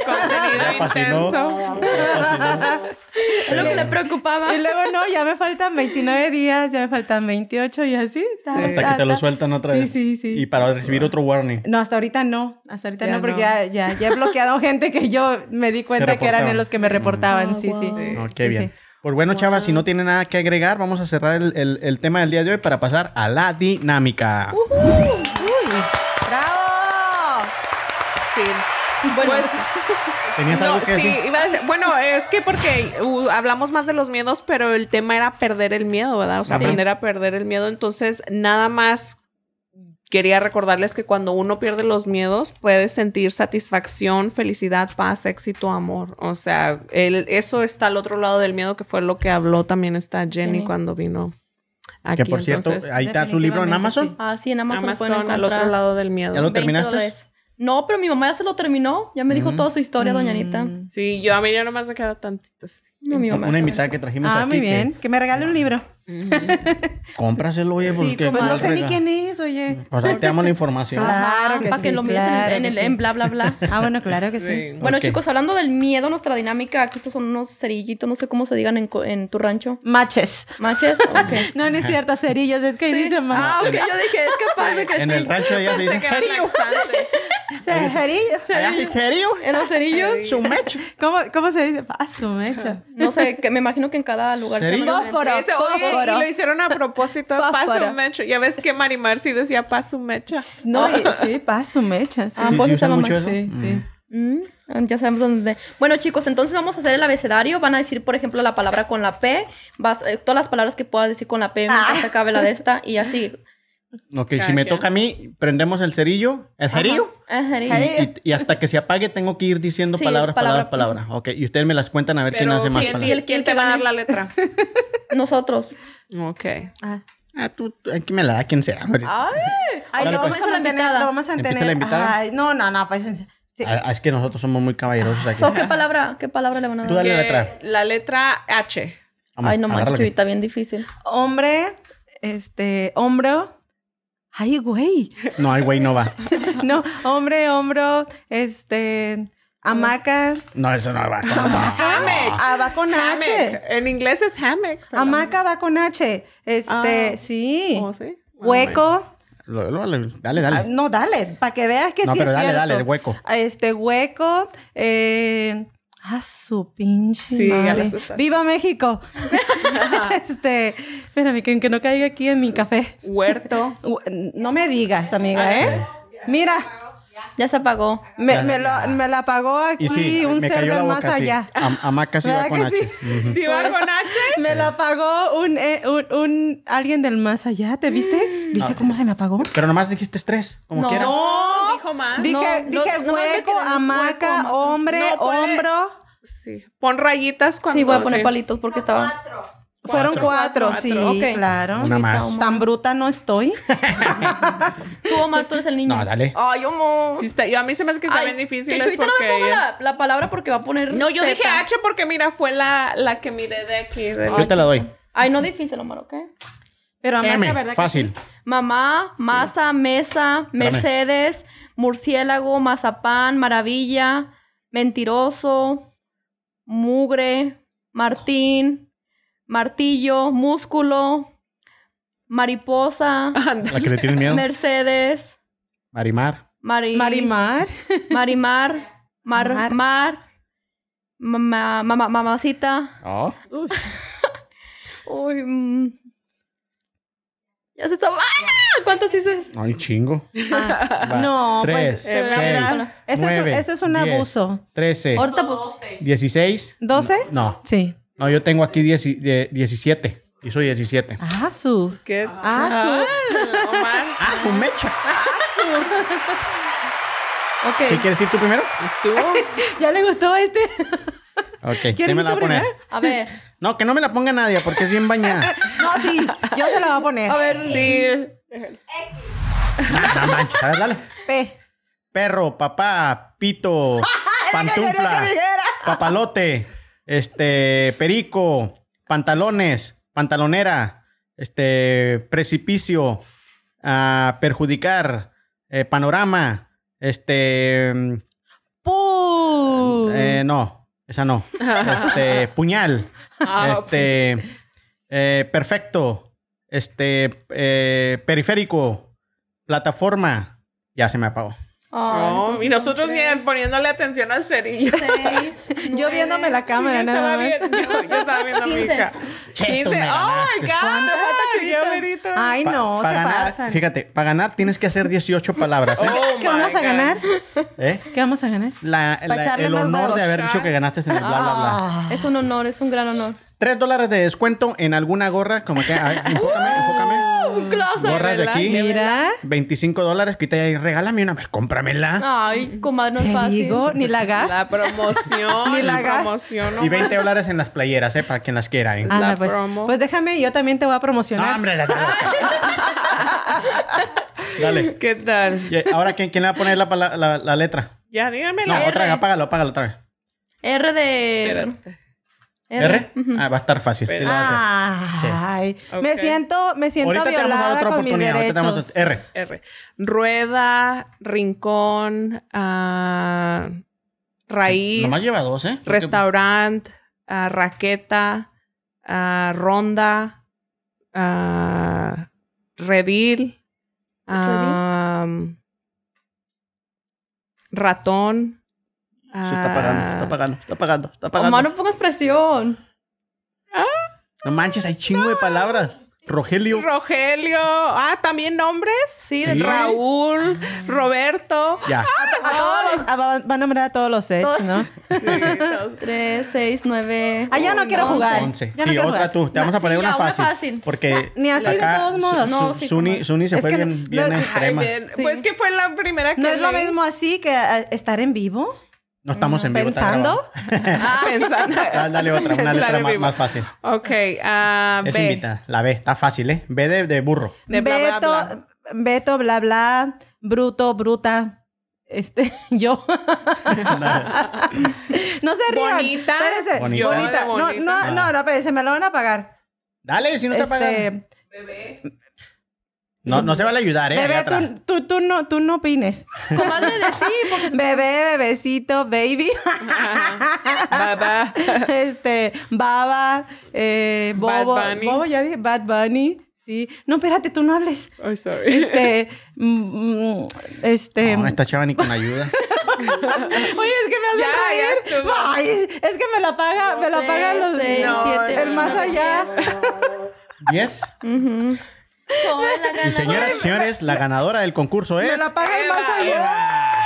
Speaker 4: Contenido
Speaker 1: Ya fascinó.
Speaker 4: intenso.
Speaker 3: Es lo que le preocupaba.
Speaker 2: Y luego no, ya me faltan 29 días, ya me faltan 28 y así. ta,
Speaker 1: Hasta
Speaker 2: ta,
Speaker 1: que te lo
Speaker 2: ta.
Speaker 1: sueltan otra
Speaker 2: Sí,
Speaker 1: vez.
Speaker 2: sí, sí.
Speaker 1: Y para recibir otro warning.
Speaker 2: No, hasta ahorita no, hasta ahorita
Speaker 4: Ya
Speaker 2: no, porque
Speaker 4: no.
Speaker 2: Ya, ya, ya he bloqueado gente que yo me di cuenta que eran
Speaker 1: reportaban.
Speaker 2: los que me reportaban,
Speaker 3: Ah,
Speaker 2: sí,
Speaker 3: guau.
Speaker 2: sí.
Speaker 1: No, qué
Speaker 2: Sí,
Speaker 1: bien.
Speaker 2: sí.
Speaker 1: Pues bueno, chavas, si no tiene nada que agregar, vamos a cerrar el, el- el tema del día de hoy para pasar a la dinámica.
Speaker 2: Uh-huh. ¡Bravo!
Speaker 4: Sí.
Speaker 3: Bueno,
Speaker 4: Pues,
Speaker 1: ¿Tenías
Speaker 4: no,
Speaker 1: algo que
Speaker 4: sí,
Speaker 1: decir?
Speaker 4: iba a decir- bueno, es que porque uh, hablamos más de los miedos, pero el tema era perder el miedo, ¿verdad? O sea,
Speaker 3: Sí.
Speaker 4: aprender a perder el miedo. Entonces, nada más quería recordarles que cuando uno pierde los miedos, puede sentir satisfacción, felicidad, paz, éxito, amor. O sea, el- eso está al otro lado del miedo, que fue lo que habló también esta Jenny
Speaker 3: Jenny.
Speaker 4: cuando vino aquí.
Speaker 1: que por cierto,
Speaker 4: Entonces,
Speaker 1: ahí está su libro en
Speaker 2: definitivamente
Speaker 1: Amazon.
Speaker 3: ah, sí, en Amazon, pueden
Speaker 4: Amazon
Speaker 3: encontrar.
Speaker 4: al otro lado del miedo.
Speaker 1: Ya lo
Speaker 3: 20
Speaker 1: terminaste?
Speaker 3: dólares. No, pero mi mamá ya se lo terminó. Ya me dijo
Speaker 1: Mm.
Speaker 3: toda su historia, doña Anita. No,
Speaker 2: Mm.
Speaker 4: Sí, yo a mí ya nomás me queda tantito. sí.
Speaker 3: mi mamá.
Speaker 1: Una invitada que trajimos
Speaker 2: Ah,
Speaker 1: aquí.
Speaker 2: muy bien. Que, me
Speaker 1: Ah.
Speaker 2: regale un libro.
Speaker 1: Que, cómpraselo, oye, porque...
Speaker 3: como-
Speaker 2: Pues
Speaker 3: Ah,
Speaker 2: no sé ni
Speaker 1: rega-
Speaker 2: quién es, oye.
Speaker 1: Pues ahí te damos la información.
Speaker 2: Ah. Claro que
Speaker 3: para que
Speaker 2: sí,
Speaker 3: lo mires en-
Speaker 2: claro
Speaker 3: en,
Speaker 2: que
Speaker 3: el,
Speaker 2: sí.
Speaker 3: en bla, bla, bla.
Speaker 2: Ah, bueno, claro que sí.
Speaker 4: pues Sí.
Speaker 3: Bueno,
Speaker 1: Ok.
Speaker 3: chicos, hablando del miedo, nuestra dinámica, aquí estos son unos cerillitos, no sé cómo se digan en, co- en tu rancho.
Speaker 2: Matches.
Speaker 3: ¿Maches? Ok.
Speaker 2: No, no es cierto, cerillos, es que
Speaker 3: Sí.
Speaker 2: dice
Speaker 3: Ah,
Speaker 2: más.
Speaker 3: ok, yo dije, es capaz de que
Speaker 1: En
Speaker 3: sí.
Speaker 1: el rancho de ella se
Speaker 4: Pensé que
Speaker 1: dice...
Speaker 4: eran laxantes.
Speaker 2: Cerillos.
Speaker 1: "Ay, ¿Serio?
Speaker 3: En los cerillos.
Speaker 1: ¿Su mecho?
Speaker 2: ¿Cómo, ¿Cómo se dice? Ah, su mecha.
Speaker 3: No sé, que me imagino que en cada lugar se
Speaker 1: ¿Cerillo?
Speaker 3: llama diferente.
Speaker 2: Fósforo.
Speaker 4: Ese, oye,
Speaker 2: Fósforo.
Speaker 4: y lo hicieron a propósito, pasa
Speaker 2: Fósforo.
Speaker 4: un mecha. Ya ves que Marimar sí decía pasa un mecha.
Speaker 2: No, y- sí, pa, su mecha. Sí,
Speaker 3: Ah,
Speaker 1: ¿Sí-
Speaker 3: pues
Speaker 1: sí
Speaker 3: está
Speaker 1: usan
Speaker 3: mamá.
Speaker 1: mucho eso?
Speaker 2: sí. sí.
Speaker 3: Mm, ya sabemos dónde. Bueno, chicos, entonces vamos a hacer el abecedario. Van a decir, por ejemplo, la palabra con la P. Vas, eh, todas las palabras que puedas decir con la P mientras se
Speaker 4: Ah.
Speaker 3: acabe la de esta y así.
Speaker 1: Mm. Ok,
Speaker 4: Cada
Speaker 1: si me
Speaker 4: quien.
Speaker 1: toca a mí, prendemos el cerillo. ¿El cerillo?
Speaker 3: Ajá,
Speaker 1: Y,
Speaker 3: cerillo.
Speaker 1: y- y hasta que se apague tengo que ir diciendo
Speaker 3: Sí,
Speaker 1: palabras, palabras,
Speaker 3: palabra.
Speaker 1: palabras. Ok, y ustedes me las cuentan a ver quién
Speaker 4: Pero
Speaker 1: hace más
Speaker 4: ¿quién,
Speaker 1: palabras.
Speaker 3: el- ¿Quién
Speaker 4: quién te
Speaker 3: que
Speaker 4: va a dar
Speaker 3: gane?
Speaker 4: la letra?
Speaker 3: Nosotros.
Speaker 4: ok.
Speaker 2: Ah.
Speaker 1: Ah, tú, tú, aquí me la da quien sea. hombre.
Speaker 3: Ah, ¡Ay!
Speaker 2: Ay,
Speaker 1: Dale,
Speaker 2: lo
Speaker 1: pues.
Speaker 2: vamos, a mantener, lo vamos a
Speaker 1: Empieza
Speaker 2: mantener.
Speaker 1: la invitada.
Speaker 2: Ay, no, no, no, pues en- sí.
Speaker 1: Ah, es que nosotros somos muy caballerosos aquí.
Speaker 3: So, ¿qué, palabra, ¿Qué palabra le van a
Speaker 1: Tú
Speaker 3: dar?
Speaker 1: dale
Speaker 4: Que
Speaker 1: la letra.
Speaker 4: la letra H.
Speaker 1: Vamos,
Speaker 3: Ay, no manches,
Speaker 1: agárrala.
Speaker 3: chivita, bien difícil.
Speaker 2: Hombre, este, hombro. Ay, güey.
Speaker 1: No, ay, güey, no va.
Speaker 2: No, hombre, hombro, este, hamaca.
Speaker 1: No, eso no va. ¿cómo no?
Speaker 4: Hammock.
Speaker 2: Ah, va con
Speaker 4: Hammock.
Speaker 2: H.
Speaker 4: En inglés es hammock. se llama.
Speaker 2: Hamaca va con H. Este,
Speaker 4: Ah.
Speaker 2: sí.
Speaker 4: ¿Oh, sí?
Speaker 2: Hueco.
Speaker 1: Lo- lo- lo- dale,
Speaker 2: Ah,
Speaker 1: dale.
Speaker 2: No, dale, para que veas que
Speaker 1: No,
Speaker 2: sí
Speaker 1: pero
Speaker 2: es
Speaker 1: dale,
Speaker 2: cierto.
Speaker 1: dale, el hueco.
Speaker 2: Ah, Este hueco, eh, a su pinche
Speaker 4: Sí, ya
Speaker 2: madre.
Speaker 4: las estás-
Speaker 2: ¡Viva México! este, espérame, que, que no caiga aquí en mi café.
Speaker 4: Huerto.
Speaker 2: Hue- No me digas, amiga, ¿eh? Mira,
Speaker 3: Ya se apagó.
Speaker 2: me,
Speaker 1: Ya,
Speaker 2: me lo,
Speaker 1: ya.
Speaker 2: me la pagó aquí
Speaker 1: Y sí,
Speaker 2: un
Speaker 1: me
Speaker 2: ser
Speaker 1: cayó
Speaker 2: del
Speaker 1: la boca
Speaker 2: más
Speaker 1: sí.
Speaker 2: allá.
Speaker 1: Am- Hamaca sí va
Speaker 2: ¿Verdad
Speaker 1: con H.
Speaker 2: que sí?
Speaker 1: Ujú.
Speaker 4: ¿Sí va con H?
Speaker 2: Me la pagó un, eh, un, un alguien del más allá, ¿te viste? ¿Viste cómo se me apagó?
Speaker 1: Pero nomás dijiste tres, como
Speaker 3: No.
Speaker 1: quiera.
Speaker 4: No, dijo más.
Speaker 2: Dije,
Speaker 3: no,
Speaker 2: dije
Speaker 3: no, no me
Speaker 2: hueco,
Speaker 3: quedé en
Speaker 2: hamaca,
Speaker 3: hueco, hamaca.
Speaker 2: hombre,
Speaker 4: No, ponle-
Speaker 2: hombro.
Speaker 4: Sí. Pon rayitas cuando...
Speaker 3: Sí, voy a poner
Speaker 4: sí.
Speaker 3: palitos porque estaba.
Speaker 2: Fueron cuatro,
Speaker 4: Cuatro,
Speaker 2: sí,
Speaker 3: ok.
Speaker 2: claro.
Speaker 1: Una más.
Speaker 3: Omar.
Speaker 2: Tan bruta no estoy.
Speaker 3: Tú, Omar, tú eres el niño.
Speaker 1: No, dale.
Speaker 3: Ay, Omar.
Speaker 4: Sí está- yo a mí se me hace que está
Speaker 3: Ay,
Speaker 4: bien difícil.
Speaker 3: Que
Speaker 4: es
Speaker 3: Chuita no me
Speaker 4: porque
Speaker 3: ponga
Speaker 4: ella-
Speaker 3: la, la palabra porque va a poner.
Speaker 4: No, yo
Speaker 3: Z.
Speaker 4: dije H porque mira, fue la, la que miré de aquí. de-
Speaker 1: Yo te la doy.
Speaker 3: Ay, no difícil, Omar, ¿ok?
Speaker 2: Pero hamaca,
Speaker 1: M,
Speaker 2: ¿verdad?
Speaker 1: fácil.
Speaker 3: Mamá, masa, mesa, Mercedes, murciélago, mazapán, maravilla, mentiroso, mugre, Martín, martillo, músculo, mariposa,
Speaker 1: La que le tienes miedo.
Speaker 3: Mercedes,
Speaker 1: Marimar.
Speaker 2: Que
Speaker 3: mari,
Speaker 2: sí. Marimar.
Speaker 3: marimar, mar,
Speaker 2: Mar.
Speaker 3: mar, mamá- mamá- mamacita.
Speaker 1: Oh.
Speaker 2: Uf,
Speaker 3: Uy, mm. Ya se está. ¡Ah! ¿Cuántos dices?
Speaker 1: Ay, chingo.
Speaker 2: ah,
Speaker 1: Va.
Speaker 2: no,
Speaker 1: Tres,
Speaker 2: pues.
Speaker 4: eh,
Speaker 1: seis,
Speaker 4: mira,
Speaker 2: Ese es, un-
Speaker 1: nueve,
Speaker 2: ese es un
Speaker 1: diez,
Speaker 2: abuso.
Speaker 1: Trece,
Speaker 3: Ahorita pues.
Speaker 1: dieciséis.
Speaker 2: ¿Doce?
Speaker 1: No,
Speaker 2: Sí.
Speaker 1: no, yo tengo aquí dieci- de- diecisiete. Hizo 17.
Speaker 2: Ah, su.
Speaker 4: ¿Qué
Speaker 2: Ah,
Speaker 4: tal, Omar?
Speaker 1: ¡Ah, su mecha! ¿Qué
Speaker 3: Ok,
Speaker 1: quieres decir tú primero?
Speaker 4: ¿Tú?
Speaker 2: Ya le gustó a este.
Speaker 1: Ok, ¿quién me la va a
Speaker 2: tú
Speaker 1: poner?
Speaker 2: primero?
Speaker 3: a ver.
Speaker 1: No, que no me la ponga nadie porque es bien bañada.
Speaker 2: No, sí, yo se la voy a poner.
Speaker 4: A ver, sí.
Speaker 1: No manches, a ver, dale.
Speaker 2: P.
Speaker 1: Perro, papá, pito, pantufla, papalote, este, perico, pantalones, pantalonera, este, precipicio, ah, perjudicar, eh, panorama, este, mm,
Speaker 2: ¡Pum!
Speaker 1: eh, no, esa no, este, puñal,
Speaker 4: Ah,
Speaker 1: este, eh, perfecto, este, eh, periférico, plataforma, ya se me apagó.
Speaker 3: Ah,
Speaker 4: No,
Speaker 3: entonces
Speaker 4: y nosotros
Speaker 3: son
Speaker 4: ni
Speaker 3: tres,
Speaker 4: poniéndole atención al cerillo.
Speaker 3: seis,
Speaker 2: yo
Speaker 3: nueve,
Speaker 2: viéndome la cámara,
Speaker 4: yo,
Speaker 2: nada
Speaker 4: estaba
Speaker 2: más.
Speaker 4: viendo, yo, yo estaba viendo a mi
Speaker 3: Quince.
Speaker 4: hija.
Speaker 1: Che,
Speaker 4: 15.
Speaker 1: tú me
Speaker 4: ¡Oh,
Speaker 1: ganaste.
Speaker 4: my God!
Speaker 3: ¿Cuánto falta,
Speaker 4: Ya,
Speaker 3: Chuyito?
Speaker 4: verito.
Speaker 2: Ay,
Speaker 1: Pa-
Speaker 2: no,
Speaker 1: pa
Speaker 2: se
Speaker 1: ganar,
Speaker 2: pasan.
Speaker 1: Fíjate, para ganar tienes que hacer 18 palabras. ¿eh?
Speaker 4: Oh,
Speaker 2: ¿Qué vamos
Speaker 4: my
Speaker 2: a
Speaker 4: God.
Speaker 2: ganar?
Speaker 1: ¿Eh?
Speaker 2: ¿Qué vamos a ganar?
Speaker 1: La- la-
Speaker 2: echarle
Speaker 1: el
Speaker 2: más
Speaker 1: honor
Speaker 2: huevos. Ah.
Speaker 1: de haber dicho que ganaste en el bla, bla, bla.
Speaker 3: Es un honor, es un gran honor.
Speaker 1: Tres dólares de descuento en alguna gorra, como que, a ver, enfócame, enfócame.
Speaker 3: Un closet.
Speaker 1: Gorras de
Speaker 4: ¿verdad?
Speaker 1: aquí,
Speaker 2: Mira,
Speaker 1: 25 dólares, quita y regálame una, pues, cómpramela.
Speaker 3: Ay, comadre, no es
Speaker 2: te
Speaker 3: fácil.
Speaker 2: digo, ni la gas.
Speaker 4: La promoción.
Speaker 2: Ni
Speaker 4: Ni
Speaker 2: la
Speaker 4: la
Speaker 2: hagas.
Speaker 4: promoción.
Speaker 1: Y
Speaker 4: Omar.
Speaker 1: 20 dólares en las playeras, ¿eh? Para quien las quiera, ¿eh?
Speaker 4: Ah,
Speaker 2: Anda,
Speaker 4: la
Speaker 2: pues,
Speaker 4: promo.
Speaker 2: pues déjame, yo también te voy a
Speaker 1: No,
Speaker 2: promocionar.
Speaker 1: hombre, dale, Dale.
Speaker 4: ¿Qué tal?
Speaker 1: Y ahora, ¿quién, quién le va a poner la, pala- la- la letra?
Speaker 4: Ya, dígame
Speaker 1: No,
Speaker 4: la
Speaker 1: otra vez, apágalo, apágalo otra vez.
Speaker 3: R de.
Speaker 4: Espérate.
Speaker 1: ¿R?
Speaker 3: Ujú.
Speaker 1: Ah, va a estar fácil. sí la va a hacer.
Speaker 2: Ay, me
Speaker 4: Ok.
Speaker 2: siento, me siento
Speaker 1: Ahorita te vamos a dar
Speaker 2: violada
Speaker 1: otra
Speaker 2: con mis
Speaker 1: oportunidad. Ahorita te vamos
Speaker 2: derechos.
Speaker 1: a R.
Speaker 4: R. Rueda, rincón, ah, raíz.
Speaker 1: Nomás lleva dos, ¿eh? Creo
Speaker 4: Restaurant, ah, raqueta, ah, ronda, ah, redil, ah, ratón.
Speaker 1: que- Se está pagando, se está pagando, se está pagando, se está pagando.
Speaker 3: Omar, no pongas presión.
Speaker 1: No manches, hay chingo de palabras. Rogelio.
Speaker 4: Rogelio. Ah, también nombres.
Speaker 3: Sí,
Speaker 1: Sí.
Speaker 3: de Raúl.
Speaker 4: Raúl, Roberto.
Speaker 1: Ya.
Speaker 2: A todos los- a- va- van a nombrar a todos los sets,
Speaker 3: Todos.
Speaker 2: ¿no?
Speaker 3: Tres, seis, nueve.
Speaker 2: Ah, yo no quiero
Speaker 3: once.
Speaker 2: jugar.
Speaker 1: Once.
Speaker 2: Ya no
Speaker 1: Sí,
Speaker 2: quiero
Speaker 1: otra
Speaker 2: jugar.
Speaker 1: tú. Te vamos a
Speaker 3: Sí,
Speaker 1: poner
Speaker 3: ya,
Speaker 1: una,
Speaker 3: una
Speaker 1: fácil,
Speaker 3: fácil.
Speaker 1: Porque.
Speaker 2: Ni así, de
Speaker 1: acá
Speaker 2: todos modos.
Speaker 1: Su- su-
Speaker 3: No, sí,
Speaker 1: Suni,
Speaker 3: como-
Speaker 1: Suni se
Speaker 2: Es
Speaker 1: fue
Speaker 2: que
Speaker 1: bien,
Speaker 2: no-
Speaker 1: bien
Speaker 2: no-
Speaker 1: extrema.
Speaker 3: Sí.
Speaker 4: Pues que fue la primera que
Speaker 2: ¿No es lo
Speaker 4: leí.
Speaker 2: mismo así que a- estar en vivo?
Speaker 1: No estamos en vivo. está
Speaker 2: ¿Pensando?
Speaker 1: grabado.
Speaker 4: Ah, pensando.
Speaker 1: Ah, dale otra, una letra
Speaker 4: Claro,
Speaker 1: más,
Speaker 4: vivo.
Speaker 1: más fácil.
Speaker 4: Ok, ah,
Speaker 1: Es
Speaker 4: B.
Speaker 1: invitada. La B, está fácil, ¿eh? B de, de burro.
Speaker 4: De bla, bla,
Speaker 2: Beto,
Speaker 4: bla.
Speaker 2: Beto, bla, bla, bruto, bruta. Este, yo. no se rían.
Speaker 4: Bonita.
Speaker 2: Espérense.
Speaker 1: Bonita.
Speaker 2: Bonita.
Speaker 1: Yo de
Speaker 2: No,
Speaker 4: bonita.
Speaker 2: no, no, no, espérense, me lo van a pagar.
Speaker 1: Dale, si no te pagan.
Speaker 2: Este,
Speaker 1: No, no se vale ayudar, ¿eh? Allá
Speaker 2: bebé,
Speaker 1: atrás.
Speaker 2: tú, tú, tú no, tú no opines.
Speaker 3: Comadre de sí, porque
Speaker 2: Bebé, bebecito, baby.
Speaker 4: Baba.
Speaker 2: este, Baba, eh,
Speaker 4: Bad
Speaker 2: Bobo,
Speaker 4: Bunny.
Speaker 2: Bobo ya dije, Bad Bunny, sí. No, espérate, tú no hables.
Speaker 4: Ay, sorry.
Speaker 2: Este, mm, mm, este,
Speaker 1: No, esta chava ni con ayuda.
Speaker 2: oye, es que me hace
Speaker 4: Ya, ya
Speaker 2: reír.
Speaker 4: estuvo.
Speaker 2: Ay, es, es que me la paga, me la pagan los,
Speaker 3: Tres, seis,
Speaker 4: No,
Speaker 3: siete,
Speaker 2: el más
Speaker 3: ocho,
Speaker 2: allá.
Speaker 1: Yes.
Speaker 3: Ujú. Son la
Speaker 1: Y
Speaker 3: ganadora.
Speaker 1: señoras y señores, la ganadora del concurso
Speaker 2: Me
Speaker 1: es.
Speaker 2: la paga el más
Speaker 4: Eva.
Speaker 2: allá.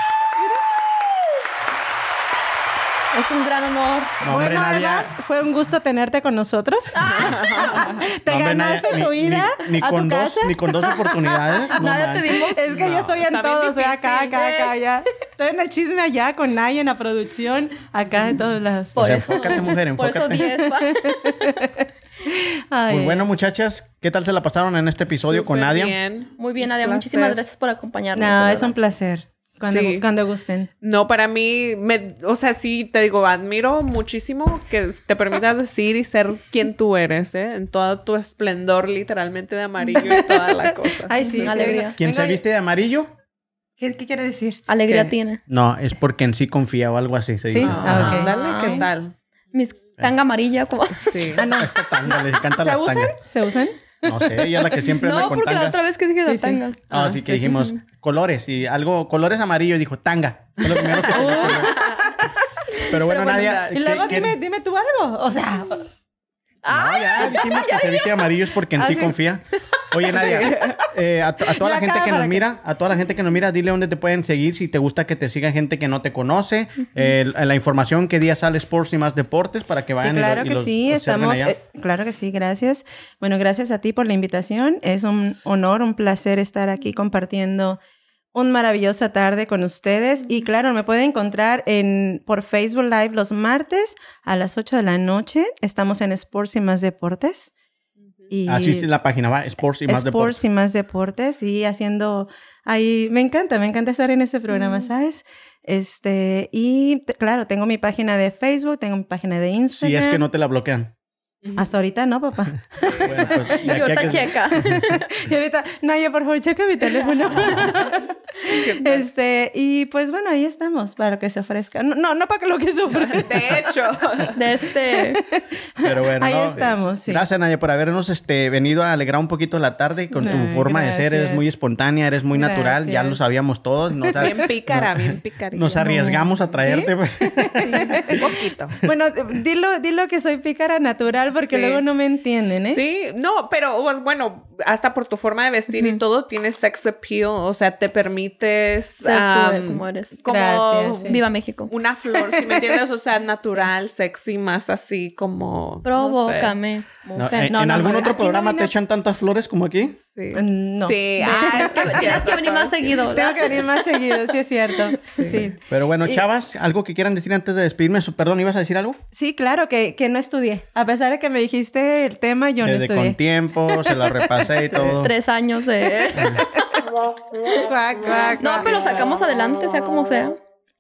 Speaker 3: Es un gran honor.
Speaker 1: No, hombre,
Speaker 2: Bueno,
Speaker 1: Nadia.
Speaker 2: Eva, fue un gusto tenerte con nosotros. Te
Speaker 1: No, hombre,
Speaker 2: ganaste
Speaker 1: Nadia,
Speaker 2: tu
Speaker 1: ni-
Speaker 2: vida
Speaker 1: Ni, ni
Speaker 2: a
Speaker 1: con
Speaker 2: tu
Speaker 1: dos,
Speaker 2: casa.
Speaker 1: ni con dos oportunidades. no
Speaker 3: Nada te
Speaker 1: manches.
Speaker 3: dimos.
Speaker 2: Es que yo estoy en
Speaker 4: está bien
Speaker 2: todo, o sea, acá,
Speaker 3: difícil,
Speaker 2: acá,
Speaker 3: ¿eh?
Speaker 2: acá, allá. Estoy en el chisme allá con Naya en la producción, acá en todos lados.
Speaker 1: Pues
Speaker 3: Por
Speaker 1: enfócate, mujer,
Speaker 3: Por eso
Speaker 1: enfócate.
Speaker 3: 10. pa.
Speaker 2: Ay, eh,
Speaker 1: Pues bueno, muchachas, ¿qué tal se la pasaron en este episodio con
Speaker 4: Súper
Speaker 1: Nadia?
Speaker 4: bien.
Speaker 3: Muy bien, Nadia.
Speaker 4: Placer.
Speaker 3: Muchísimas gracias por acompañarnos.
Speaker 2: no,
Speaker 3: de
Speaker 2: es un
Speaker 3: verdad.
Speaker 2: placer. Cuando,
Speaker 4: Sí.
Speaker 2: cuando gusten.
Speaker 4: No, para mí, me, o sea, sí, te digo, admiro muchísimo que te permitas decir y ser quien tú eres, ¿eh? En todo tu esplendor, literalmente de amarillo y toda la cosa.
Speaker 2: Ay, sí,
Speaker 3: Una
Speaker 2: sí,
Speaker 3: alegría.
Speaker 2: venga,
Speaker 1: ¿Quién
Speaker 2: venga,
Speaker 1: se viste de amarillo?
Speaker 2: ¿Qué, qué quiere decir?
Speaker 3: Alegría
Speaker 4: ¿Qué?
Speaker 3: tiene.
Speaker 1: No, es porque en sí confía o algo así. Se
Speaker 2: Sí.
Speaker 1: dice.
Speaker 2: Ah, ok.
Speaker 4: Dale, ¿qué
Speaker 3: Sí.
Speaker 4: tal?
Speaker 3: Mis tanga amarilla, como.
Speaker 4: Sí.
Speaker 2: Ah, no.
Speaker 1: Esta tanga, le encanta
Speaker 2: ¿Se
Speaker 1: la
Speaker 2: usan?
Speaker 1: tanga.
Speaker 2: ¿Se usan?
Speaker 1: No sé, ella es la que siempre anda
Speaker 3: No,
Speaker 1: con
Speaker 3: porque
Speaker 1: tanga.
Speaker 3: la otra vez que dije
Speaker 2: Sí,
Speaker 3: la
Speaker 2: sí.
Speaker 3: tanga.
Speaker 1: Ah, así que dijimos colores y algo, colores amarillo, y dijo tanga. Fue lo primero que se me ocurrió. Pero bueno,
Speaker 4: bueno,
Speaker 1: Nadia.
Speaker 2: Y
Speaker 4: y
Speaker 1: ¿qué-
Speaker 2: luego
Speaker 1: qué-
Speaker 2: dime, dime tú algo. O sea,
Speaker 1: No, ya dijimos que se viste de amarillo es porque en
Speaker 2: Ah,
Speaker 1: sí
Speaker 2: sí.
Speaker 1: confía. Oye, Nadia, eh, a, to- a toda la,
Speaker 2: La
Speaker 1: gente que
Speaker 2: cámara
Speaker 1: nos
Speaker 2: que-
Speaker 1: mira, a toda la gente que nos mira, dile dónde te pueden seguir, si te gusta que te siga gente que no te conoce, eh, la información, qué día sale Sports y más deportes para que vayan
Speaker 2: sí,
Speaker 1: y lo-
Speaker 2: claro
Speaker 1: y
Speaker 2: que
Speaker 1: los
Speaker 2: sí,
Speaker 1: observen
Speaker 2: estamos,
Speaker 1: allá.
Speaker 2: eh, claro que sí, gracias. Bueno, gracias a ti por la invitación, es un honor, un placer estar aquí compartiendo una maravillosa tarde con ustedes y claro, me pueden encontrar en, por Facebook Live los martes a las 8 de la noche, estamos en Sports y más deportes. Y
Speaker 1: Así es la página va, Ah, Sports y más
Speaker 2: Sports
Speaker 1: deportes.
Speaker 2: y más deportes y haciendo ahí me encanta me encanta estar en ese programa sabes este y t- claro tengo mi página de Facebook tengo mi página de Instagram
Speaker 1: Si es que no te la bloquean.
Speaker 2: hasta ahorita no papá
Speaker 1: Bueno, pues, de
Speaker 3: Yo
Speaker 1: aquí a
Speaker 3: ahorita
Speaker 1: que-
Speaker 3: checa.
Speaker 2: y ahorita Naya por favor checa mi teléfono este y pues bueno ahí estamos para que se ofrezca no no, no para que lo que se ofrezca
Speaker 4: De hecho,
Speaker 3: De este.
Speaker 1: Pero bueno,
Speaker 2: Ahí
Speaker 1: no,
Speaker 2: estamos, sí.
Speaker 1: Gracias, Nadia, por habernos este, venido a alegrar un poquito la tarde con
Speaker 2: Ay,
Speaker 1: tu forma de ser. Eres
Speaker 2: gracias.
Speaker 1: muy espontánea, eres muy natural, ya
Speaker 2: Gracias.
Speaker 1: lo sabíamos todos. Nos, ar-
Speaker 4: bien pícara, bien picarita.
Speaker 1: nos arriesgamos a traerte.
Speaker 4: Un poquito.
Speaker 2: bueno dilo dilo que soy pícara natural porque
Speaker 4: Sí.
Speaker 2: luego no me entienden eh
Speaker 4: Sí, no, pero pues, bueno, hasta por tu forma de vestir y todo, tienes sex appeal, o sea, te permites
Speaker 3: Ser tú,
Speaker 4: am,
Speaker 3: como eres.
Speaker 4: como
Speaker 2: Gracias, sí.
Speaker 3: Viva México.
Speaker 4: una flor, si me entiendes, o sea, natural, sexy, más así como...
Speaker 3: Provócame.
Speaker 1: No, eh,
Speaker 3: mujer.
Speaker 1: en
Speaker 2: No,
Speaker 1: en
Speaker 2: no,
Speaker 1: algún
Speaker 2: no,
Speaker 1: otro
Speaker 2: aquí no
Speaker 1: programa
Speaker 2: vino-
Speaker 1: te echan tantas flores como aquí.
Speaker 4: No sé. Sí.
Speaker 2: No.
Speaker 4: Sí, ah,
Speaker 3: Mm,
Speaker 4: sí,
Speaker 3: Tienes
Speaker 4: es
Speaker 3: tienes
Speaker 4: cierto,
Speaker 3: que venir más
Speaker 4: todo.
Speaker 2: tengo
Speaker 3: seguido. ¿verdad?
Speaker 2: que venir más seguido sí es cierto sí.
Speaker 1: Pero bueno,
Speaker 2: Y-
Speaker 1: chavas, algo que quieran decir antes de despedirme. Su- Perdón, ¿ibas a decir algo?
Speaker 2: Sí, claro, que, que no estudié. A pesar de que me dijiste el tema, yo
Speaker 1: Desde
Speaker 2: no
Speaker 1: con
Speaker 2: estudié.
Speaker 1: tiempo, se la repasé y todo.
Speaker 3: Tres años de.
Speaker 2: Cuac, cuac,
Speaker 3: No,
Speaker 2: cuac.
Speaker 3: pero lo sacamos adelante, sea como sea.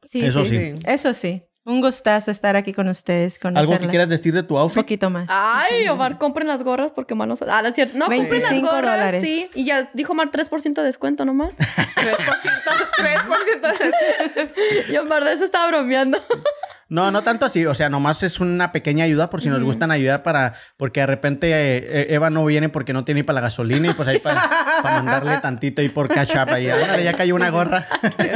Speaker 2: Sí,
Speaker 1: Eso
Speaker 4: sí.
Speaker 2: Eso sí. Un gustazo estar aquí con ustedes, conocerlas.
Speaker 1: ¿Algo que quieras decir de tu
Speaker 2: Un
Speaker 1: outfit?
Speaker 2: poquito más.
Speaker 3: Ay, Omar, compren las gorras porque Omar no sabe. Ah, no es cierto. No, compren las
Speaker 2: 25
Speaker 3: gorras,
Speaker 2: dólares.
Speaker 3: sí. Y ya dijo Omar 3% de descuento, ¿no, Omar?
Speaker 4: 3%, 3% de
Speaker 3: Y Omar de eso estaba bromeando.
Speaker 1: No, no tanto así, o sea, nomás es una pequeña ayuda por si nos gustan ayudar para, porque de repente eh, eh, Eva no viene porque no tiene ni para la gasolina y pues ahí para, para mandarle tantito y por cash up ahí, ándale, ya cayó una gorra.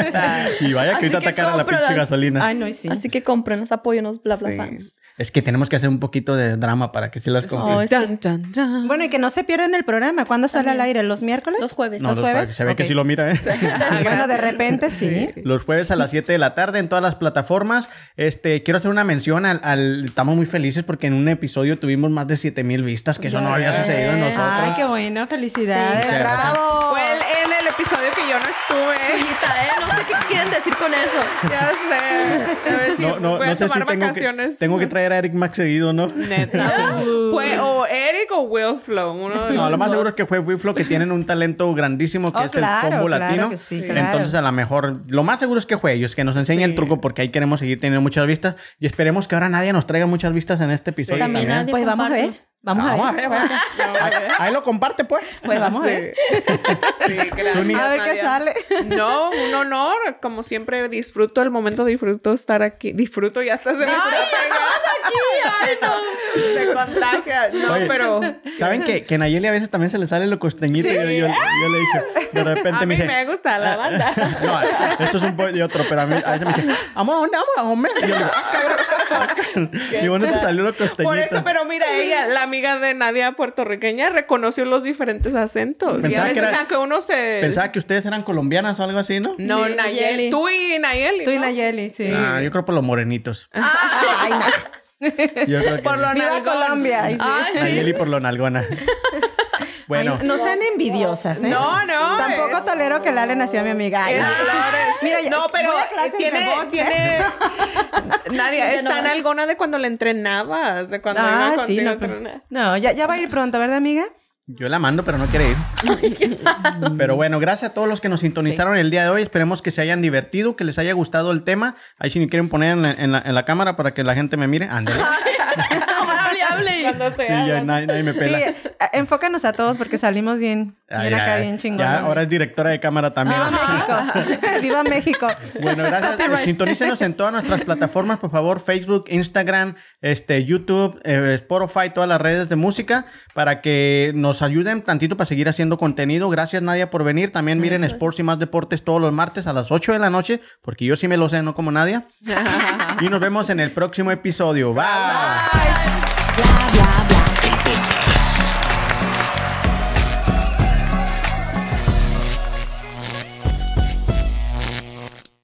Speaker 1: y vaya
Speaker 3: Así
Speaker 1: que ahorita
Speaker 3: que
Speaker 1: está cara la pinche
Speaker 3: cómpralas.
Speaker 1: gasolina.
Speaker 2: Ay, no, y sí.
Speaker 3: Así que compren, apóyenos, bla, bla, bla.
Speaker 1: Es que tenemos que hacer un poquito de drama para que sí las compren.
Speaker 3: No, Oh, es que
Speaker 4: Dun, dun, dun.
Speaker 2: Bueno, y que no se pierdan el programa. ¿Cuándo sale al aire? ¿Los miércoles?
Speaker 3: los jueves.
Speaker 1: No,
Speaker 2: ¿Los
Speaker 1: los jueves?
Speaker 2: jueves?
Speaker 1: se ve
Speaker 2: Ok.
Speaker 1: que sí lo mira, ¿eh?
Speaker 4: Ah,
Speaker 2: Bueno, de
Speaker 4: gracias.
Speaker 2: repente sí.
Speaker 1: Los jueves a las 7 de la tarde en todas las plataformas. Este, quiero hacer una mención al, al- estamos muy felices porque en un episodio tuvimos más de 7 mil vistas, que eso no había
Speaker 3: sé.
Speaker 1: sucedido en nosotros.
Speaker 2: Ay, qué bueno. Felicidades.
Speaker 1: Sí, gracias.
Speaker 2: Bravo.
Speaker 4: Fue el, en el episodio que yo no estuve.
Speaker 3: Ollita, ¿eh? No sé qué quieren decir con eso.
Speaker 4: Ya sé. A ver si
Speaker 1: No, no,
Speaker 4: voy a
Speaker 1: no sé si
Speaker 4: tomar
Speaker 1: tengo que,
Speaker 4: vacaciones.
Speaker 1: tengo que traer a Eric Max seguido, ¿no?
Speaker 4: Neta.
Speaker 2: Uh.
Speaker 4: Fue o Eric o Will Flow. Uno de
Speaker 1: No,
Speaker 4: los
Speaker 1: lo más
Speaker 4: dos.
Speaker 1: seguro es que fue Wiflo que tienen un talento grandísimo que
Speaker 2: Oh,
Speaker 1: es
Speaker 2: claro,
Speaker 1: el combo
Speaker 2: claro
Speaker 1: latino.
Speaker 2: que sí, claro.
Speaker 1: Entonces, a lo mejor, lo más seguro es que fue ellos que nos enseña el truco porque ahí queremos seguir teniendo muchas vistas y esperemos que ahora nadie nos traiga muchas vistas en este episodio.
Speaker 3: También
Speaker 1: También,
Speaker 3: nadie-
Speaker 2: Pues vamos a ver. Vamos
Speaker 1: Ah,
Speaker 2: a ver.
Speaker 1: vamos a ver. Ahí- Ahí lo comparte, pues.
Speaker 2: Pues vamos a
Speaker 4: Sí.
Speaker 2: ver.
Speaker 4: Sí, gracias,
Speaker 1: Zuni.
Speaker 2: A ver qué
Speaker 4: Nadia.
Speaker 2: sale.
Speaker 4: No, un honor. Como siempre, disfruto el momento, disfruto estar aquí. Disfruto, ya estás en
Speaker 3: Ay, no.
Speaker 4: Se contagia. No,
Speaker 1: Oye,
Speaker 4: pero.
Speaker 1: ¿Saben que, que en Nayeli a veces también se le sale lo costeñito? Yo, yo- yo le dije, de repente
Speaker 4: A
Speaker 1: me
Speaker 4: mí
Speaker 1: dice.
Speaker 4: me gusta la banda.
Speaker 1: No, esto es un poco de otro, pero a mí a veces me dice, amor, ¿a ¿dónde vamos a comer? Y yo le digo, "Ah, cabrón". Digo, ¿dónde te salió lo costeñito?
Speaker 4: Por eso, pero mira, ella, la amiga de Nadia puertorriqueña, reconoció los diferentes acentos. y a
Speaker 1: Pensaba que
Speaker 4: veces,
Speaker 1: era-
Speaker 4: aunque uno se.
Speaker 1: Pensaba que ustedes eran colombianas o algo así, ¿no?
Speaker 4: No,
Speaker 3: Sí, Nayeli.
Speaker 4: Nayeli. Tú y Nayeli.
Speaker 2: Tú y
Speaker 4: ¿no?
Speaker 2: Nayeli, sí. Ah,
Speaker 1: Ah, yo creo por los morenitos.
Speaker 2: Ay, no.
Speaker 1: Yo creo que
Speaker 4: Por
Speaker 1: sí.
Speaker 4: lo
Speaker 2: Viva
Speaker 4: nalgón.
Speaker 2: Colombia. Ay, sí.
Speaker 1: Nayeli por lo nalgona. Bueno,
Speaker 2: Ay, no sean envidiosas, ¿eh?
Speaker 4: No, no,
Speaker 2: Tampoco
Speaker 4: es-
Speaker 2: tolero que Lale nació a mi amiga. Ay,
Speaker 4: Es
Speaker 2: no.
Speaker 4: Flores.
Speaker 2: Mira, ya-
Speaker 4: no, pero
Speaker 2: voy a clases de
Speaker 4: tiene,
Speaker 2: box, ¿eh?
Speaker 4: tiene. Nadia,
Speaker 3: Ya
Speaker 4: es
Speaker 3: no
Speaker 4: tan
Speaker 3: va.
Speaker 4: algona de cuando le entrenabas, de cuando
Speaker 2: Ah,
Speaker 4: iba
Speaker 2: sí,
Speaker 4: contigo a
Speaker 2: no.
Speaker 4: entrenar.
Speaker 2: No, ya, ya va a ir pronto, ¿verdad, amiga?
Speaker 1: yo la mando, pero no quiere ir. Pero bueno, gracias a todos los que nos sintonizaron el día de hoy. Esperemos que se hayan divertido, que les haya gustado el tema. Ahí si me quieren poner en la, en la- en la cámara para que la gente me mire. Ándale.
Speaker 3: Hable, hable.
Speaker 4: Cuando estoy
Speaker 1: Sí, ya
Speaker 4: hablando.
Speaker 1: nadie, nadie me
Speaker 2: Sí,
Speaker 1: pela.
Speaker 2: a- enfócanos a todos porque salimos bien,
Speaker 1: Ah,
Speaker 2: bien
Speaker 1: ya,
Speaker 2: acá,
Speaker 1: ya.
Speaker 2: bien Ah, chingón.
Speaker 1: Ya, ahora es directora de cámara también.
Speaker 2: Viva México. Viva México.
Speaker 1: Bueno, gracias. Eh, Sintonícenos en todas nuestras plataformas, por favor, Facebook, Instagram, este, YouTube, eh, Spotify, todas las redes de música, para que nos ayuden tantito para seguir haciendo contenido. Gracias, Nadia, por venir. También miren Sports y más deportes todos los martes a las 8 de la noche, porque yo sí me lo sé, no como Nadia. Y nos vemos en el próximo episodio. Bye.
Speaker 5: blah blah